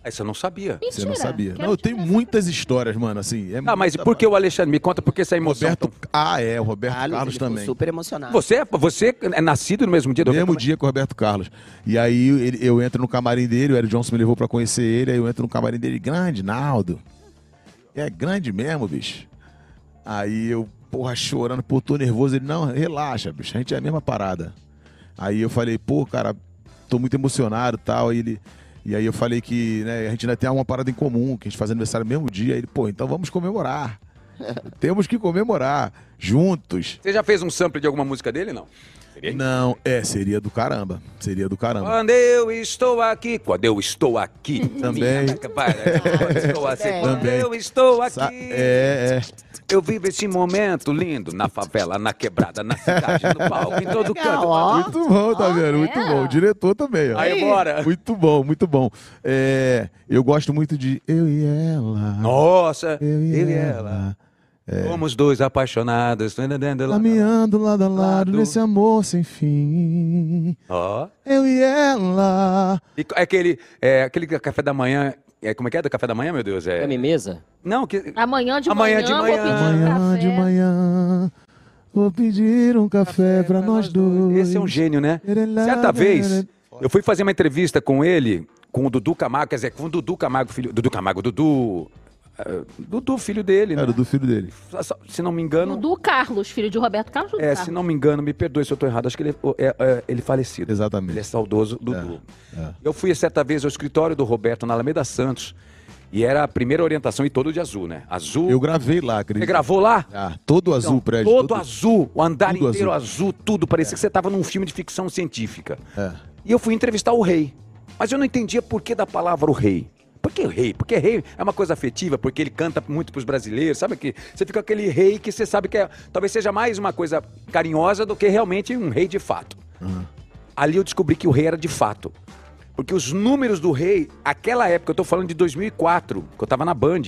A: Ah, Isso eu não sabia.
E: Você não
B: Mentira.
E: sabia.
B: Quero
E: Não, eu
B: te
E: tenho
B: conhecer.
E: muitas histórias, mano, assim. É
A: Ah, mas
E: muita-
A: por que o Alexandre? Me conta por que essa emoção.
E: Roberto. Ah, é, o Roberto
D: Carlos,
E: Carlos
D: ele ficou
E: também.
D: super emocionado.
A: Você, você é nascido no mesmo dia do
E: Mesmo
A: Roberto?
E: dia com o Roberto Carlos. E aí ele- eu entro no camarim dele, o Eric Johnson me levou pra conhecer ele, aí eu entro no camarim dele, grande, Naldo. É grande mesmo, bicho. Aí eu, porra, chorando, pô, tô nervoso. Ele, não, relaxa, bicho, a gente é a mesma parada. Aí eu falei, pô, cara, tô muito emocionado e tal. Aí ele. E aí eu falei que né, a gente ainda tem uma parada em comum, que a gente faz aniversário no mesmo dia. Aí ele, pô, então vamos comemorar. Temos que comemorar. juntos.
A: Você já fez um sample de alguma música dele, não?
E: Não, é, seria do caramba. Seria do caramba.
A: Quando eu estou aqui. Quando eu estou aqui.
E: <laughs> Também.
A: Minha cara, Quando estou assim,
B: Também.
A: quando eu estou aqui.
E: Sa- é, é.
A: Eu vivo esse momento lindo na favela, na quebrada, na cidade, no palco, em todo
D: Legal,
A: canto.
D: ó.
E: Muito bom, tá
B: Ó,
E: vendo? Muito
B: é.
E: bom. O diretor também, ó.
A: Aí, bora.
E: Muito bom, muito bom. É, eu gosto muito de Eu e Ela.
A: Nossa,
E: Eu e
A: ele e ela.
E: ela.
A: Somos dois apaixonados. entendendo?
E: Caminhando lado a lado,
A: Lado.
E: nesse amor sem fim.
A: Ó.
E: Eu e ela.
A: E co- é aquele, é, aquele café da manhã. É, como é que é do café da manhã, meu Deus?
C: É
A: É,
C: minha mesa?
A: não, que.
B: Amanhã de
A: Amanhã
B: manhã,
A: de
B: vou
A: manhã.
B: pedir um
E: Amanhã de
B: café.
E: manhã. Vou pedir um café, pra nós dois.
A: Esse é um gênio, né? Certa vez, eu fui fazer uma entrevista com ele, com o Dudu Camargo, quer dizer, com o Dudu Camargo, filho. Dudu Camargo, Dudu. eh, Dudu, filho dele, né?
E: Era do filho dele.
A: Se não me engano.
B: Dudu Carlos, filho de Roberto Carlos. Dudu
A: É,
B: Carlos.
A: se não me engano, me perdoe se eu tô errado, acho que ele é, é- ele é falecido. Ele é
E: Exatamente.
A: saudoso, Dudu.
E: é.
A: Eu fui certa vez ao escritório do Roberto na Alameda Santos e era a primeira orientação e todo de azul, né? Azul.
E: Eu gravei lá, acredito.
A: Você gravou lá?
E: Ah, todo azul o prédio.
A: todo, azul, o andar
E: tudo
A: inteiro azul, tudo. Parecia que você estava num filme de ficção científica.
E: É.
A: E eu fui entrevistar o rei. Mas eu não entendia por que da palavra o rei. Por que rei? Porque rei é uma coisa afetiva, porque ele canta muito pros brasileiros, sabe que você fica aquele rei que você sabe que é, talvez seja mais uma coisa carinhosa do que realmente um rei de fato. Ali eu descobri que o rei era de fato. Porque os números do rei, aquela época, eu tô falando de 2004, que eu tava na Band,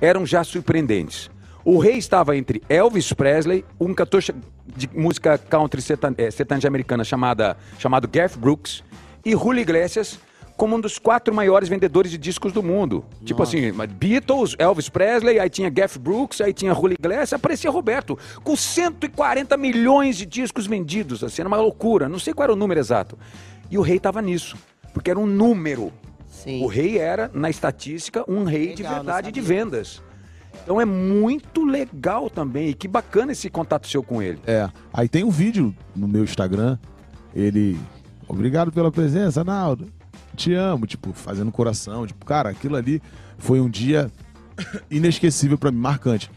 A: eram já surpreendentes. O rei estava entre Elvis Presley, um cantor cha- de música country sertan- eh, sertaneja americana chamada, chamado Garth Brooks, e Julio Iglesias como um dos quatro maiores vendedores de discos do mundo. Tipo assim, mas Beatles, Elvis Presley, aí tinha Garth Brooks, aí tinha Julio Iglesias, aparecia Roberto, com 140 milhões de discos vendidos, assim, era uma loucura, não sei qual era o número exato. E o rei estava nisso, porque era um número.
D: Sim.
A: O rei era, na estatística, um rei de
D: Legal, não
A: verdade de
D: sabia.
A: vendas. Então é muito legal também. E que bacana esse contato seu com ele.
E: É. Aí tem um vídeo no meu Instagram. Ele. Obrigado pela presença, Naldo. Te amo, tipo, fazendo coração. Tipo, cara, aquilo ali foi um dia inesquecível pra mim, marcante.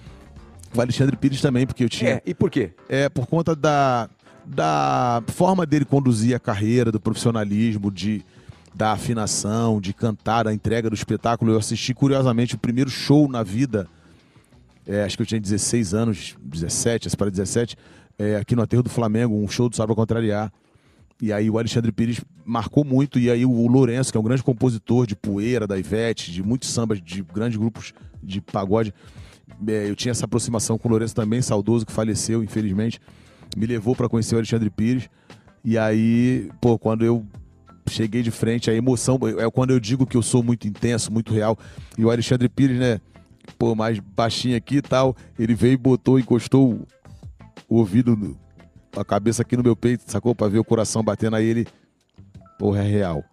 E: O Alexandre Pires também, porque eu tinha.
A: É, e por quê?
E: é por conta da, da forma dele conduzir a carreira, do profissionalismo, de, da afinação, de cantar, da entrega do espetáculo. Eu assisti, curiosamente, o primeiro show na vida, é, acho que eu tinha 16 anos, 17, para 17, é, aqui no Aterro do Flamengo, um show do Sábado Contrariar. E aí o Alexandre Pires marcou muito, e aí o Lourenço, que é um grande compositor de poeira, da Ivete, de muitos sambas, de grandes grupos de pagode. É, eu tinha essa aproximação com o Lourenço também, saudoso, que faleceu, infelizmente. Me levou para conhecer o Alexandre Pires. E aí, pô, quando eu cheguei de frente, a emoção. É quando eu digo que eu sou muito intenso, muito real. E o Alexandre Pires, né? Pô, mais baixinho aqui e tal. Ele veio e botou, encostou o- o ouvido, no- a cabeça aqui no meu peito, sacou? Pra ver o coração batendo aí. Ele, porra, é real.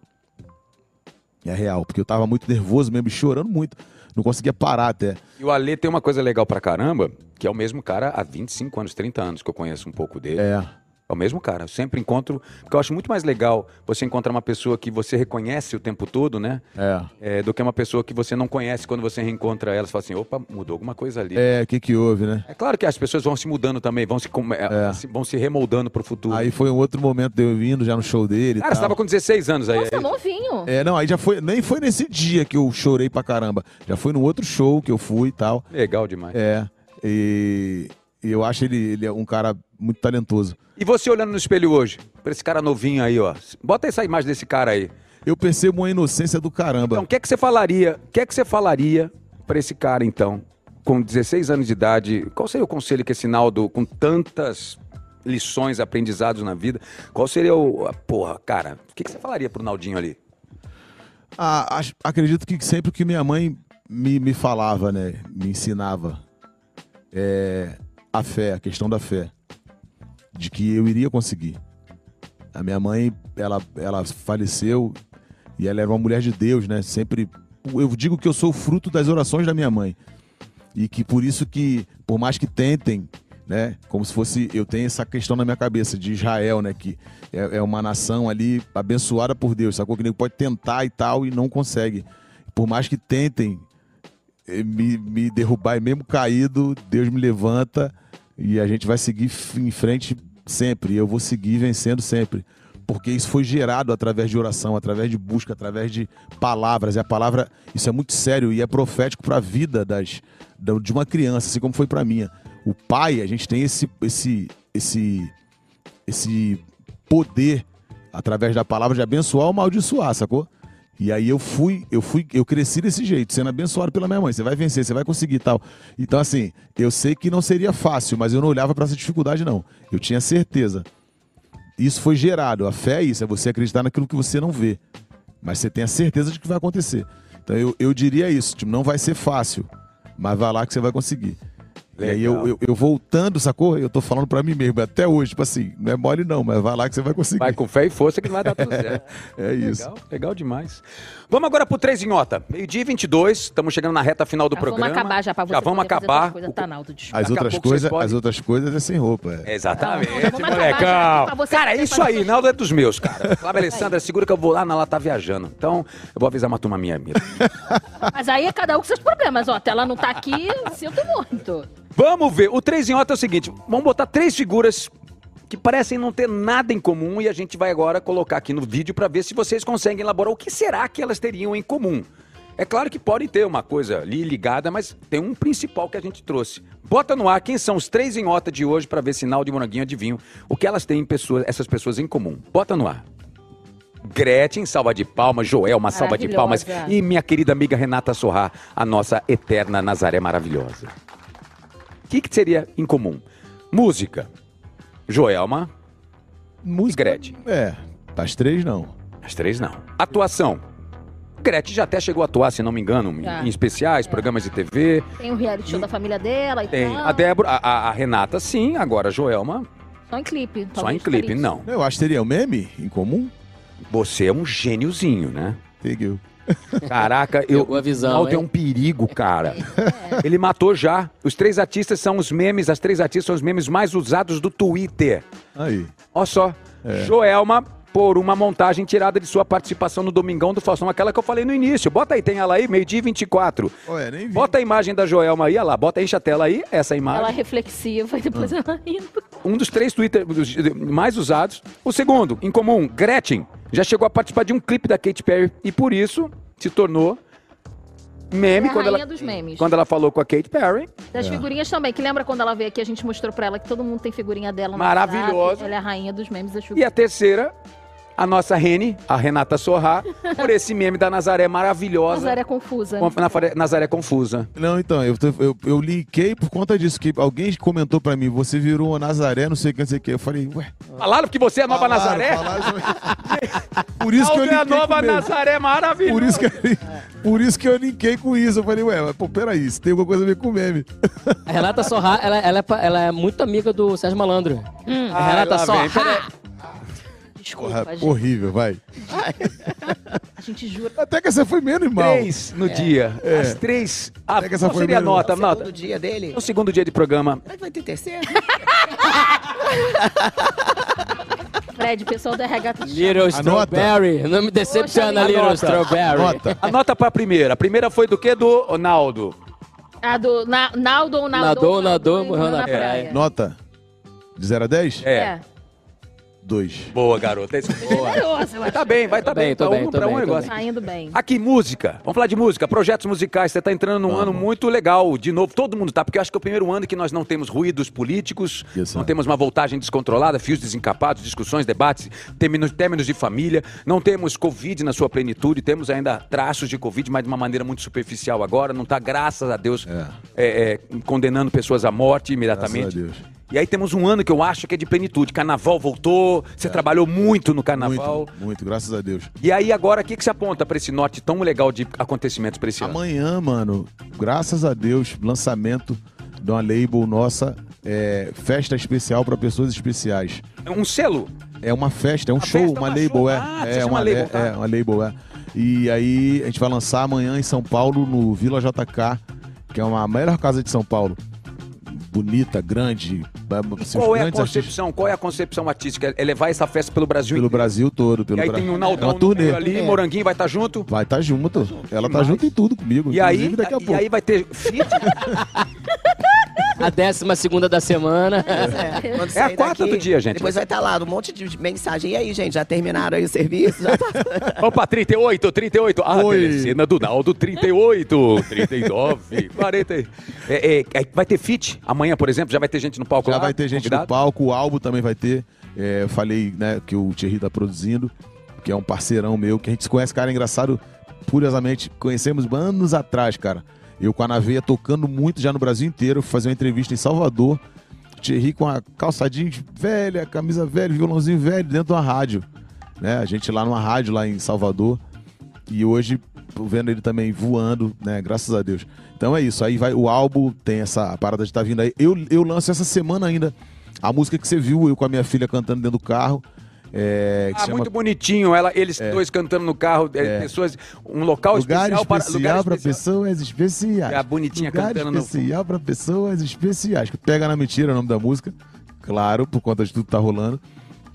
E: É real, porque eu tava muito nervoso mesmo, e chorando muito. Não conseguia parar até.
A: E o Ale tem uma coisa legal pra caramba, que é o mesmo cara há 25 anos, 30 anos que eu conheço um pouco dele.
E: É.
A: É o mesmo cara. Eu sempre encontro. Porque eu acho muito mais legal você encontrar uma pessoa que você reconhece o tempo todo, né?
E: É.
A: É, do que uma pessoa que você não conhece quando você reencontra ela. Você fala assim: opa, mudou alguma coisa ali.
E: É, o que que houve, né?
A: É claro que as pessoas vão se mudando também, vão se, com- eh, se- vão se remoldando pro futuro.
E: É. Aí foi um outro momento de eu vindo já no show dele. e
A: Cara, você
E: tal.
A: tava com 16 anos aí.
B: Nossa, novinho.
E: É, não, aí já foi. Nem foi nesse dia que eu chorei pra caramba. Já foi num outro show que eu fui e tal.
A: Legal demais.
E: É. E, e eu acho ele, ele é um cara muito talentoso.
A: E você olhando no espelho hoje, pra esse cara novinho aí, ó. Bota essa imagem desse cara aí.
E: Eu percebo uma inocência do caramba.
A: Então, o que é que você falaria? O que é que você falaria pra esse cara, então, com 16 anos de idade? Qual seria o conselho que esse Naldo, com tantas lições, aprendizados na vida, qual seria o. a Porra, cara, o que, que você falaria pro Naldinho ali?
E: Ah, acho- acredito que sempre que minha mãe me, me falava, né? Me ensinava é, a fé, a questão da fé. De que eu iria conseguir. A minha mãe, ela, ela faleceu e ela era uma mulher de Deus, né? Sempre. Eu digo que eu sou fruto das orações da minha mãe. E que por isso que, por mais que tentem, né? Como se fosse. Eu tenho essa questão na minha cabeça de Israel, né? Que é, é uma nação ali abençoada por Deus, sacou? Que nem pode tentar e tal e não consegue. Por mais que tentem eh, me, me derrubar e mesmo caído, Deus me levanta E a gente vai seguir f- em frente sempre. E eu vou seguir vencendo sempre. Porque isso foi gerado através de oração, através de busca, através de palavras. E a palavra, isso é muito sério e é profético para a vida das, da- de uma criança, assim como foi para minha. O pai, a gente tem esse, esse, esse, esse poder através da palavra de abençoar ou amaldiçoar, sacou? E aí eu fui, eu fui, eu cresci desse jeito, sendo abençoado pela minha mãe. Você vai vencer, você vai conseguir e tal. Então assim, eu sei que não seria fácil, mas eu não olhava para essa dificuldade não. Eu tinha certeza. Isso foi gerado. A fé é isso, é você acreditar naquilo que você não vê, mas você tem a certeza de que vai acontecer. Então eu, eu diria isso, tipo, não vai ser fácil, mas vai lá que você vai conseguir. E aí eu,
A: Legal.
E: eu, eu voltando, sacou? Eu tô falando pra mim mesmo, até hoje, tipo assim, não é mole não, mas vai lá que você vai conseguir.
A: Vai com fé e força que vai dar tudo certo.
E: <laughs> É isso.
A: Legal, legal demais. Vamos agora pro 3 em Horta. Meio-dia e 22, estamos chegando na reta final do
B: Já
A: programa.
B: Vamos acabar já pra você.
A: Já vamos
B: poder fazer
A: acabar.
B: outras Coisas, tá, Naldo, desculpa.
E: As
A: Daqui a
E: outras,
A: pouco
E: coisas,
A: vocês podem-
E: as outras coisas é sem roupa. é.
A: Exatamente,
B: Não, já vamos acabar já,
A: molecão.
B: pra você
A: Cara,
B: poder
A: isso
B: fazer
A: aí,
B: suas-
A: Naldo é dos meus,
B: <laughs>
A: cara. Flávia Alessandra, segura que eu vou lá, na lá tá viajando. Então, eu vou avisar uma turma minha. minha.
B: Mas aí é cada um com seus problemas, ó. Até ela não tá aqui, <laughs> sinto muito.
A: Vamos ver. O 3 em Horta é o seguinte: vamos botar três figuras que parecem não ter nada em comum e a gente vai agora colocar aqui no vídeo para ver se vocês conseguem elaborar o que será que elas teriam em comum. É claro que pode ter uma coisa ali ligada, mas tem um principal que a gente trouxe. Bota no ar quem são os três em Horta de hoje para ver sinal de moranguinho adivinho o que elas têm em pessoa- essas pessoas em comum. Bota no ar. Gretchen, salva de palmas, Joel, uma salva de palmas
B: Maravilhosa.
A: e minha querida amiga Renata Sorrá, a nossa eterna Nazaré maravilhosa. O que, que seria em comum? Música. Joelma,
E: Música.
A: Gretchen.
E: É, as três não.
A: as três não. Atuação. Gretchen já até chegou a atuar, se não me engano, em-
B: Já.
A: em especiais, programas de TV.
B: Tem o reality show da família dela e
A: Tem
B: tal.
A: a Débora, a, a- a Renata sim, agora a Joelma,
B: Só em clipe.
A: só em
B: talvez
A: clipe.
B: diferente.
A: Não.
E: Eu acho que teria um meme em comum.
A: Você é um gêniozinho, né?
E: Entendeu?
A: Caraca, eu.
C: <laughs> Pegou a visão,
A: Não, tem
C: hein?
A: um perigo, cara. Ele matou já. Os três artistas são os memes, as três artistas são os memes mais usados do Twitter.
E: Aí.
A: Olha só. Joelma por uma montagem tirada de sua participação no Domingão do Faustão, aquela que eu falei no início. Bota aí, tem ela aí, meio-dia e 24.
E: Olha, nem vi.
A: Bota a imagem da Joelma aí, olha lá, bota, enche a tela aí, essa
B: Ela é
A: imagem.
B: reflexiva e depois
E: Ah.
B: ela rindo.
A: Um dos três Twitter dos- mais usados. O segundo, em comum, Gretchen, já chegou a participar de um clipe da Katy Perry e por isso se tornou meme
B: É a
A: quando,
B: rainha
A: ela,
B: dos memes.
A: quando ela falou com a Katy Perry.
E: É.
B: Das figurinhas também, que lembra quando ela veio aqui, a gente mostrou pra ela que todo mundo tem figurinha dela no
A: Maravilhosa.
B: WhatsApp. Ela é a rainha dos memes das
A: E
B: figurinhas.
A: a terceira, a nossa Rene, a Renata Sorrá, por esse meme da Nazaré maravilhosa.
B: Nazaré é confusa. né?
A: Com a Nazaré- Nazaré Confusa.
E: Não, então, eu, tô- eu, eu linkei por conta disso, que alguém comentou pra mim, você virou uma Nazaré, não sei o que, não sei o que. Eu falei, ué.
A: Falaram que você é a nova
E: falaram,
A: Nazaré?
E: falaram-
A: <laughs>
E: por isso que eu
A: Aldo é
E: linkei
A: a nova
E: com mesmo.
A: Nazaré é maravilhosa.
E: Por isso, que eu, por isso que eu linkei com isso. Eu falei, ué, mas, pô, peraí, isso tem alguma coisa a ver com meme.
C: A Renata Sorra, ela, ela é, pa- ela é muito amiga do Sérgio Malandro. a Renata
A: lá vem,
C: Sorra.
B: Desculpa,
E: Porra,
B: gente.
E: horrível, vai.
B: A gente jura.
E: Até que essa foi menos mal.
A: Três
C: É.
A: no dia. As três. A,
E: É. Pega essa
A: qual
E: foi
A: seria a
E: mesmo.
A: nota?
D: Segundo
A: nota?
D: dia dele.
A: No segundo dia de programa.
D: Mas vai
E: <laughs>
D: ter terceiro?
B: Fred, o pessoal da RH tá chato.
C: Little
E: Anota.
C: Strawberry. Não me decepciona,
B: Poxa,
C: Little
A: anota.
C: Strawberry.
E: Nota.
A: A nota pra primeira. A primeira foi do quê? Do Ronaldo.
B: Ah, do Na- Naldo ou Naldo.
C: Nadou, nadou,
B: e
C: morreu na praia.
E: Nota. De 0 a 10?
A: É.
B: É.
E: Dois.
A: Boa, garota. Isso- Boa.
B: Generoso, eu acho.
A: Tá bem, vai tá
C: Tô bem,
A: bem.
C: tô
A: Tá
C: bem,
A: um
C: tô
A: pra
C: bem,
A: um
C: tô
A: negócio.
B: Tá indo bem.
A: Aqui, música. Vamos falar de música, projetos musicais. Você está entrando num ano muito legal, de novo. Todo mundo tá, porque eu acho que é o primeiro ano que nós não temos ruídos políticos,
E: Isso,
A: não
E: é.
A: temos uma voltagem descontrolada, fios desencapados, discussões, debates, términos, términos de família. Não temos Covid na sua plenitude, temos ainda traços de Covid, mas de uma maneira muito superficial agora. Não está, graças a Deus, é, é, condenando pessoas à morte
E: Graças a
A: imediatamente.
E: Deus.
A: E aí temos um ano que eu acho que é de plenitude. Carnaval voltou, você trabalhou muito no carnaval.
E: É. Muito, muito, graças a Deus.
A: E aí agora, o que, que você aponta pra esse norte tão legal de acontecimentos pra esse ano?
E: Amanhã, mano, graças a Deus, lançamento de uma label nossa, é, festa especial para pessoas especiais.
A: É Um selo.
E: É uma festa, é um
A: A
E: show,
A: festa é
E: uma,
A: uma
E: label,
A: show.
E: é.
A: Ah,
E: é,
A: seja uma
E: uma,
A: label,
E: é,
A: tá.
E: é, uma label, é. E aí a gente vai lançar amanhã em São Paulo, no Vila JK, que é uma a melhor casa de São Paulo. Bonita, grande. assim, os
A: Qual é a
E: grandes artistas
A: concepção? Qual é a concepção artística? É levar essa festa pelo Brasil
E: pelo
A: inteiro.
E: Brasil todo. Pelo
A: E aí
E: Bra-
A: tem o
E: é
A: Naldão
E: uma
A: no
E: turnê.
A: meio ali,
E: É.
A: Moranguinho vai estar junto.
E: Vai estar tá junto. Ela tá
A: Demais.
E: junto em tudo comigo.
A: E aí,
E: inclusive daqui a
A: e
E: pouco.
A: aí vai ter feat.
C: a décima segunda da semana. <laughs>
D: É, quando
A: É a
D: sair
A: quarta do dia, gente.
D: Depois vai estar lá um monte de mensagem. E aí, gente, já terminaram aí o serviço?
E: <laughs>
D: Já tá...
A: <laughs> Opa, 38, 38. Ah,
E: Oi.
A: Teresina do Naldo, 38, <laughs> 39, 40. É, é, é, vai ter fit amanhã, por exemplo? Já vai ter gente no palco
E: Já
A: lá?
E: vai ter gente no
A: convidado?
E: palco, o álbum também vai ter. É, eu falei, né, que o Thierry tá produzindo, que é um parceirão meu, que a gente se conhece, cara, é engraçado, curiosamente, conhecemos anos atrás, cara. Eu com a Naveia tocando muito já no Brasil inteiro, fui fazer uma entrevista em Salvador. Thierry com a calça jeans velha, camisa velha, violãozinho velho, dentro de uma rádio. Né? A gente lá numa rádio lá em Salvador. E hoje, tô vendo ele também voando, né? Graças a Deus. Então é isso. Aí vai o álbum, tem essa parada de estar vindo aí. Eu, eu lanço essa semana ainda a música que você viu, eu com a minha filha cantando dentro do carro. É, que
A: Ah,
E: chama É.
A: muito bonitinho. Ela, eles dois cantando no carro, é, pessoas, um local
E: Lugar
A: especial para
E: especial para
A: especial.
E: pessoas especiais.
A: É a bonitinha
E: Lugar
A: cantando no-
E: especial para pessoas especiais. Pega na mentira é o nome da música. Claro, por conta de tudo que tá rolando.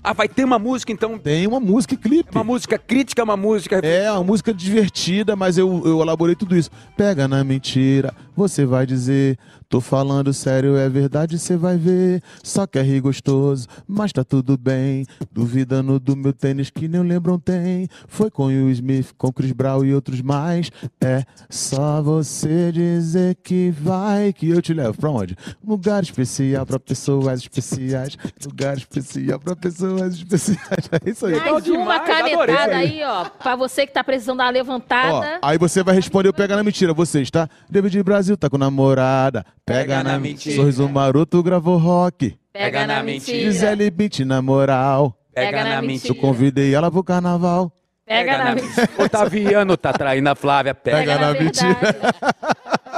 A: Ah, vai ter uma música, então.
E: Tem uma música e clipe.
A: Uma música crítica, uma música.
E: É uma música divertida, mas eu, eu elaborei tudo isso. Pega na mentira, você vai dizer. Tô falando sério, é verdade, você vai ver. Só quer rir gostoso, mas tá tudo bem. Duvidando do meu tênis que nem o Lebron tem. Foi com o Will Smith, com o Chris Brown e outros mais. É só você dizer que vai, que eu te levo. Pra onde? Um Lugar especial pra pessoas especiais. Lugar especial pra pessoas especiais. <laughs> É isso aí.
A: Legal
B: Mais uma
A: demais,
B: canetada
A: adorei.
B: aí, ó. Pra você que tá precisando dar uma
E: Ó,
B: levantada.
E: aí você vai responder eu pega na mentira, vocês, tá? David Brasil tá com namorada, pega, na, mentira. Sorriso maroto gravou rock.
A: pega na mentira.
E: Gisele Bint na moral.
A: Pega na mentira.
E: Eu convidei ela pro carnaval.
B: Pega na mentira.
A: né? <laughs> Otaviano tá traindo a Flávia. Pega.
E: Pega na mentira.
B: verdade.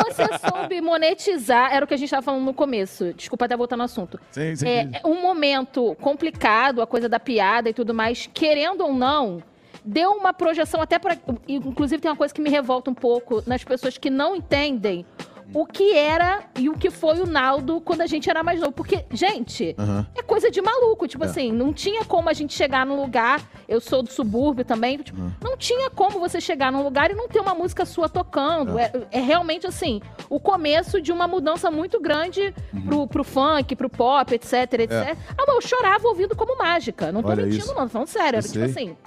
B: Você soube monetizar, era o que a gente estava falando no começo. Desculpa até voltar no assunto.
E: Sim, sim.
B: É, um momento complicado, a coisa da piada e tudo mais, querendo ou não, deu uma projeção até para. Inclusive, tem uma coisa que me revolta um pouco nas pessoas que não entendem o que era e o que foi o Naldo quando a gente era mais novo. Porque, gente.
E: Aham.
B: É coisa de maluco, tipo
E: É.
B: assim, não tinha como a gente chegar num lugar. Eu sou do subúrbio também, tipo,
E: É.
B: não tinha como você chegar num lugar e não ter uma música sua tocando. É, é realmente assim, o começo de uma mudança muito grande
E: Uhum.
B: pro, pro funk, pro pop, etc, etc. Ah, mas eu chorava ouvindo como mágica. Não tô
E: É. Olha
B: mentindo,
E: isso.
B: não, tô falando sério.
E: Eu
B: Era tipo
E: sei.
B: assim.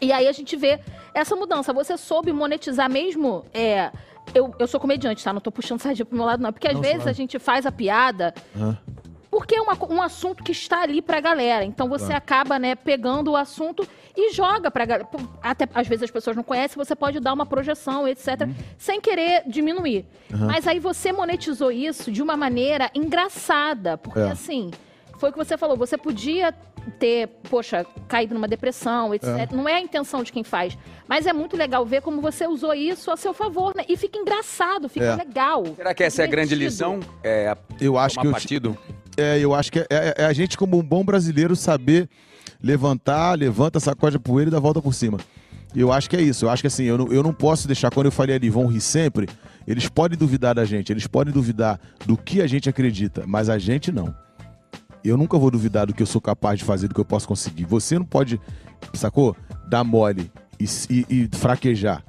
B: E aí a gente vê essa mudança. Você soube monetizar mesmo? É. Eu, eu sou comediante, tá? Não tô puxando sardinha pro meu lado, não. é Porque às
E: Não,
B: vezes
E: claro.
B: a gente faz a piada
E: Aham.
B: porque é uma co- um assunto que está ali pra galera. Então você acaba, né, pegando o assunto e joga pra galera. Pô, Até às vezes as pessoas não conhecem, você pode dar uma projeção, etc,
E: Uhum.
B: sem querer diminuir. Mas aí você monetizou isso de uma maneira engraçada, porque
E: É.
B: assim, foi o que você falou, você podia ter, poxa, caído numa depressão, etc. Não é a intenção de quem faz, mas é muito legal ver como você usou isso a seu favor, né? E fica engraçado, fica
E: É.
B: legal.
A: Será que essa é a grande
B: divertido.
A: lição? É,
E: Eu acho
A: tomar
E: que eu, ti-
A: partido?
E: é, eu acho que é, é- é a gente como um bom brasileiro saber levantar, levanta, sacode a poeira e dá a volta por cima. Eu acho que é isso. Eu acho que assim, eu não, eu não posso deixar. Quando eu falei ali, vão rir sempre. Eles podem duvidar da gente, eles podem duvidar do que a gente acredita, mas a gente não. Eu nunca vou duvidar do que eu sou capaz de fazer, do que eu posso conseguir. Você não pode, sacou? Dar mole e, s- e- e fraquejar.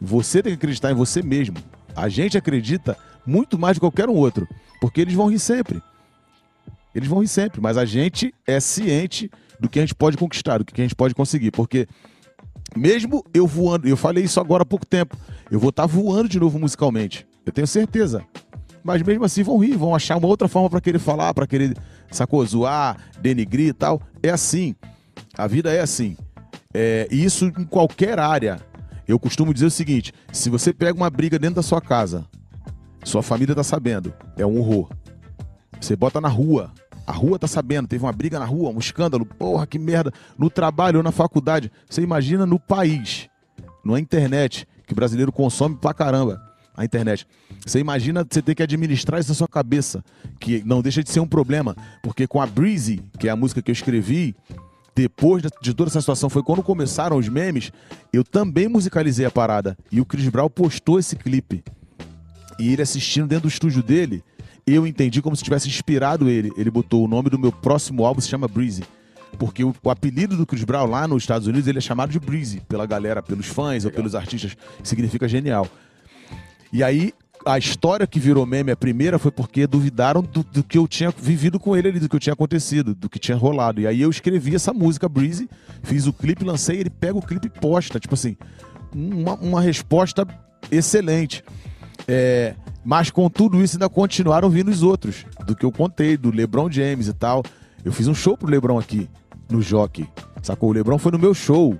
E: Você tem que acreditar em você mesmo. A gente acredita muito mais do que qualquer um outro, porque eles vão rir sempre. Eles vão rir sempre, mas a gente é ciente do que a gente pode conquistar, do que a gente pode conseguir, porque mesmo eu voando, eu falei isso agora há pouco tempo, eu vou estar voando de novo musicalmente. Eu tenho certeza. Mas mesmo assim vão rir, vão achar uma outra forma para querer falar, para querer, sacou, zoar, denigrir e tal. É assim. A vida é assim. É, e isso em qualquer área. Eu costumo dizer o seguinte: se você pega uma briga dentro da sua casa, sua família tá sabendo, é um horror. Você bota na rua, a rua tá sabendo, teve uma briga na rua, um escândalo, porra, que merda. No trabalho ou na faculdade, você imagina no país, na internet, que o brasileiro consome pra caramba a internet. Você imagina você ter que administrar isso na sua cabeça, que não deixa de ser um problema, porque com a Breezy, que é a música que eu escrevi, depois de- de toda essa situação, foi quando começaram os memes, eu também musicalizei a parada. E o Chris Brown postou esse clipe. E ele assistindo dentro do estúdio dele, eu entendi como se tivesse inspirado ele. Ele botou o nome do meu próximo álbum, se chama Breezy. Porque o, o apelido do Chris Brown lá nos Estados Unidos, ele é chamado de Breezy pela galera, pelos fãs ou pelos artistas. Significa genial. E aí, a história que virou meme, a primeira, foi porque duvidaram do, do que eu tinha vivido com ele ali, do que eu tinha acontecido, do que tinha rolado. E aí eu escrevi essa música, Breezy, fiz o clipe, lancei, ele pega o clipe e posta. Tipo assim, uma, uma resposta excelente. É, mas com tudo isso ainda continuaram vindo os outros, do que eu contei, do LeBron James e tal. Eu fiz um show pro LeBron aqui, no Jockey. Sacou? O LeBron foi no meu show.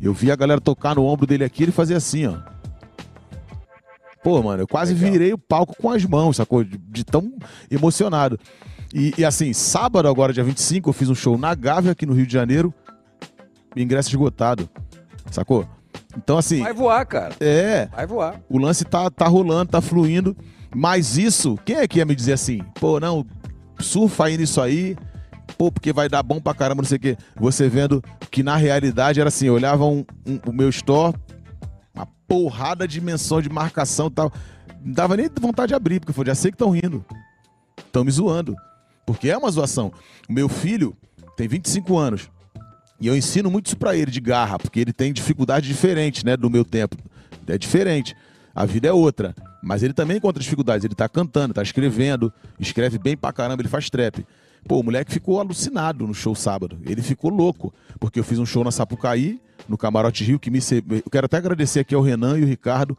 E: Eu vi a galera tocar no ombro dele aqui, ele fazia assim, ó. Pô, mano, eu quase virei o palco com as mãos, sacou? De, de tão emocionado. E, e assim, sábado agora, dia 25, eu fiz um show na Gávea, aqui no Rio de Janeiro. Ingresso esgotado, sacou? Então, assim,
A: Vai voar, cara.
E: é.
A: Vai voar.
E: O lance tá, tá rolando, tá fluindo. Mas isso, quem é que ia me dizer assim? Pô, não, surfa aí nisso aí. Pô, porque vai dar bom pra caramba, não sei o quê. Você vendo que na realidade era assim, eu olhava um- um- o meu store, uma porrada de menção, de marcação e tal. Não dava nem vontade de abrir, porque eu falei, já sei que estão rindo. Estão me zoando. Porque é uma zoação. O meu filho tem 25 anos. E eu ensino muito isso pra ele de garra, porque ele tem dificuldade diferente, né, do meu tempo. É diferente. A vida é outra. Mas ele também encontra dificuldades. Ele tá cantando, tá escrevendo, escreve bem pra caramba, ele faz trap. Pô, o moleque ficou alucinado no show sábado. Ele ficou louco, porque eu fiz um show na Sapucaí, no Camarote Rio, que me. ce- Eu quero até agradecer aqui ao Renan e o Ricardo,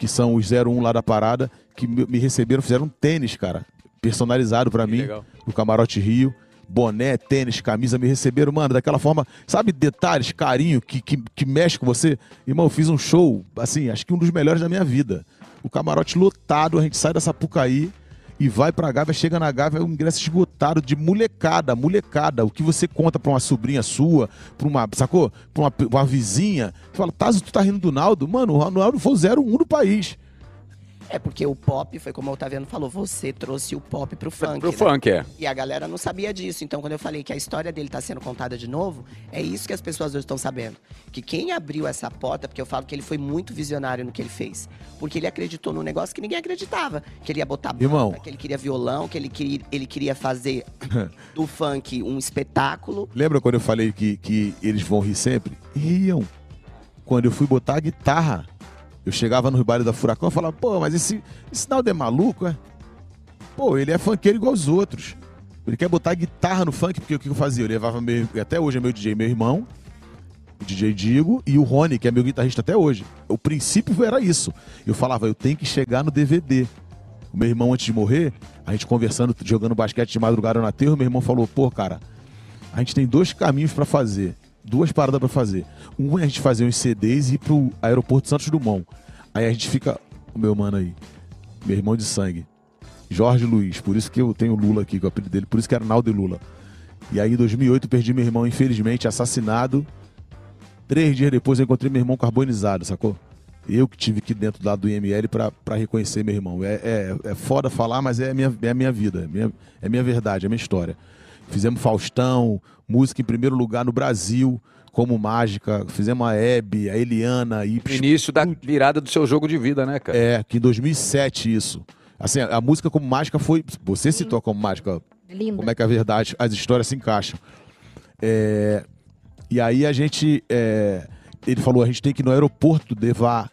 E: que são os 01 lá da parada, que me me receberam, fizeram um tênis, cara, personalizado pra mim,
A: legal.
E: no Camarote Rio. Boné, tênis, camisa, me receberam, mano, daquela forma, sabe, detalhes, carinho que, que, que mexe com você. Irmão, eu fiz um show, assim, acho que um dos melhores da minha vida. O camarote lotado, a gente sai da Sapucaí e vai pra Gávea, chega na Gávea, o ingresso esgotado de molecada, molecada. O que você conta pra uma sobrinha sua, pra uma, sacou? Pra uma, uma vizinha. Você fala, Tazo, tu tá rindo do Naldo? Mano, o Naldo foi o 01 do país.
D: É porque o pop, foi como o Otaviano falou, você trouxe o pop pro funk.
A: Pro
D: né?
A: funk, é.
D: E a galera não sabia disso. Então, quando eu falei que a história dele tá sendo contada de novo, é isso que as pessoas hoje estão sabendo. Que quem abriu essa porta, porque eu falo que ele foi muito visionário no que ele fez. Porque ele acreditou num negócio que ninguém acreditava. Que ele ia botar banda,
E: Irmão.
D: que ele queria violão, que ele queria, ele
E: <laughs>
D: queria fazer do funk um espetáculo.
E: Lembra quando eu falei que, que eles vão rir sempre? Riam. Quando eu fui botar a guitarra, eu chegava no baile da Furacão e falava, pô, mas esse, esse Naldo é maluco, é? Pô, ele é funkeiro igual os outros. Ele quer botar a guitarra no funk, porque o que eu fazia? Eu levava meu. Até hoje é meu DJ, meu irmão, o DJ Digo, e o Rony, que é meu guitarrista até hoje. O princípio era isso. Eu falava, eu tenho que chegar no DVD. O meu irmão, antes de morrer, a gente conversando, jogando basquete de madrugada na terra, meu irmão falou, pô, cara, a gente tem dois caminhos pra fazer, duas paradas pra fazer. Um é a gente fazer uns CDs e ir pro aeroporto Santos Dumont. Aí a gente fica, o meu mano aí, meu irmão de sangue, Jorge Luiz, por isso que eu tenho Lula aqui, que é o apelido dele, por isso que era Naldo e Lula. E aí em 2008 eu perdi meu irmão, infelizmente, assassinado. Três dias depois eu encontrei meu irmão carbonizado, sacou? Eu que tive que ir dentro lá do IML pra pra reconhecer meu irmão. É, é, é foda falar, mas é a minha, é a minha vida, é minha, é minha verdade, é minha história. Fizemos Faustão, música em primeiro lugar no Brasil, como Mágica, fizemos a Hebe, a Eliana e
A: No início da virada do seu jogo de vida, né, cara?
E: é, que em 2007 isso. Assim, a a música como mágica foi. Você citou como mágica.
B: Linda.
E: Como é que é a verdade, as histórias se encaixam. É, e aí a gente. é, ele falou: a gente tem que ir no aeroporto levar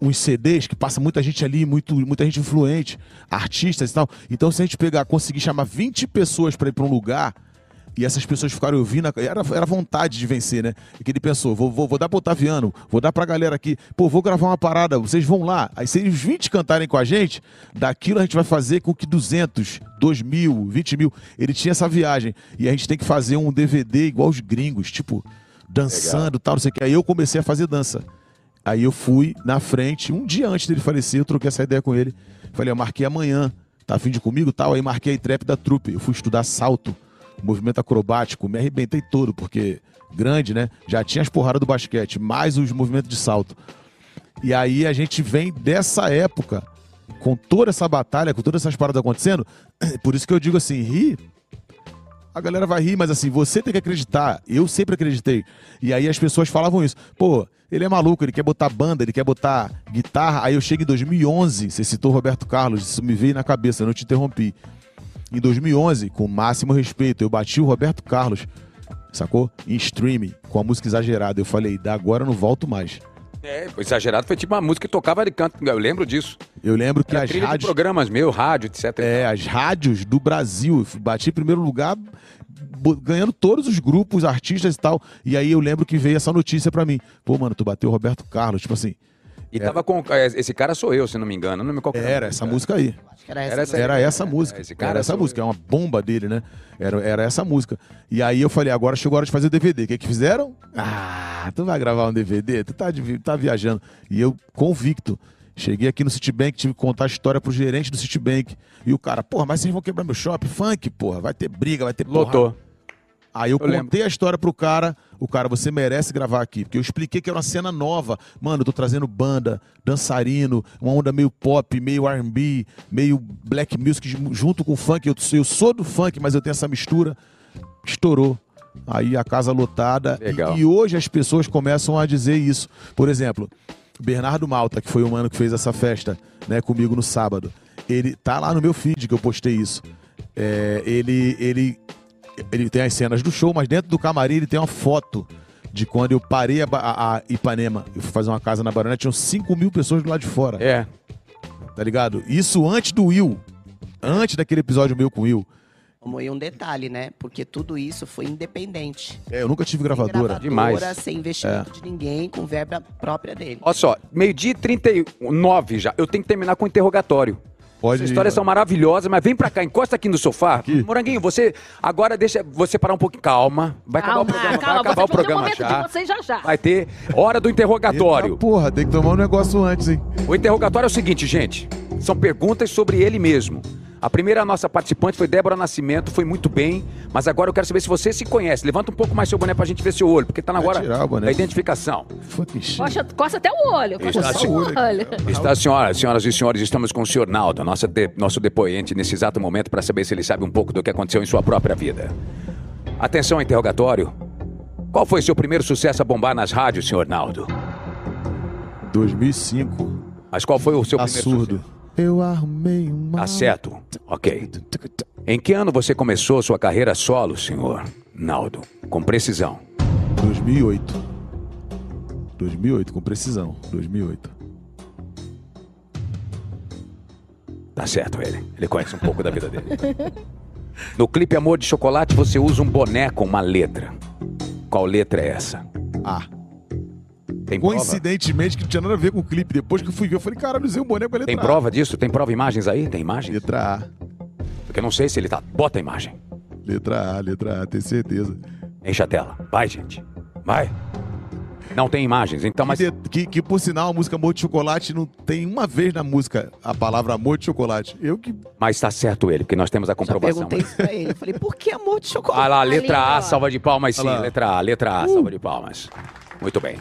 E: uns CDs que passa muita gente ali, muito, muita gente influente, artistas e tal. Então, se a gente pegar, conseguir chamar 20 pessoas pra ir pra um lugar. E essas pessoas ficaram ouvindo, era, era vontade de vencer, né? E que ele pensou, vou, vou, vou dar pro Otaviano, vou dar pra galera aqui, pô, vou gravar uma parada, vocês vão lá. Aí se os 20 cantarem com a gente, daquilo a gente vai fazer com que 200, 2 mil, 20 mil. Ele tinha essa viagem. E a gente tem que fazer um DVD igual os gringos, tipo, dançando e tal, não sei o que. Aí eu comecei a fazer dança. Aí eu fui na frente, um dia antes dele falecer, eu troquei essa ideia com ele. Falei, eu marquei amanhã, tá afim de ir comigo e tal? Aí marquei a trap da trupe. Eu fui estudar salto, movimento acrobático, me arrebentei todo, porque grande, né? Já tinha as porradas do basquete, mais os movimentos de salto. E aí a gente vem dessa época, com toda essa batalha, com todas essas paradas acontecendo, <clears throat> por isso que eu digo assim, ri. A galera vai rir, mas assim, você tem que acreditar. Eu sempre acreditei. E aí as pessoas falavam isso. Pô, ele é maluco, ele quer botar banda, ele quer botar guitarra. Aí eu chego em 2011, você citou Roberto Carlos, isso me veio na cabeça, eu não te interrompi. Em 2011, com o máximo respeito, eu bati o Roberto Carlos, sacou? Em streaming, com a música exagerada. Eu falei, da agora eu não volto mais.
A: É, exagerado foi tipo uma música que tocava de canto. Eu lembro disso.
E: Eu lembro que
A: Era
E: as
A: trilha de
E: rádios,
A: programas meu, rádio, etc.
E: é, as rádios do Brasil, eu fui- bati em primeiro lugar, bo- ganhando todos os grupos, artistas e tal. E aí eu lembro que veio essa notícia pra mim. Pô, mano, tu bateu o Roberto Carlos, tipo assim.
A: E tava com. é, Esse cara sou eu, se não me engano. Não me qual que É.
E: Era essa música aí.
D: Acho que era essa.
A: Era essa- É,
E: Era essa música.
A: esse cara
E: era essa
A: sou
E: música, é uma bomba dele, né? Era, era essa música. E aí eu falei, agora chegou a hora de fazer o DVD. O que, que fizeram? Ah, tu vai gravar um DVD? Tu tá, de vi- tá viajando. E eu, convicto, cheguei aqui no Citibank, tive que contar a história pro gerente do Citibank. E o cara, porra, mas vocês vão quebrar meu shopping? Funk, porra, vai ter briga, vai ter porrada.
A: Lotou.
E: Aí eu, contei
A: lembro.
E: a história pro cara. O cara, você merece gravar aqui. Porque eu expliquei que era uma cena nova. Mano, eu tô trazendo banda, dançarino, uma onda meio pop, meio RB, meio black music ju- junto com funk. Eu, eu sou do funk, mas eu tenho essa mistura. Estourou. Aí a casa lotada.
A: Legal.
E: E, e hoje as pessoas começam a dizer isso. Por exemplo, o Bernardo Malta, que foi o mano que fez essa festa né, comigo no sábado. Ele tá lá no meu feed que eu postei isso. É, ele, ele ele tem as cenas do show, mas dentro do camarim ele tem uma foto de quando eu parei a, Ba- a- a Ipanema. Eu fui fazer uma casa na Barona, tinham 5 mil pessoas do lado de fora,
A: É.
E: tá ligado? Isso antes do Will. Antes daquele episódio meu com o Will.
D: Como e um detalhe, né? Porque tudo isso foi independente.
E: É, eu nunca tive
D: Sem
E: gravadora. É.
A: demais.
D: Sem investimento de ninguém, com verba própria dele.
A: Olha só, meio-dia e 39 já. Eu tenho que terminar com um interrogatório.
E: Pode
A: Essas histórias
E: ir,
A: são maravilhosas, mas vem pra cá, encosta aqui no sofá. Moranguinho, você agora deixa você parar um pouquinho. Calma. Vai acabar o
B: Calma,
A: programa,
B: calma,
A: vai acabar o
B: você vai ter um
A: programa
B: momento
A: já.
B: de vocês já já.
A: Vai ter hora do interrogatório.
E: Eita, porra, tem que tomar um negócio antes, hein?
A: O interrogatório é o seguinte, gente. São perguntas sobre ele mesmo. A primeira nossa participante foi Débora Nascimento, foi muito bem, mas agora eu quero saber se você se conhece. Levanta um pouco mais seu boné pra gente ver seu olho, porque tá na
E: Vai
A: hora
E: tirar o boné.
A: da identificação.
E: Fucking shit.
B: Coça, coça até o olho, coça
A: Está
B: até o
E: seguro aqui,
B: olho.
A: Está, senhora, senhoras e senhores, estamos com o senhor Naldo, nossa de- nosso depoente, nesse exato momento, para saber se ele sabe um pouco do que aconteceu em sua própria vida. Atenção, interrogatório. Qual foi seu primeiro sucesso a bombar nas rádios, senhor Naldo?
E: 2005.
A: Mas qual foi o seu
E: Tá
A: primeiro
E: surdo. Eu arrumei uma.
A: Tá certo. Ok. Em que ano você começou sua carreira solo, senhor Naldo? Com precisão.
E: 2008. 2008, com precisão. 2008.
A: Tá certo, ele. Ele conhece um pouco da vida dele. No clipe Amor de Chocolate, você usa um boné com uma letra. Qual letra é essa?
E: Ah.
A: Tem prova?
E: Coincidentemente, que não tinha nada a ver com o clipe. Depois que eu fui ver, eu falei, caralho, usei um boneco pra letra
A: Tem
E: A.
A: prova disso? Tem prova imagens aí? Tem imagens?
E: Letra A.
A: Porque eu não sei se ele tá. Bota a imagem.
E: Letra A, letra A, tenho certeza.
A: Enche a tela. Vai, gente. Vai. Não tem imagens, então, mas.
E: Que, de- que, que, por sinal, a música Amor de Chocolate não tem uma vez na música a palavra amor de chocolate. Eu que.
A: Mas tá certo ele, porque nós temos a
D: Já
A: comprovação.
D: perguntei isso pra ele. Falei, por que
A: <laughs>
D: amor de
A: Ah
D: chocolate?
A: lá,
B: Ali,
A: letra
B: ó.
A: A, salva de palmas, sim.
E: Olha lá.
A: Letra A, letra A,
D: Uh!
A: salva de palmas. Muito bem.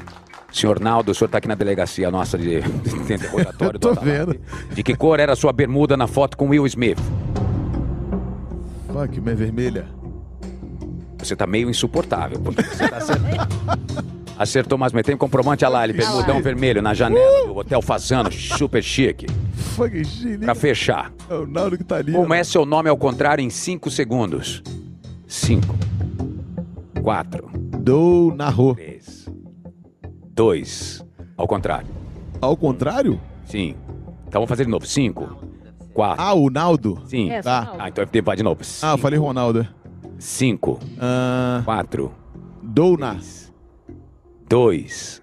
A: Senhor Naldo, o senhor está aqui na delegacia nossa de, <laughs> de interrogatório.
E: Eu tô
A: do Otávio.
E: vendo.
A: De que cor era a sua bermuda na foto com Will Smith?
E: Fuck, minha vermelha.
A: Você tá meio insuportável, porque você tá acertando. <laughs> Acertou, mas tem comprovante. Olha lá, ele
E: é.
A: bermudão vermelho na janela
E: Uh!
A: do Hotel Fazano, super chique.
E: Fuck, Gini.
A: Pra fechar,
E: É o Naldo que tá ali.
A: como é seu nome ao contrário em 5 segundos? 5, 4,
E: Do narro.
A: 3, 2, ao contrário.
E: Ao contrário?
A: Sim. Então vamos fazer de novo. Cinco, quatro.
E: Ah, o Naldo.
A: Sim.
B: É,
E: Tá.
B: só-
A: Ah, então FD vai de novo.
E: Ah, eu
A: Cinco,
E: falei Ronaldo.
A: cinco,
E: Ah,
A: quatro,
E: Douna.
A: dois.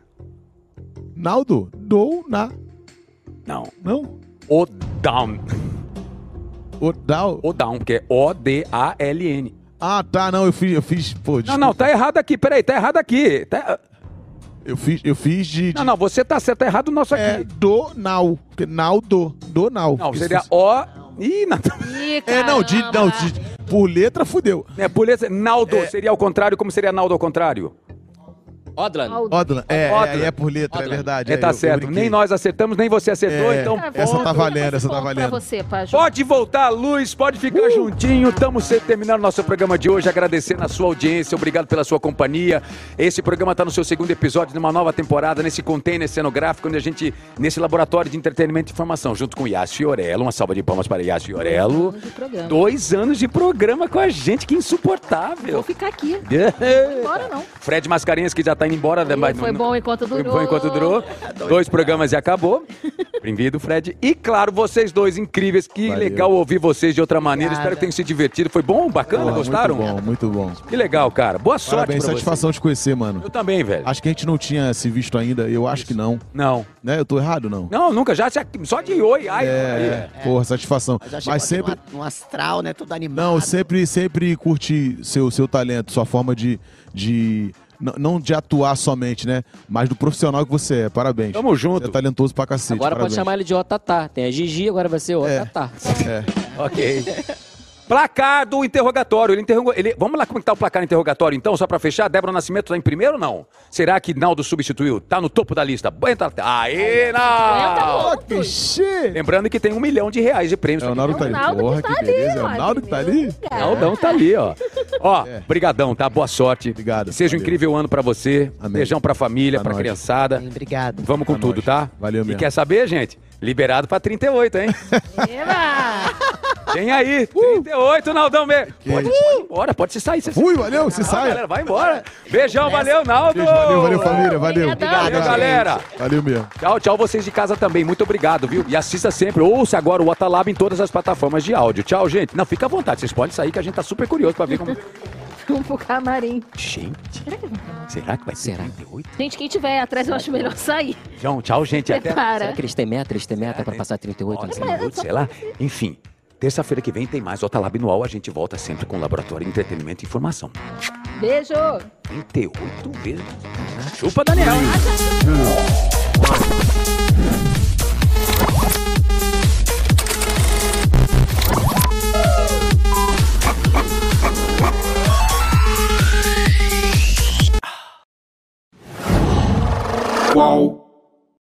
E: Naldo? Douna.
A: Não. um
E: Não?
A: O down.
E: O Dal.
A: O down, porque é O-D-A-L-N.
E: Ah, tá, não, eu fiz. Eu fiz. Pô,
A: Não,
E: desculpa.
A: não, tá errado aqui. Peraí, tá errado aqui. Tá-
E: Eu fiz, eu fiz de. de-
A: Não, não, você tá certo, tá errado o nosso
E: É
A: aqui.
E: Donal. Porque Naldo. Donal.
A: Não,
E: Isso,
A: seria
E: isso.
A: O. Ih, não. <laughs>
B: Ih,
E: É, não, de, não,
B: caramba.
E: de- por letra fudeu.
A: Né, polícia. Naldo,
E: É.
A: seria ao contrário, como seria Naldo ao contrário?
C: Odlan.
E: Odlan, é,
A: Odlan.
E: é, é por letra,
C: Odlan.
E: é verdade.
A: É,
E: é,
A: tá
E: eu- eu
A: certo.
E: brinquei.
A: Nem nós acertamos, nem você acertou,
E: É,
A: então.
E: essa
A: ponto.
E: tá valendo,
B: Depois
E: essa tá
B: ponto
E: valendo.
B: Pra você, pra ajudar.
A: Pode voltar a luz, pode ficar juntinho. Estamos se- terminando nosso programa de hoje, agradecendo a sua audiência, obrigado pela sua companhia. Esse programa está no seu segundo episódio, numa nova temporada, nesse container cenográfico, onde a gente, nesse laboratório de entretenimento e informação, junto com Yas Fiorello. Uma salva de palmas para Yas Fiorello.
B: Anos de programa.
A: Dois anos de programa com a gente, que
B: Vou
A: insuportável.
B: ficar aqui. Bora não.
A: Fred Mascarenhas, que já está tá indo embora. da-
B: E
A: mas
B: foi
A: não-
B: bom enquanto
A: Foi
B: durou. Tá
A: bom enquanto durou. Dois programas e acabou. Bem-vindo, Fred. E claro, vocês dois incríveis. Que
E: Valeu.
A: legal ouvir vocês de outra maneira.
D: Obrigada.
A: Espero que tenham se divertido. Foi bom? Bacana?
E: Porra,
A: Gostaram?
E: Muito bom, muito bom.
A: Que legal, cara. Boa sorte
E: Parabéns,
A: pra
E: satisfação de te conhecer, mano.
A: vocês. Eu também, velho.
E: Acho que a gente não tinha se visto ainda, eu acho que não.
A: Não.
E: Né? Eu tô errado, não?
A: Não, nunca. Já só de oi. Ai,
E: É, porra, satisfação.
D: Mas já
E: Mas,
D: chegou aqui
E: sempre.
D: num a- num astral, né? Tudo animado.
E: Não, sempre, sempre curti seu, seu talento, sua forma de. de n- não de atuar somente, né? Mas do profissional que você é. Parabéns.
A: Tamo junto.
E: Você é talentoso pra cacete.
C: Agora pode
E: parabéns.
C: chamar ele de Otatá. Tem a Gigi, agora vai ser Otatá.
E: É.
A: Ok. Placar do interrogatório. Ele interrogou. Ele... Vamos lá, como que tá o placar do interrogatório, então, só pra fechar? Débora Nascimento tá em primeiro ou não? Será que Naldo substituiu? Tá no topo da lista. Entra. Aê, tá Naldo!
B: Aguenta
E: Que
B: pontos.
E: xê!
A: Lembrando que tem um milhão de reais de prêmios.
E: É o Naldo que tá ali.
B: Ronaldo que
E: Porra,
B: tá
E: que
B: ali,
E: beleza. É
B: ó,
E: o Naldo que tá ali.
A: Naldão tá ali, ó. Ó, brigadão, tá? Boa sorte.
E: É. Obrigado,
A: Que Seja um
E: valeu.
A: incrível ano pra você.
E: Amém. Tá
A: Beijão pra família,
E: Pra
A: pra
E: nós.
A: criançada.
D: Obrigado.
A: Vamos com
E: Pra
A: tudo,
E: nós.
A: tá?
E: Valeu
A: E
E: mesmo.
A: quer saber, gente? Liberado pra 38, hein?
B: Eba!
A: Tem aí. 38, Naldão mesmo. Pode, pode ir embora, pode se sair. Você
E: Fui, valeu, se
A: Vai,
E: sai.
A: galera, vai embora. Beijão, valeu, Naldo.
E: Beijo, valeu, valeu, família. Valeu.
B: Obrigadão.
A: Valeu, galera.
E: Valeu mesmo.
A: Tchau, tchau vocês de casa também. Muito obrigado, viu? E assista sempre. Ouça agora o Otalab em todas as plataformas de áudio. Tchau, gente. Não, fica à vontade. Vocês podem sair que a gente tá super curioso pra ver como...
B: <laughs> Vamos pro camarim.
A: Gente, será que vai ser
C: Será?
A: 38?
B: Gente, quem tiver atrás, eu acho melhor sair.
A: Tchau, tchau, gente. Até...
B: Prepara.
C: Será que eles têm meta? Eles têm meta pra passar 38? Não sei.
A: Olha, sei lá. Enfim, terça-feira que vem tem mais Otalab no UOL. A gente volta sempre com Laboratório Entretenimento e Informação.
B: Beijo!
A: 38 vezes. Chupa, Daniel.